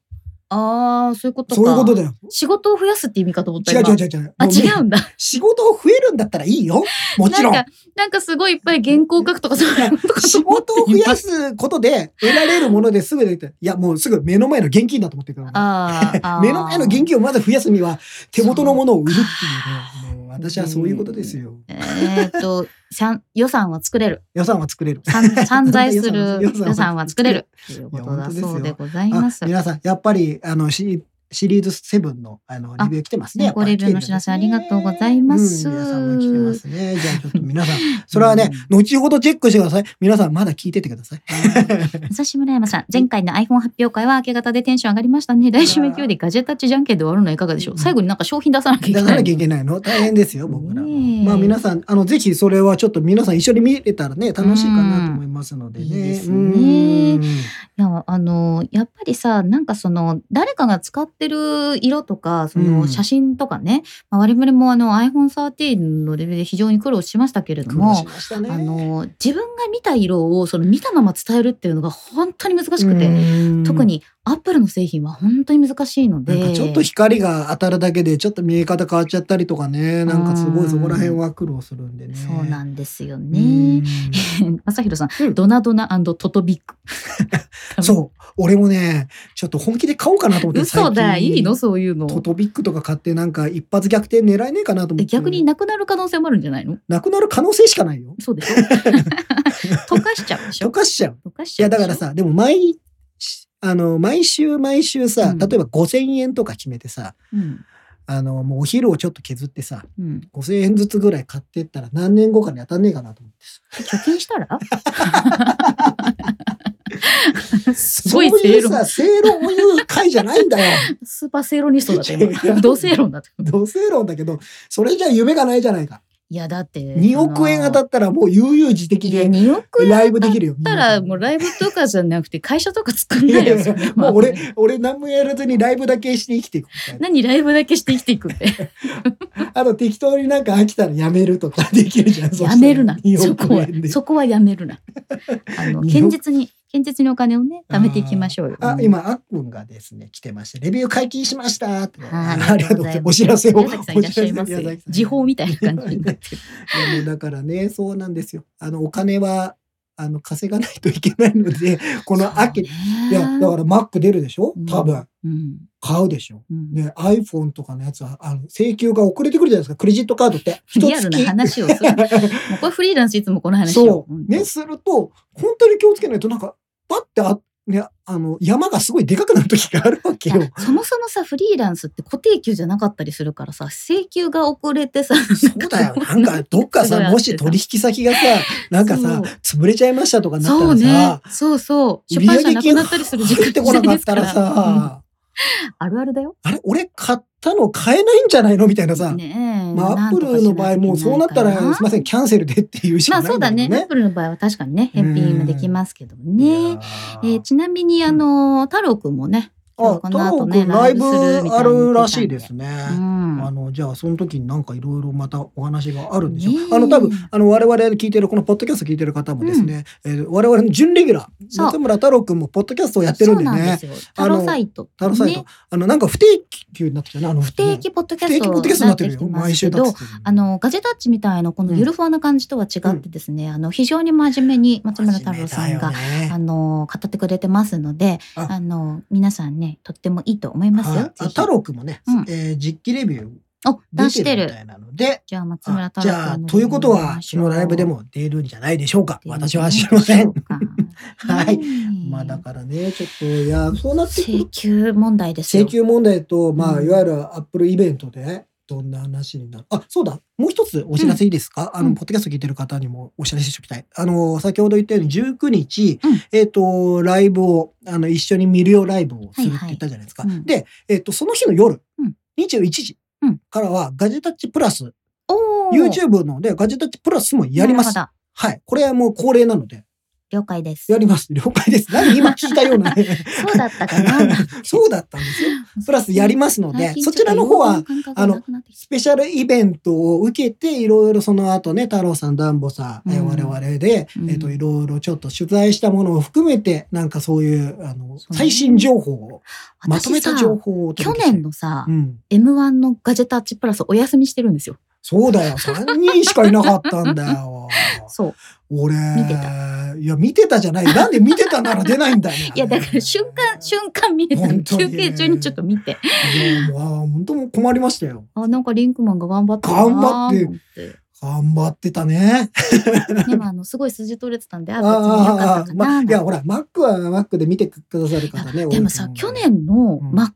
Speaker 1: あーそういうことか
Speaker 2: そういうことだよ。
Speaker 1: 仕事を増やすって意味かと思った
Speaker 2: 違う
Speaker 1: 今
Speaker 2: 違う違う違う。
Speaker 1: あ
Speaker 2: もね
Speaker 1: 違うんだ
Speaker 2: 仕事を増えるんだったらいいよ。もちろん。
Speaker 1: なんかなんかすごいいっぱい原稿書くとかそういうことかと
Speaker 2: 仕
Speaker 1: 思って
Speaker 2: 事を増やすことで得られるものですぐでって、いやもうすぐ目の前の現金だと思ってるから。
Speaker 1: あー あー
Speaker 2: 目の前の現金をまず増やすには手元のものを売るっていうね。もう私はそういうことですよ。
Speaker 1: えーっとしゃん予算は作れる
Speaker 2: 予算は作れる。
Speaker 1: 散散財する
Speaker 2: 予算は作れる
Speaker 1: 予算は作れるという
Speaker 2: い
Speaker 1: こと
Speaker 2: や本当
Speaker 1: だ
Speaker 2: ですよ
Speaker 1: そうでございま
Speaker 2: あ
Speaker 1: す
Speaker 2: 皆さん、やっぱり、あの、シシリーズ7の、あの、レビュー来てますね。
Speaker 1: ごレビューの知らせありがとうございます
Speaker 2: うん皆さんも来てますね。じゃあちょっと皆さん、それは ね、後ほどチェックしてください。皆さん、まだ聞いててください。
Speaker 1: 武蔵村山さん、前回の iPhone 発表会は明け方でテンション上がりましたね。来週も勢いでガジェタッチじゃんけんで終わるのはいかがでしょ
Speaker 2: う
Speaker 1: うん最後になんか商品出さなきゃ
Speaker 2: 出
Speaker 1: いけ
Speaker 2: さ
Speaker 1: な
Speaker 2: ないきゃい。けないの大変ですよ、僕らも。
Speaker 1: ねえ
Speaker 2: まあ皆さん、あの、ぜひそれはちょっと皆さん一緒に見れたらね、楽しいかなと思いますのでね。
Speaker 1: うんいいですね
Speaker 2: うん
Speaker 1: いやあのやっぱりさなんかその誰かが使ってる色とかそうの
Speaker 2: ん
Speaker 1: 写真とかね、まあ、我々もあの iPhone13 のレベルで非常に苦労しましたけれど
Speaker 2: 苦労し
Speaker 1: も。
Speaker 2: ましたね。
Speaker 1: あの自分が見た色をその見たまま伝えるっていうのが本当に難しくて、
Speaker 2: うん
Speaker 1: 特にアップルの製品は本当に難しいの
Speaker 2: なんか
Speaker 1: で
Speaker 2: ちょっと光が当たるだけでちょっと見え方変わっちゃったりとかねなんかすごいそこら辺は苦労するんでね。
Speaker 1: そうなんんですよね。 朝弘さん、
Speaker 2: うん
Speaker 1: ドナドナトトビック。
Speaker 2: そう俺もねちょっと本気で買おうかなと思って
Speaker 1: 嘘だ、
Speaker 2: 最近
Speaker 1: いいのそういうの。
Speaker 2: トトビックとか買ってなんか一発逆転狙えねえかなと思って
Speaker 1: え逆になくなる可能性もあるんじゃないの
Speaker 2: なくなる可能性しかないよ
Speaker 1: そうでしょ 溶かしちゃうでしょ
Speaker 2: 溶かしちゃう
Speaker 1: 溶かし
Speaker 2: い
Speaker 1: ちゃ
Speaker 2: や
Speaker 1: うで
Speaker 2: だ
Speaker 1: しょ
Speaker 2: から、さでも毎あの毎週毎週さ、
Speaker 1: うん
Speaker 2: 例えば5,000円とか決めてさ
Speaker 1: うん
Speaker 2: あのもうお昼をちょっと削ってさ
Speaker 1: うん、
Speaker 2: 5,000円ずつぐらい買ってったら何年後かに当たんねえかなと思って
Speaker 1: 貯金した らす
Speaker 2: そ
Speaker 1: ご
Speaker 2: う
Speaker 1: い
Speaker 2: い
Speaker 1: 正
Speaker 2: う
Speaker 1: 論
Speaker 2: さ、正論を言う回じゃないんだよ。
Speaker 1: スーパー正論リストだった
Speaker 2: 違う
Speaker 1: よ同正論だったよ
Speaker 2: 同正論だけ ど、それじゃ夢がないじゃないか。
Speaker 1: いやだって
Speaker 2: 2億円当た
Speaker 1: っ
Speaker 2: ったらもう悠々自適
Speaker 1: いや
Speaker 2: で
Speaker 1: 2億円
Speaker 2: ライブできるよ。
Speaker 1: 当たったらもうライブとかじゃなくて会社とか作んない
Speaker 2: い
Speaker 1: よ
Speaker 2: やい
Speaker 1: そ
Speaker 2: や
Speaker 1: れは
Speaker 2: もう俺、俺何もやらずにライブだけして生きていくみたいな。
Speaker 1: 何ライブだけして生きていくって
Speaker 2: あと適当になんか飽きたらやめるとかできるじゃん。
Speaker 1: やめるな。
Speaker 2: 2
Speaker 1: そ
Speaker 2: 億
Speaker 1: こは
Speaker 2: 円で、。
Speaker 1: そこはやめるな。あの、
Speaker 2: 2億
Speaker 1: 堅実に、堅実にお金をね、貯めていきましょうよ。
Speaker 2: あ
Speaker 1: う、ん。
Speaker 2: 今、あっくんがですね、来てまして、レビュー解禁しましたって。
Speaker 1: あ
Speaker 2: ありがとうございます。お知らせを。
Speaker 1: 宮崎さんいらっしゃいます
Speaker 2: お知らせ宮
Speaker 1: よ
Speaker 2: 崎。さん
Speaker 1: 時報みたいな感じになってる。
Speaker 2: いやもうだからね、そうなんですよ。あの、お金は、あの、稼がないといけないので、 この秋、い
Speaker 1: い
Speaker 2: や、だから Mac 出るでしょ
Speaker 1: うん
Speaker 2: 多分。
Speaker 1: うん。
Speaker 2: 買うでしょ。
Speaker 1: うん
Speaker 2: ね、iPhone とかのやつは、あの、請求が遅れてくるじゃないですか。クレジットカードって。一
Speaker 1: リアルな
Speaker 2: 月。
Speaker 1: 話をす る。もうこれフリーランスいつもこの話
Speaker 2: そ
Speaker 1: を。
Speaker 2: う
Speaker 1: 本。当
Speaker 2: ね、すると、本当に気をつけないと、なんか、パってあ、ね、あの、山がすごいでかくなる時があるわけ
Speaker 1: い
Speaker 2: よ
Speaker 1: や。そもそもさフリーランスって固定給じゃなかったりするからさ請求が遅れてさそ
Speaker 2: そうだよ。なんか、どっか
Speaker 1: すごいあ
Speaker 2: さ、
Speaker 1: って
Speaker 2: もし取引先がさ、なんかさ、潰れちゃいましたとかなった
Speaker 1: そう
Speaker 2: ら
Speaker 1: ね
Speaker 2: さ、
Speaker 1: そうそう
Speaker 2: 売
Speaker 1: 出版社
Speaker 2: 上
Speaker 1: なく
Speaker 2: 金
Speaker 1: なったりする時
Speaker 2: 入
Speaker 1: 間
Speaker 2: ってこなかったら
Speaker 1: うん
Speaker 2: さ、
Speaker 1: あるあるだよ
Speaker 2: あれ俺買ったの買えないんじゃないのみたいなさ。
Speaker 1: ねえ
Speaker 2: まあ、ア
Speaker 1: な
Speaker 2: ップ
Speaker 1: んとか
Speaker 2: ルの場合、
Speaker 1: し
Speaker 2: もう
Speaker 1: きゃいけ
Speaker 2: そう
Speaker 1: い
Speaker 2: なったら、
Speaker 1: か
Speaker 2: すみません、キャンセルでっていうし
Speaker 1: ま
Speaker 2: か
Speaker 1: あ
Speaker 2: ない
Speaker 1: そうん
Speaker 2: だ
Speaker 1: だ
Speaker 2: け
Speaker 1: ね。
Speaker 2: ど
Speaker 1: アッ
Speaker 2: ね。
Speaker 1: プルの場合は確かにね、返品もできますけど
Speaker 2: いや
Speaker 1: ね。えー
Speaker 2: ー
Speaker 1: ちなみに、あの、太郎くんもね、今日この後ね
Speaker 2: あ多分
Speaker 1: ライブするみたいに言ってたんで
Speaker 2: あるらしいですね。
Speaker 1: うん
Speaker 2: あのじゃあその時になんかいろいろまたお話があるんでしょう、
Speaker 1: ねえ
Speaker 2: あの多分あの我々聞いてるこのポッドキャスト聞いてる方もですね、えー我々の準レギュラー
Speaker 1: そう
Speaker 2: 松村太郎くんもポッドキャストをやってるんで
Speaker 1: そうなん
Speaker 2: ね
Speaker 1: ですよ。タ
Speaker 2: あの
Speaker 1: ロサイト。
Speaker 2: 太郎サイト、
Speaker 1: ね
Speaker 2: あのなんか不定期になってきたねあの
Speaker 1: 不定期ポッドキ
Speaker 2: 不
Speaker 1: ャス
Speaker 2: 定期
Speaker 1: ト
Speaker 2: ポッドキャストになってるよ毎週だっ
Speaker 1: ど
Speaker 2: つって
Speaker 1: あのガジェタッチみたいなこのゆるふわな感じとは違ってですね、あの非常に真面目に松村太郎さん
Speaker 2: 真面目
Speaker 1: が、
Speaker 2: だよね
Speaker 1: あの語ってくれてますのであ
Speaker 2: あ
Speaker 1: の皆さんねとってもいいと思います
Speaker 2: は
Speaker 1: よ
Speaker 2: い。あ
Speaker 1: ぜひ
Speaker 2: 太郎くんもね、
Speaker 1: うん
Speaker 2: えー実機レビュー
Speaker 1: お出し
Speaker 2: 出て
Speaker 1: て
Speaker 2: る
Speaker 1: る
Speaker 2: みたいなので
Speaker 1: じゃあ松村
Speaker 2: あ
Speaker 1: 太郎
Speaker 2: じ
Speaker 1: さん
Speaker 2: ゃあ
Speaker 1: の
Speaker 2: ということ
Speaker 1: 見
Speaker 2: は
Speaker 1: まし
Speaker 2: そ
Speaker 1: ょう
Speaker 2: のライブでも出るんじゃないでしょうか
Speaker 1: 出るん
Speaker 2: 私
Speaker 1: じゃ
Speaker 2: は
Speaker 1: ない
Speaker 2: 知
Speaker 1: でし
Speaker 2: りませ
Speaker 1: ょ
Speaker 2: ん
Speaker 1: うか
Speaker 2: はい
Speaker 1: ねえ
Speaker 2: まあだからねちょっといやそうなってくる
Speaker 1: 請求問題ですよ
Speaker 2: 請求問題と、まあ、
Speaker 1: うん
Speaker 2: いわゆるアップルイベントでどんな話になるあそうだもう一つお知らせいいですか、あ
Speaker 1: う
Speaker 2: の
Speaker 1: ん
Speaker 2: ポッドキャスト聞いてる方にもお知らせしておきたいあの先ほど言ったように19日、
Speaker 1: うん
Speaker 2: えっ、とライブをあの一緒に見るよライブをするって言ったじゃないですか、
Speaker 1: はいはいうん
Speaker 2: で、えっとその日の夜、
Speaker 1: うん
Speaker 2: 21時
Speaker 1: うん
Speaker 2: からはガジェタッチプラス、
Speaker 1: おー
Speaker 2: YouTube のでガジェタッチプラスもやります
Speaker 1: なるほど
Speaker 2: はいこれはもう恒例なので
Speaker 1: 了解です
Speaker 2: やります了解です何今聞いたようなね
Speaker 1: そうだったかな
Speaker 2: そうだったんですよプラスやりますので
Speaker 1: 最近
Speaker 2: そちらの方は
Speaker 1: ちょっと洋服の感覚がなくなってきた
Speaker 2: スペシャルイベントを受けていろいろその後ね太郎さんダンボさん、えー
Speaker 1: うん
Speaker 2: 我々で、
Speaker 1: うん
Speaker 2: えっといろいろちょっと取材したものを含めてなんかそういうあの
Speaker 1: そうね
Speaker 2: 最新情報をまとめた
Speaker 1: 私さ
Speaker 2: 情報をお
Speaker 1: 去
Speaker 2: 届けしたい
Speaker 1: 年のさ、
Speaker 2: うん
Speaker 1: M1 のガジェタッチプラスお休みしてるんですよ。
Speaker 2: そうだよ3人しかいなかったんだよ
Speaker 1: そう。
Speaker 2: 俺
Speaker 1: 見て
Speaker 2: いや見てたじゃないなんで見てたなら出ないんだよ
Speaker 1: いや、だから瞬間、瞬間見れたの。
Speaker 2: 本当に
Speaker 1: 休憩中にちょっと見て。
Speaker 2: 間もう本当もう困りましたよ
Speaker 1: あ、なんかリンクマンが頑張って
Speaker 2: 頑張
Speaker 1: て。
Speaker 2: 頑張ってたね
Speaker 1: でも、あの、すごい筋取れてたんで、あ、
Speaker 2: あ
Speaker 1: 別によかったか
Speaker 2: あま
Speaker 1: な。
Speaker 2: あいやほら Mac は Mac で見てくださる方ね
Speaker 1: でもさ、去年の
Speaker 2: うん
Speaker 1: MacBook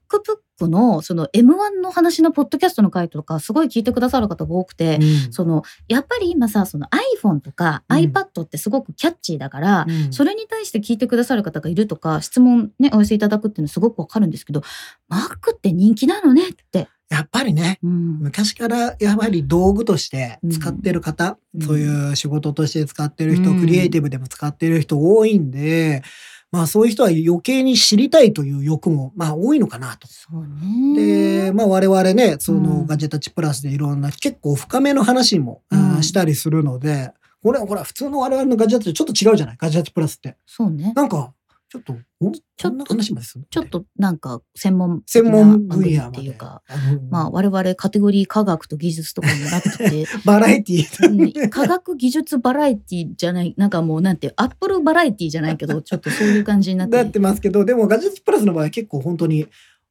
Speaker 1: の、その M1 の話のポッドキャストの回とか、すごい聞いてくださる方が多くて、その、やっぱり今さ、その iPhone とか
Speaker 2: うん
Speaker 1: iPad ってすごくキャッチーだから、そ
Speaker 2: れ
Speaker 1: れに対して聞いてくださる方がいるとか、質問ね、お寄せいただくっていうのすごくわかるんですけど、Mac って人気なのねって。
Speaker 2: やっぱりね
Speaker 1: うん。
Speaker 2: 昔からやはり道具として使ってる方、
Speaker 1: うん
Speaker 2: そういう仕事として使ってる人、
Speaker 1: うん
Speaker 2: クリエイティブでも使ってる人多いんでまあそういう人は余計に知りたいという欲もまあ多いのかなと。
Speaker 1: そうね。
Speaker 2: で、まあ我々ね、そうの
Speaker 1: ん
Speaker 2: ガジェタッチプラスでいろんな結構深めの話も、
Speaker 1: うん
Speaker 2: うんしたりするので、これはほら普通の我々のガジェタッチとちょっと違うじゃないガジェタッチプラスって。
Speaker 1: そうね。
Speaker 2: なんか、ちょっと、お
Speaker 1: ちょっと
Speaker 2: こんな話までする
Speaker 1: ちょっとなんか専門的
Speaker 2: 専
Speaker 1: な
Speaker 2: 門分野
Speaker 1: 番組
Speaker 2: ま
Speaker 1: っ
Speaker 2: で
Speaker 1: ていうか、
Speaker 2: あの
Speaker 1: まあ我々カテゴリー科学と技術とかになって て、
Speaker 2: バラエティー。
Speaker 1: うん科学技術バラエティじゃない、なんかもうなんていう、アップルバラエティじゃないけど、ちょっとそういう感じになって
Speaker 2: なってますけど、でもガジェットプラスの場合は結構本当に、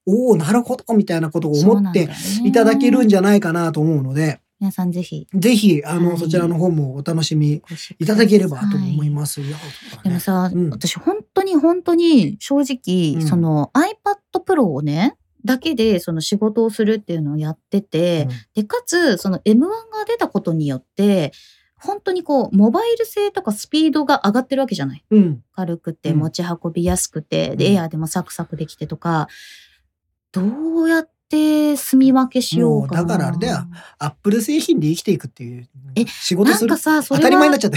Speaker 2: おお、なるほどみたいなことを思っていただけるん
Speaker 1: じ
Speaker 2: じ
Speaker 1: ゃ。
Speaker 2: ゃないかなと思うので、
Speaker 1: 皆さんぜひ
Speaker 2: ぜひ、あの、
Speaker 1: はい
Speaker 2: そちらの方もお楽しみ
Speaker 1: ご視聴
Speaker 2: いただければと思い
Speaker 1: は
Speaker 2: ます。いやそう
Speaker 1: で
Speaker 2: だ
Speaker 1: も
Speaker 2: ね
Speaker 1: さ、
Speaker 2: うん
Speaker 1: 私本当に本当に正直、
Speaker 2: うん
Speaker 1: その iPad Pro をね、だけでその仕事をするっていうのをやってて、で、かつその M1 が出たことによって、本当にこう、モバイル性とかスピードが上がってるわけじゃない。
Speaker 2: うんうん。
Speaker 1: 軽くて、
Speaker 2: うん
Speaker 1: 持ち運びやすくて、
Speaker 2: うん
Speaker 1: で、エアーでもサクサクできてとか、どうやって住み分けしようかな。
Speaker 2: もうだからあれだよアップル製品で生きていくっていう、
Speaker 1: え
Speaker 2: 仕事
Speaker 1: な
Speaker 2: す
Speaker 1: ん
Speaker 2: る
Speaker 1: か。さ、そ
Speaker 2: 当
Speaker 1: れ
Speaker 2: たり前にな
Speaker 1: は
Speaker 2: っちゃ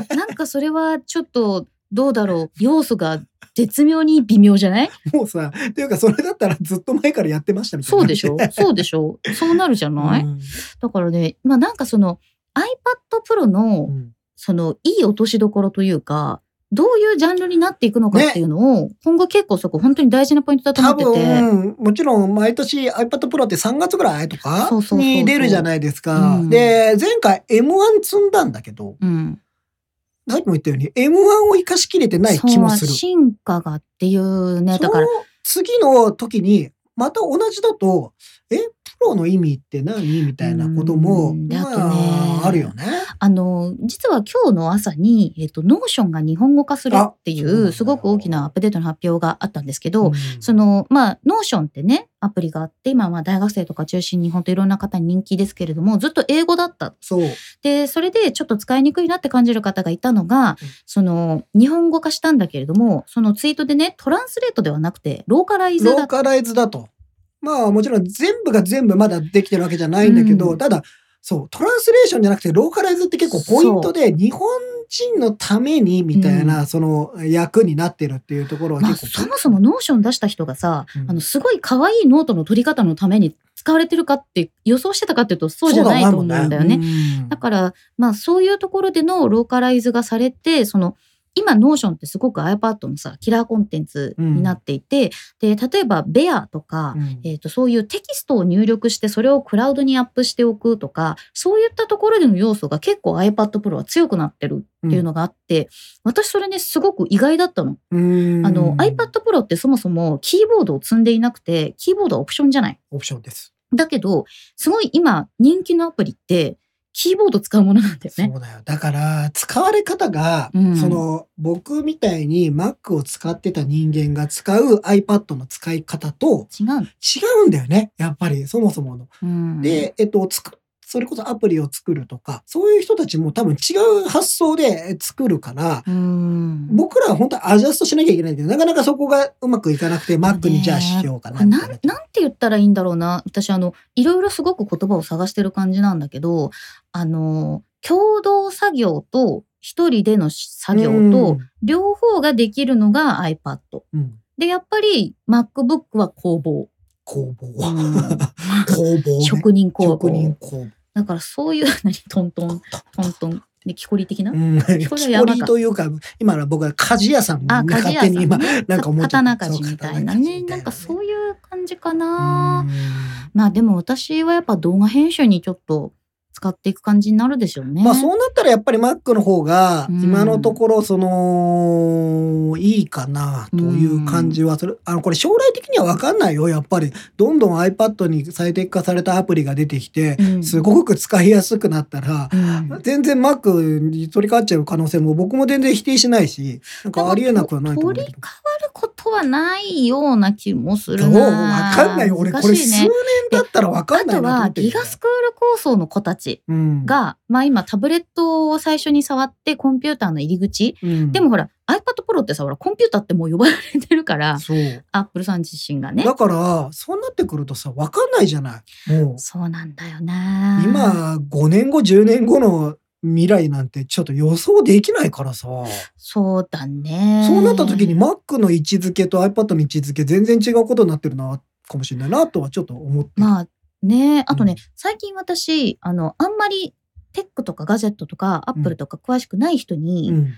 Speaker 2: った。
Speaker 1: なんかそれはちょっとどうだろう要素が絶妙に微妙じゃない
Speaker 2: もうさ、っていうか、それだったらずっと前からやってましたみたいな。
Speaker 1: そうでしょそうでしょそうなるじゃない、
Speaker 2: うん
Speaker 1: だからねまあなんかその iPad Pro の
Speaker 2: うん
Speaker 1: そのいい落としどころというかどういうジャンルになっていくのかっていうのを、今後結構そこ本当に大事なポイントだと
Speaker 2: 多
Speaker 1: 思ってて。
Speaker 2: 分、もちろん毎年 iPad Pro って3月ぐらいとか
Speaker 1: そうそうそうそう
Speaker 2: に出るじゃないですか
Speaker 1: う。ん
Speaker 2: で、前回 M1 積んだんだけど、
Speaker 1: うん、
Speaker 2: さっきも言ったように M1 を生かしきれてない気もする。
Speaker 1: そう
Speaker 2: そ
Speaker 1: 進化がっていうねだから
Speaker 2: の次の時に、また同じだと、え、プロの意味って何みたいなことも、
Speaker 1: うんで
Speaker 2: ま
Speaker 1: あとね
Speaker 2: あ、あるよね。
Speaker 1: あの実は今日の朝に、えっとノーションが日本語化するってい
Speaker 2: あそうなん
Speaker 1: う
Speaker 2: だ
Speaker 1: すごく大きなアップデートの発表があったんですけど、
Speaker 2: うん
Speaker 1: そのまあノーションってねアプリがあって今まあ大学生とか中心に本当いろんな方に人気ですけれどもずっと英語だった
Speaker 2: そう。
Speaker 1: でそれでちょっと使いにくいなって感じる方がいたのが、その日本語化したんだけれどもそのツイートでねトランスレートではなくてローカライズ
Speaker 2: ロ
Speaker 1: だ
Speaker 2: ー
Speaker 1: った
Speaker 2: カライズだと。まあもちろん全部が全部まだできてるわけじゃないんだけど、
Speaker 1: うん
Speaker 2: ただそうトランスレーションじゃなくてローカライズって結構ポイントで日本人のためにみたいな、その役になってるっていうところは
Speaker 1: まあ、
Speaker 2: 結構、
Speaker 1: そもそもノーション出した人がさ、
Speaker 2: うん
Speaker 1: あのすごい可愛いノートの取り方のために使われてるかって予想してたかっていうとそうじゃないと思うんだよね。
Speaker 2: う
Speaker 1: だ
Speaker 2: ん
Speaker 1: から、まあ、そういうところでのローカライズがされてその今ノーションってすごく iPad のさキラーコンテンツになっていて、で例えばベアとか、
Speaker 2: うん
Speaker 1: えー、とそういうテキストを入力してそれをクラウドにアップしておくとかそういったところでの要素が結構 iPad Pro は強くなってるっていうのがあって、私それねすごく意外だったの。
Speaker 2: うん
Speaker 1: あの iPad Pro ってそもそもキーボードを積んでいなくてキーボードはオプションじゃない。
Speaker 2: オプションです。
Speaker 1: だけどすごい今人気のアプリってキーボード使うものなんだよね。
Speaker 2: そうだよ。だから、使われ方が、
Speaker 1: うん
Speaker 2: その、僕みたいに Mac を使ってた人間が使う iPad の使い方と
Speaker 1: 違う、
Speaker 2: 違うんだよね。やっぱり、そもそもの。
Speaker 1: うん、
Speaker 2: で、えっと、つくそれこそアプリを作るとか、そういう人たちも多分違う発想で作るから、
Speaker 1: うん
Speaker 2: 僕らは本当はアジャストしなきゃいけないんだけど、なかなかそこがうまくいかなくて、Mac にじゃあしようかな
Speaker 1: なん
Speaker 2: み
Speaker 1: な
Speaker 2: たい
Speaker 1: ん
Speaker 2: な。
Speaker 1: て言ったらいいんだろうな私あのいろいろすごく言葉を探してる感じなんだけどあの共同作業と一人での作業と両方ができるのが iPad
Speaker 2: うん、うん
Speaker 1: でやっぱり MacBook は工房、
Speaker 2: 工房。
Speaker 1: う
Speaker 2: 工
Speaker 1: ん
Speaker 2: 房、ね。
Speaker 1: 職人工
Speaker 2: 職
Speaker 1: 房
Speaker 2: 人工
Speaker 1: だからそういう何トントン
Speaker 2: 房。
Speaker 1: トントンで木こり的な、
Speaker 2: うん、木こ
Speaker 1: こりは山か
Speaker 2: りというか、今のは僕は鍛冶屋さん
Speaker 1: あ鍛冶
Speaker 2: 勝
Speaker 1: 屋さ
Speaker 2: 手
Speaker 1: ん
Speaker 2: に
Speaker 1: ね
Speaker 2: 今、なんか思っちゃった
Speaker 1: 刀鍛冶みたいなねなんかそういう感じか
Speaker 2: う
Speaker 1: な、
Speaker 2: ん。
Speaker 1: まあでも私はやっぱ動画編集にちょっと使っていく感じになるでしょうね。
Speaker 2: まあそうなったらやっぱり Mac の方が
Speaker 1: うん
Speaker 2: 今のところそのいいかなという感じはする。あのこれ将来的には分かんないよ。やっぱりどんどん iPad に最適化されたアプリが出てきて
Speaker 1: うん
Speaker 2: すごく使いやすくなったら
Speaker 1: うん
Speaker 2: 全然 Mac に取り替わっちゃう可能性も僕も全然否定しないしなんかありえなくはないと思うんだ
Speaker 1: 取
Speaker 2: け
Speaker 1: り
Speaker 2: ど
Speaker 1: 替。わることはないような気もする
Speaker 2: どう
Speaker 1: な。
Speaker 2: わかんないよ。俺、こ
Speaker 1: 難
Speaker 2: れ
Speaker 1: しい
Speaker 2: 数
Speaker 1: ね
Speaker 2: 年だったらわかん
Speaker 1: あ
Speaker 2: ないな
Speaker 1: と
Speaker 2: と思
Speaker 1: は
Speaker 2: って
Speaker 1: ギガスクール構想の子たち
Speaker 2: が、
Speaker 1: が、まあ今タブレットを最初に触ってコンピューターの入り口。
Speaker 2: うん
Speaker 1: でも、ほら iPad Pro ってさほらコンピューターってもう呼ばれてるから
Speaker 2: そう。
Speaker 1: Apple さん自身がね。
Speaker 2: だから、そうなってくるとさ、わかんないじゃない。もう、
Speaker 1: そうなんだよな。
Speaker 2: 今、5年後、10年後の未来なんてちょっと予想できないからさ、
Speaker 1: そうだね。
Speaker 2: そうなった時に Mac の位置づけと iPad の位置づけ全然違うことになってるな、かもしれないなとはちょっと思って。
Speaker 1: まあね、あとね、
Speaker 2: うん
Speaker 1: 最近私、あの、あんまりテックとかガジェットとかアップルとか詳しくない人に、
Speaker 2: うん、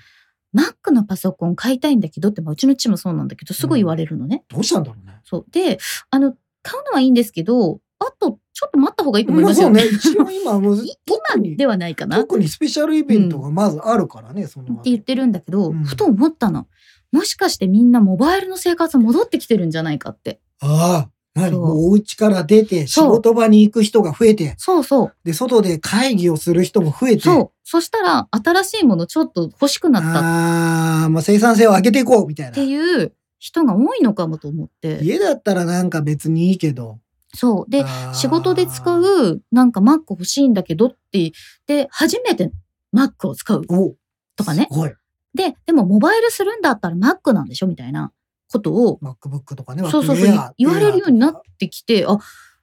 Speaker 1: Mac のパソコン買いたいんだけどって、まあ、うちのチームそうなんだけど、すごい言われるのね。
Speaker 2: どうしたんだろうね。
Speaker 1: そう。で、あの、買うのはいいんですけど、あと、ちょっと待った方がいいと思い
Speaker 2: ま
Speaker 1: ま
Speaker 2: あ
Speaker 1: す
Speaker 2: そ
Speaker 1: よ
Speaker 2: う
Speaker 1: ね。
Speaker 2: ね、一応今、もう 特に
Speaker 1: で、はないかなって
Speaker 2: 特にスペシャルイベントがまずあるからね、その後。
Speaker 1: 言ってるんだけど、
Speaker 2: うん
Speaker 1: ふと思ったの。もしかしてみんなモバイルの生活戻ってきてるんじゃないかって。
Speaker 2: ああ、何
Speaker 1: そう
Speaker 2: もうお家から出て、仕
Speaker 1: そう
Speaker 2: 事場に行く人が増えて、
Speaker 1: そうそう。
Speaker 2: で、外で会議をする人も増えて、
Speaker 1: そう。そしたら、新しいものちょっと欲しくなったっ
Speaker 2: ああ、まあ生産性を上げていこう、みたいな
Speaker 1: て。いう人が多いのかもと思って。
Speaker 2: 家だったらなんか別にいいけど。
Speaker 1: そう。で、
Speaker 2: あー
Speaker 1: 仕事で使。う、なんか Mac 欲しいんだけどって、で、初めて Mac を使う
Speaker 2: お
Speaker 1: とかね。
Speaker 2: すごい。
Speaker 1: で、でもモバイルするんだったら Mac なんでしょみたいなことを、
Speaker 2: MacBook とかね、
Speaker 1: そうそうそ
Speaker 2: Mac
Speaker 1: う
Speaker 2: Air
Speaker 1: 言われるようにな
Speaker 2: Air
Speaker 1: っ
Speaker 2: とか
Speaker 1: てきて、あ、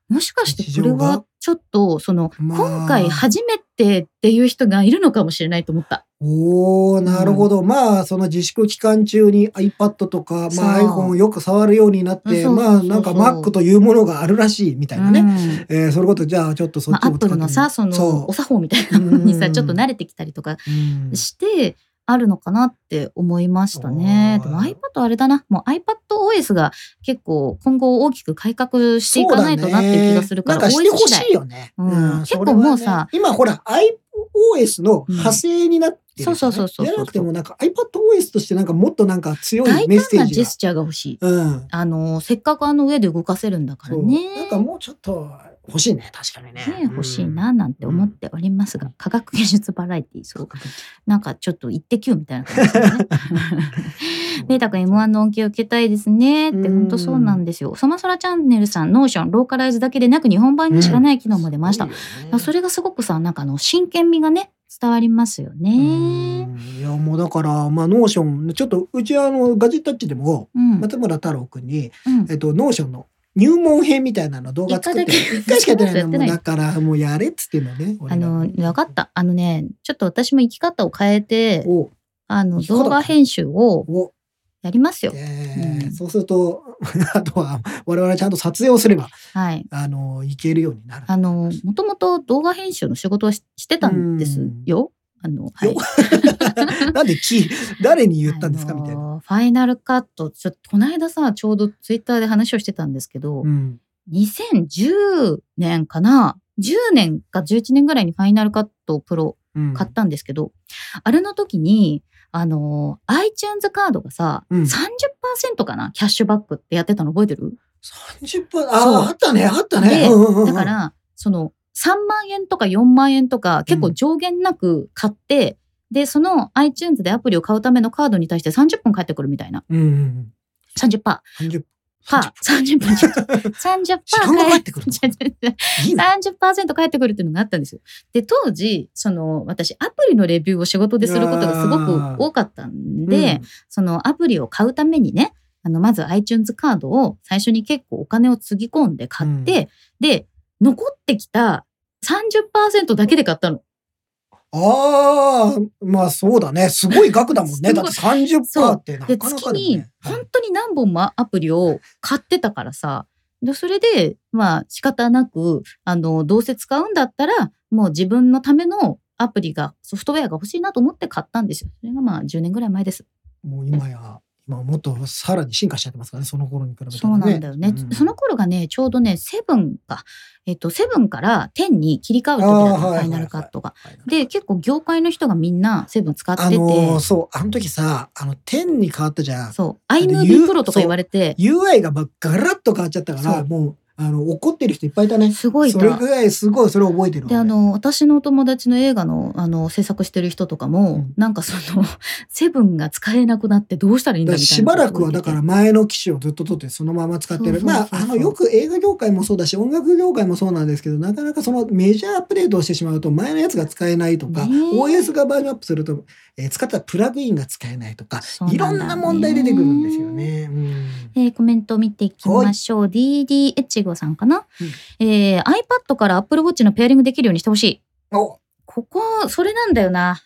Speaker 1: もしかしてこ
Speaker 2: 日
Speaker 1: れ
Speaker 2: 常が
Speaker 1: はちょっと、その、
Speaker 2: まあ
Speaker 1: 今回初めてっていう人がいるのかもしれないと思った。
Speaker 2: おー、なるほど。まあ、その自粛期間中に iPad とか、まあ、
Speaker 1: そう
Speaker 2: iPhone をよく触るようになって、
Speaker 1: そうそ
Speaker 2: ま
Speaker 1: うそう
Speaker 2: あ、なんか Mac というものがあるらしいみたいな
Speaker 1: う
Speaker 2: ね。
Speaker 1: ん
Speaker 2: えーそれこそ、じゃあ、ちょっとそ
Speaker 1: ま
Speaker 2: っ
Speaker 1: あ、
Speaker 2: ち
Speaker 1: ア
Speaker 2: も
Speaker 1: ッ
Speaker 2: 使って
Speaker 1: プル
Speaker 2: み
Speaker 1: の
Speaker 2: る
Speaker 1: さ、その、
Speaker 2: そ
Speaker 1: お作法みたいなのにさ、
Speaker 2: うん
Speaker 1: ちょっと慣れてきたりとか
Speaker 2: ううん
Speaker 1: してあるのかなって思いましたね。
Speaker 2: おー
Speaker 1: でも iPad あれだな。もう iPadOS が結構今後大きく改革していかないとなっていう気がするから、
Speaker 2: そうだねなんか
Speaker 1: OS
Speaker 2: して
Speaker 1: 次
Speaker 2: ほしい
Speaker 1: 第。
Speaker 2: よね。
Speaker 1: うん結
Speaker 2: そ
Speaker 1: 構
Speaker 2: れはね
Speaker 1: もうさ
Speaker 2: 今ほら iOS の派生になってるじゃない、
Speaker 1: うんそうそうそうそう
Speaker 2: じゃなくてもなんか iPadOS としてなんかもっとなんか強い
Speaker 1: 大
Speaker 2: メッセー
Speaker 1: 胆な
Speaker 2: ジ
Speaker 1: ジェ
Speaker 2: が。
Speaker 1: スチャーが欲しい。
Speaker 2: うん。
Speaker 1: あの、せっかくあの上で動かせるんだから
Speaker 2: そう
Speaker 1: ね。
Speaker 2: なんかもうちょっと欲しいね。確かにね。
Speaker 1: ね、欲しいななんて思っておりますが、科学技術バラエティー、そう。なんかちょっと行ってきゅうみたいな感じで ね。メータ君 M1 の恩恵を受けたいですねって、
Speaker 2: うん
Speaker 1: 本当そうなんですよ。そまそらチャンネルさん、ノーション、ローカライズだけでなく日本版にしかない機能も出ました。あそ
Speaker 2: れ
Speaker 1: れがすごくさ、なんかあの、真剣味がね、伝わりますよね。
Speaker 2: いやもうだからまあノーションちょっとうちはあのガジェタッチでも
Speaker 1: うん。
Speaker 2: 松村太郎くんに
Speaker 1: うん
Speaker 2: えっとノーションの入門編みたいなの動画作って、
Speaker 1: 一
Speaker 2: 一
Speaker 1: 回だけ
Speaker 2: 回しかやってない
Speaker 1: やっ
Speaker 2: の。
Speaker 1: て
Speaker 2: も
Speaker 1: ないう
Speaker 2: だから、もうやれっつってんのね。
Speaker 1: あの、分かった。あのね、ちょっと私も生き方を変えて、
Speaker 2: お
Speaker 1: あの、
Speaker 2: 生き方
Speaker 1: 動画編集を
Speaker 2: お、
Speaker 1: やりますよ。
Speaker 2: えー
Speaker 1: うん
Speaker 2: そうすると、 あとは、我々ちゃんと撮影をすれば、
Speaker 1: はい。
Speaker 2: あの、いけるようになる。
Speaker 1: あの、もともと動画編集の仕事をししてたんですよ。あの、はい。
Speaker 2: なんで、き、誰に言ったんですかみたい
Speaker 1: あ
Speaker 2: な。
Speaker 1: のーファイナルカット、ちょっとこの間さ、ちょうどツイッターで話をしてたんですけど、
Speaker 2: うん。
Speaker 1: 2010年かな ?10 年か11年ぐらいにファイナルカットプロ
Speaker 2: うん
Speaker 1: 買ったんですけど、あれの時に、あのー iTunes カードがさ、
Speaker 2: うん
Speaker 1: 30%かなキャッシュバックってやってたの覚えてる、
Speaker 2: 30分、
Speaker 1: そう
Speaker 2: ああ、あったね、あった
Speaker 1: で
Speaker 2: ね。うんうんうん
Speaker 1: だか、ら、その3万円とか4万円とか結構上限なく買って、で、その iTunes でアプリを買うためのカードに対して30分返ってくるみたいな。
Speaker 2: うんうんうん。
Speaker 1: 30%。
Speaker 2: 30
Speaker 1: パー、30分。30%
Speaker 2: 時間が
Speaker 1: 返
Speaker 2: 返
Speaker 1: っ
Speaker 2: ってて
Speaker 1: く
Speaker 2: く
Speaker 1: る
Speaker 2: る。いいな。
Speaker 1: 30%返ってくるっていうのがあったんですよ。で、当時、その、私、アプリのレビューを仕事ですることがすごく多かったんで、その、アプリを買うためにね、あの、まず iTunes カードを最初に結構お金をつぎ込んで買って、で、残ってきた30%だけで買ったの。
Speaker 2: うん、ああ、まあそうだね。すごい額だもんね。
Speaker 1: す
Speaker 2: だ
Speaker 1: ごい
Speaker 2: って30%ってなか
Speaker 1: で、
Speaker 2: なかだ
Speaker 1: 月
Speaker 2: もん
Speaker 1: に
Speaker 2: ね。、
Speaker 1: 本当に何本もアプリを買ってたからさ、でそれで、まあ仕方なく、あの、どうせ使うんだったら、もう自分のためのアプリが、ソフトウェアが欲しいなと思って買ったんですよ。それがまあ10年ぐらい前です。
Speaker 2: もう今や、今もっとさらに進化しちゃってますからね、その頃に比べたら、ね。
Speaker 1: そうなんだよね。その頃がね、ちょうどね、セブンが、えっと、セブンから10に切り替う時だった、
Speaker 2: あーはいはい
Speaker 1: フ
Speaker 2: はい
Speaker 1: ァイナルカットが。
Speaker 2: はい
Speaker 1: で、結構業界の人がみんなセブン使ってて、
Speaker 2: あのーそう、あの時さ、あの、10に変わったじゃん。
Speaker 1: そう、
Speaker 2: れで
Speaker 1: iMovie Pro とか言われて、
Speaker 2: UI がばガラッと変わっちゃったか
Speaker 1: そう
Speaker 2: ら、もう、あの、怒ってる人いっぱいいたね。
Speaker 1: すごい
Speaker 2: そ
Speaker 1: な
Speaker 2: れぐらい、すごい、それ覚えてるわ
Speaker 1: であ、の私のお友達の映画のあの制作してる人とかも、
Speaker 2: うん
Speaker 1: なんかその 「セブンが使えなくなってどうしたらいいん
Speaker 2: だ
Speaker 1: だ
Speaker 2: か
Speaker 1: み
Speaker 2: ら
Speaker 1: たいな
Speaker 2: しばらくはだから前の機種をずっと取ってそのまま使ってる
Speaker 1: そうそうそう
Speaker 2: まあ
Speaker 1: そう
Speaker 2: あのよく映画業界もそうだし音楽業界もそうなんですけどなかなかそのメジャーアップデートをしてしまうと前のやつが使えないとか
Speaker 1: ねえ
Speaker 2: OS がバージョンアップすると、えー使ってたプラグインが使えないとか
Speaker 1: そうなん
Speaker 2: い
Speaker 1: だよ
Speaker 2: ろ
Speaker 1: ね
Speaker 2: んな問題出てくるんですよね。うん
Speaker 1: えーコメントを見ていきましょう DD エチゴさんかな、えー iPad から Apple Watch のペアリングできるようにしてほしい
Speaker 2: お
Speaker 1: ここそれなんだよな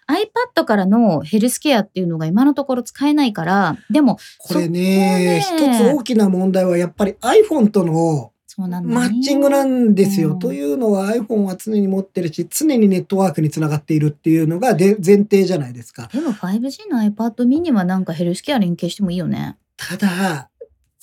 Speaker 1: iPad からのヘルスケアっていうのが今のところ使えないからでも
Speaker 2: これね
Speaker 1: そ
Speaker 2: 一
Speaker 1: こね
Speaker 2: つ大きな問題はやっぱり iPhone との
Speaker 1: そうなんだ、ね、
Speaker 2: マッチングなんですよ。
Speaker 1: うん
Speaker 2: というのは iPhone は常に持ってるし常にネットワークにつながっているっていうのがで前提じゃないですか。
Speaker 1: でも 5G の iPad mini はなんかヘルスケア連携してもいいよね
Speaker 2: ただ、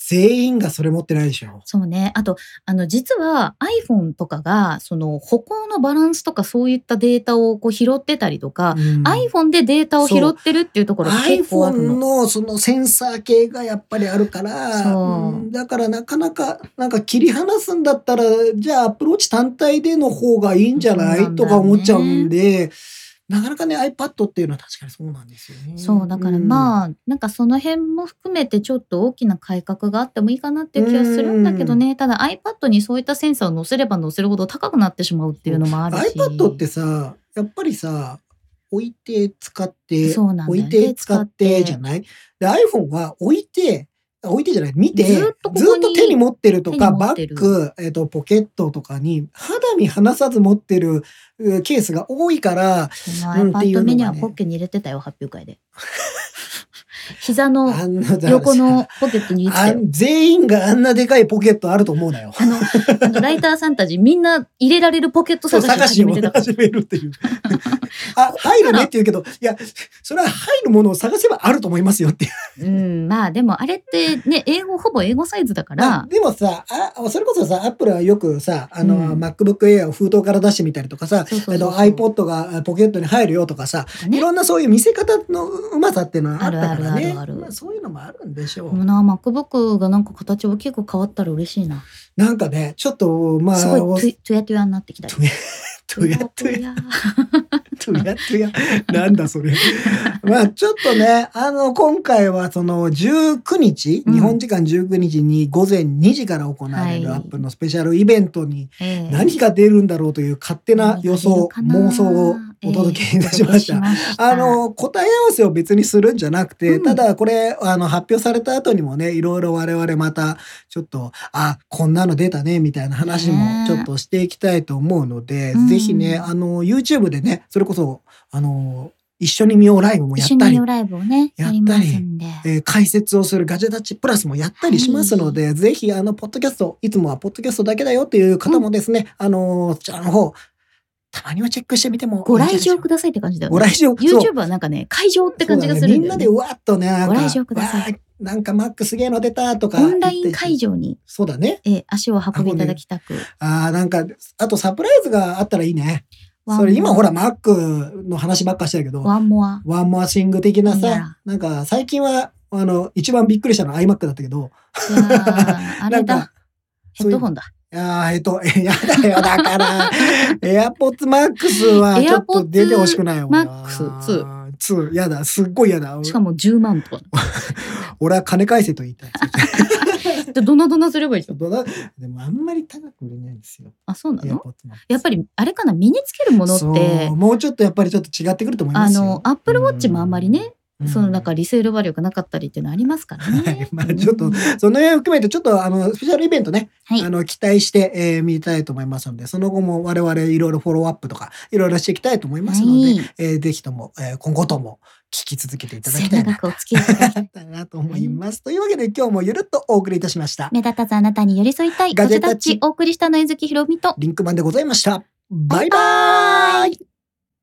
Speaker 2: 全員がそれ持ってないでしょ。
Speaker 1: そうね。あと、あの、実は iPhone とかが、その歩行のバランスとかそういったデータをこう拾ってたりとか、
Speaker 2: うん、
Speaker 1: iPhone でデータを拾ってるっていうところが結構ある
Speaker 2: iPhone
Speaker 1: の。
Speaker 2: のそのセンサー系がやっぱりあるから、
Speaker 1: そう
Speaker 2: うんだからなかなか、なんか切り離すんだったら、じゃあアプローチ単体での方がいいんじゃない、
Speaker 1: そうなんだ
Speaker 2: と
Speaker 1: よね
Speaker 2: か思っちゃうんで、なかなかね iPad っていうのは確かにそうなんですよね。
Speaker 1: そう、だから
Speaker 2: あ、
Speaker 1: まあ、なんかその辺も含めてちょっと大きな改革があってもいいかなっていう気はするんだけどね。ただ iPad にそういったセンサーを載せれば載せるほど高くなってしまうっていうのもあるし。
Speaker 2: iPad ってさ、やっぱりさ、置いて使って、
Speaker 1: そうなんだ
Speaker 2: 置
Speaker 1: よね
Speaker 2: いて使っ
Speaker 1: 使って
Speaker 2: てじゃないで iPhone は置いてあ置いてじゃない見て
Speaker 1: ず
Speaker 2: ず
Speaker 1: っ
Speaker 2: っと
Speaker 1: とここに
Speaker 2: 手に持ってると
Speaker 1: 手
Speaker 2: か
Speaker 1: に持っ
Speaker 2: バ
Speaker 1: てる
Speaker 2: ッグ、えっとポケットとかに肌身離さず持ってるうケースが多いから
Speaker 1: この
Speaker 2: うんっていうのが
Speaker 1: iPad
Speaker 2: ね
Speaker 1: ミニはポッケに入れてたよ、発表会で。 膝の
Speaker 2: あんな
Speaker 1: 横のポケットに入れてた
Speaker 2: あ
Speaker 1: よ。
Speaker 2: ん全員があんなでかいポケットあると思うなよ。
Speaker 1: あの、あのライターさんたちみんな入れられるポケット
Speaker 2: そう
Speaker 1: 探しを
Speaker 2: 探し
Speaker 1: 始
Speaker 2: を
Speaker 1: めてたから。
Speaker 2: 始めるって いう。あ入るねって言うけどいやそれは入るものを探せばあると思いますよっていう。
Speaker 1: うん、まあでもあれってね、英語、ほぼ英語サイズだか
Speaker 2: まあ
Speaker 1: ら、
Speaker 2: でもさあそれこそさアップルはよくさあの、
Speaker 1: うん
Speaker 2: MacBook Air を封筒から出してみたりとかさ
Speaker 1: そうそう
Speaker 2: えっ
Speaker 1: そう
Speaker 2: と iPod がポケットに入るよとかさ、い
Speaker 1: ね。
Speaker 2: ろんなそういう見せ方のうまさっていうのはあったからね
Speaker 1: あるあるあるある
Speaker 2: まあ、そういうのもあるんでしょう、
Speaker 1: もうな、MacBook がなんか形は結構変わったら嬉しいな。
Speaker 2: なんかねちょっとますあ
Speaker 1: ごい
Speaker 2: お
Speaker 1: トゥ、トゥヤトゥヤになって きたり。
Speaker 2: とやとや
Speaker 1: や。
Speaker 2: とやとやなんだそれまあちょっとねあの今回はその19日、
Speaker 1: うん
Speaker 2: 日本時間19日に午前2時から行われる
Speaker 1: はい
Speaker 2: アップルのスペシャルイベントに
Speaker 1: ええ
Speaker 2: 何が出るんだろうという勝手な予想
Speaker 1: 何
Speaker 2: 妄
Speaker 1: が出るかな
Speaker 2: 想をお届けいたしました。あの答え合わせを別にするんじゃなくて、
Speaker 1: うん
Speaker 2: ただこれあの発表された後にもねいろいろ我々またちょっとあこんなの出たねみたいな話
Speaker 1: ね
Speaker 2: もちょっとしていきたいと思うので、
Speaker 1: うん
Speaker 2: ぜひねあの YouTube でねそれこそあの一緒に見ようライブもや
Speaker 1: 一緒
Speaker 2: った
Speaker 1: に
Speaker 2: り
Speaker 1: の。ライブをね
Speaker 2: やっ
Speaker 1: や
Speaker 2: たり
Speaker 1: りますんで
Speaker 2: えー解説をするガジェタッチプラスもやったりしますので、ぜひあのポッドキャストいつもはポッドキャストだけだよっていう方もですね、あのーこちらの方たまにはチェックしてみてもいいん
Speaker 1: ご
Speaker 2: じゃない
Speaker 1: 来
Speaker 2: でしょ
Speaker 1: 場
Speaker 2: うか
Speaker 1: くださいって感じだよ
Speaker 2: ご
Speaker 1: ね
Speaker 2: 来場
Speaker 1: YouTube はなんかね会場って感じがす
Speaker 2: そう
Speaker 1: る
Speaker 2: だね
Speaker 1: ん
Speaker 2: みんな
Speaker 1: だよね
Speaker 2: でうわっとねなんか
Speaker 1: ご来場ください
Speaker 2: わあなんかマックすげえの出たとか
Speaker 1: オンライン会場に、
Speaker 2: そうだね
Speaker 1: えー足を運びいただきたく、
Speaker 2: あーなんかあとサプライズがあったらいいね
Speaker 1: ワン
Speaker 2: それ今ほらマックの話ばっかしてるけど
Speaker 1: ワンモア
Speaker 2: ワンモアシング的ない
Speaker 1: や
Speaker 2: さなんか最近はあの一番びっくりしたのは iMac だったけど
Speaker 1: いやー
Speaker 2: な
Speaker 1: あれ
Speaker 2: ん
Speaker 1: だ
Speaker 2: か
Speaker 1: ヘッドホンだ
Speaker 2: いやーえっと、 えやだよ、だから、AirPods Max はちょっと出てほしくないよ。俺は
Speaker 1: AirPods
Speaker 2: 2。やだ、すっごいやだ。
Speaker 1: しかも10 万とか
Speaker 2: 俺は金返せと言いたい。
Speaker 1: でどなどなすればいいじゃん
Speaker 2: どなでもあんまり高く売れないんですよ。
Speaker 1: あそうな
Speaker 2: AirPods
Speaker 1: の
Speaker 2: Max
Speaker 1: やっぱりあれかな身につけるものって
Speaker 2: そうもうちょっとやっぱりちょっと違ってくると思いま
Speaker 1: あ
Speaker 2: すよ。
Speaker 1: のアップルウォッチもあんまりね、
Speaker 2: うん
Speaker 1: そのなんかリセールバリューがなかったりっていうのありますからね。
Speaker 2: はい ま あちょっと
Speaker 1: うん
Speaker 2: その辺を含めてちょっとあのスペシャルイベントね、
Speaker 1: はい
Speaker 2: あの期待して、えー見たいと思いますのでその後も我々いろいろフォローアップとかいろいろしていきたいと思いますので、
Speaker 1: はい
Speaker 2: えーぜひとも、えー今後とも聞き続けていただ
Speaker 1: 末
Speaker 2: きたい
Speaker 1: 永
Speaker 2: な
Speaker 1: くお付き合いいただきたい
Speaker 2: なと思います。というわけで今日もゆるっとお送りいたしました。
Speaker 1: 目立たずあなたに寄り添いたいガ
Speaker 2: ガ
Speaker 1: ジ
Speaker 2: ジ
Speaker 1: ェ
Speaker 2: ェ
Speaker 1: タ
Speaker 2: タ
Speaker 1: ッ
Speaker 2: ッチ
Speaker 1: チお送りしたのえずきひろみと
Speaker 2: リンクマンでございました。バイバ
Speaker 1: バイバーイ
Speaker 2: イ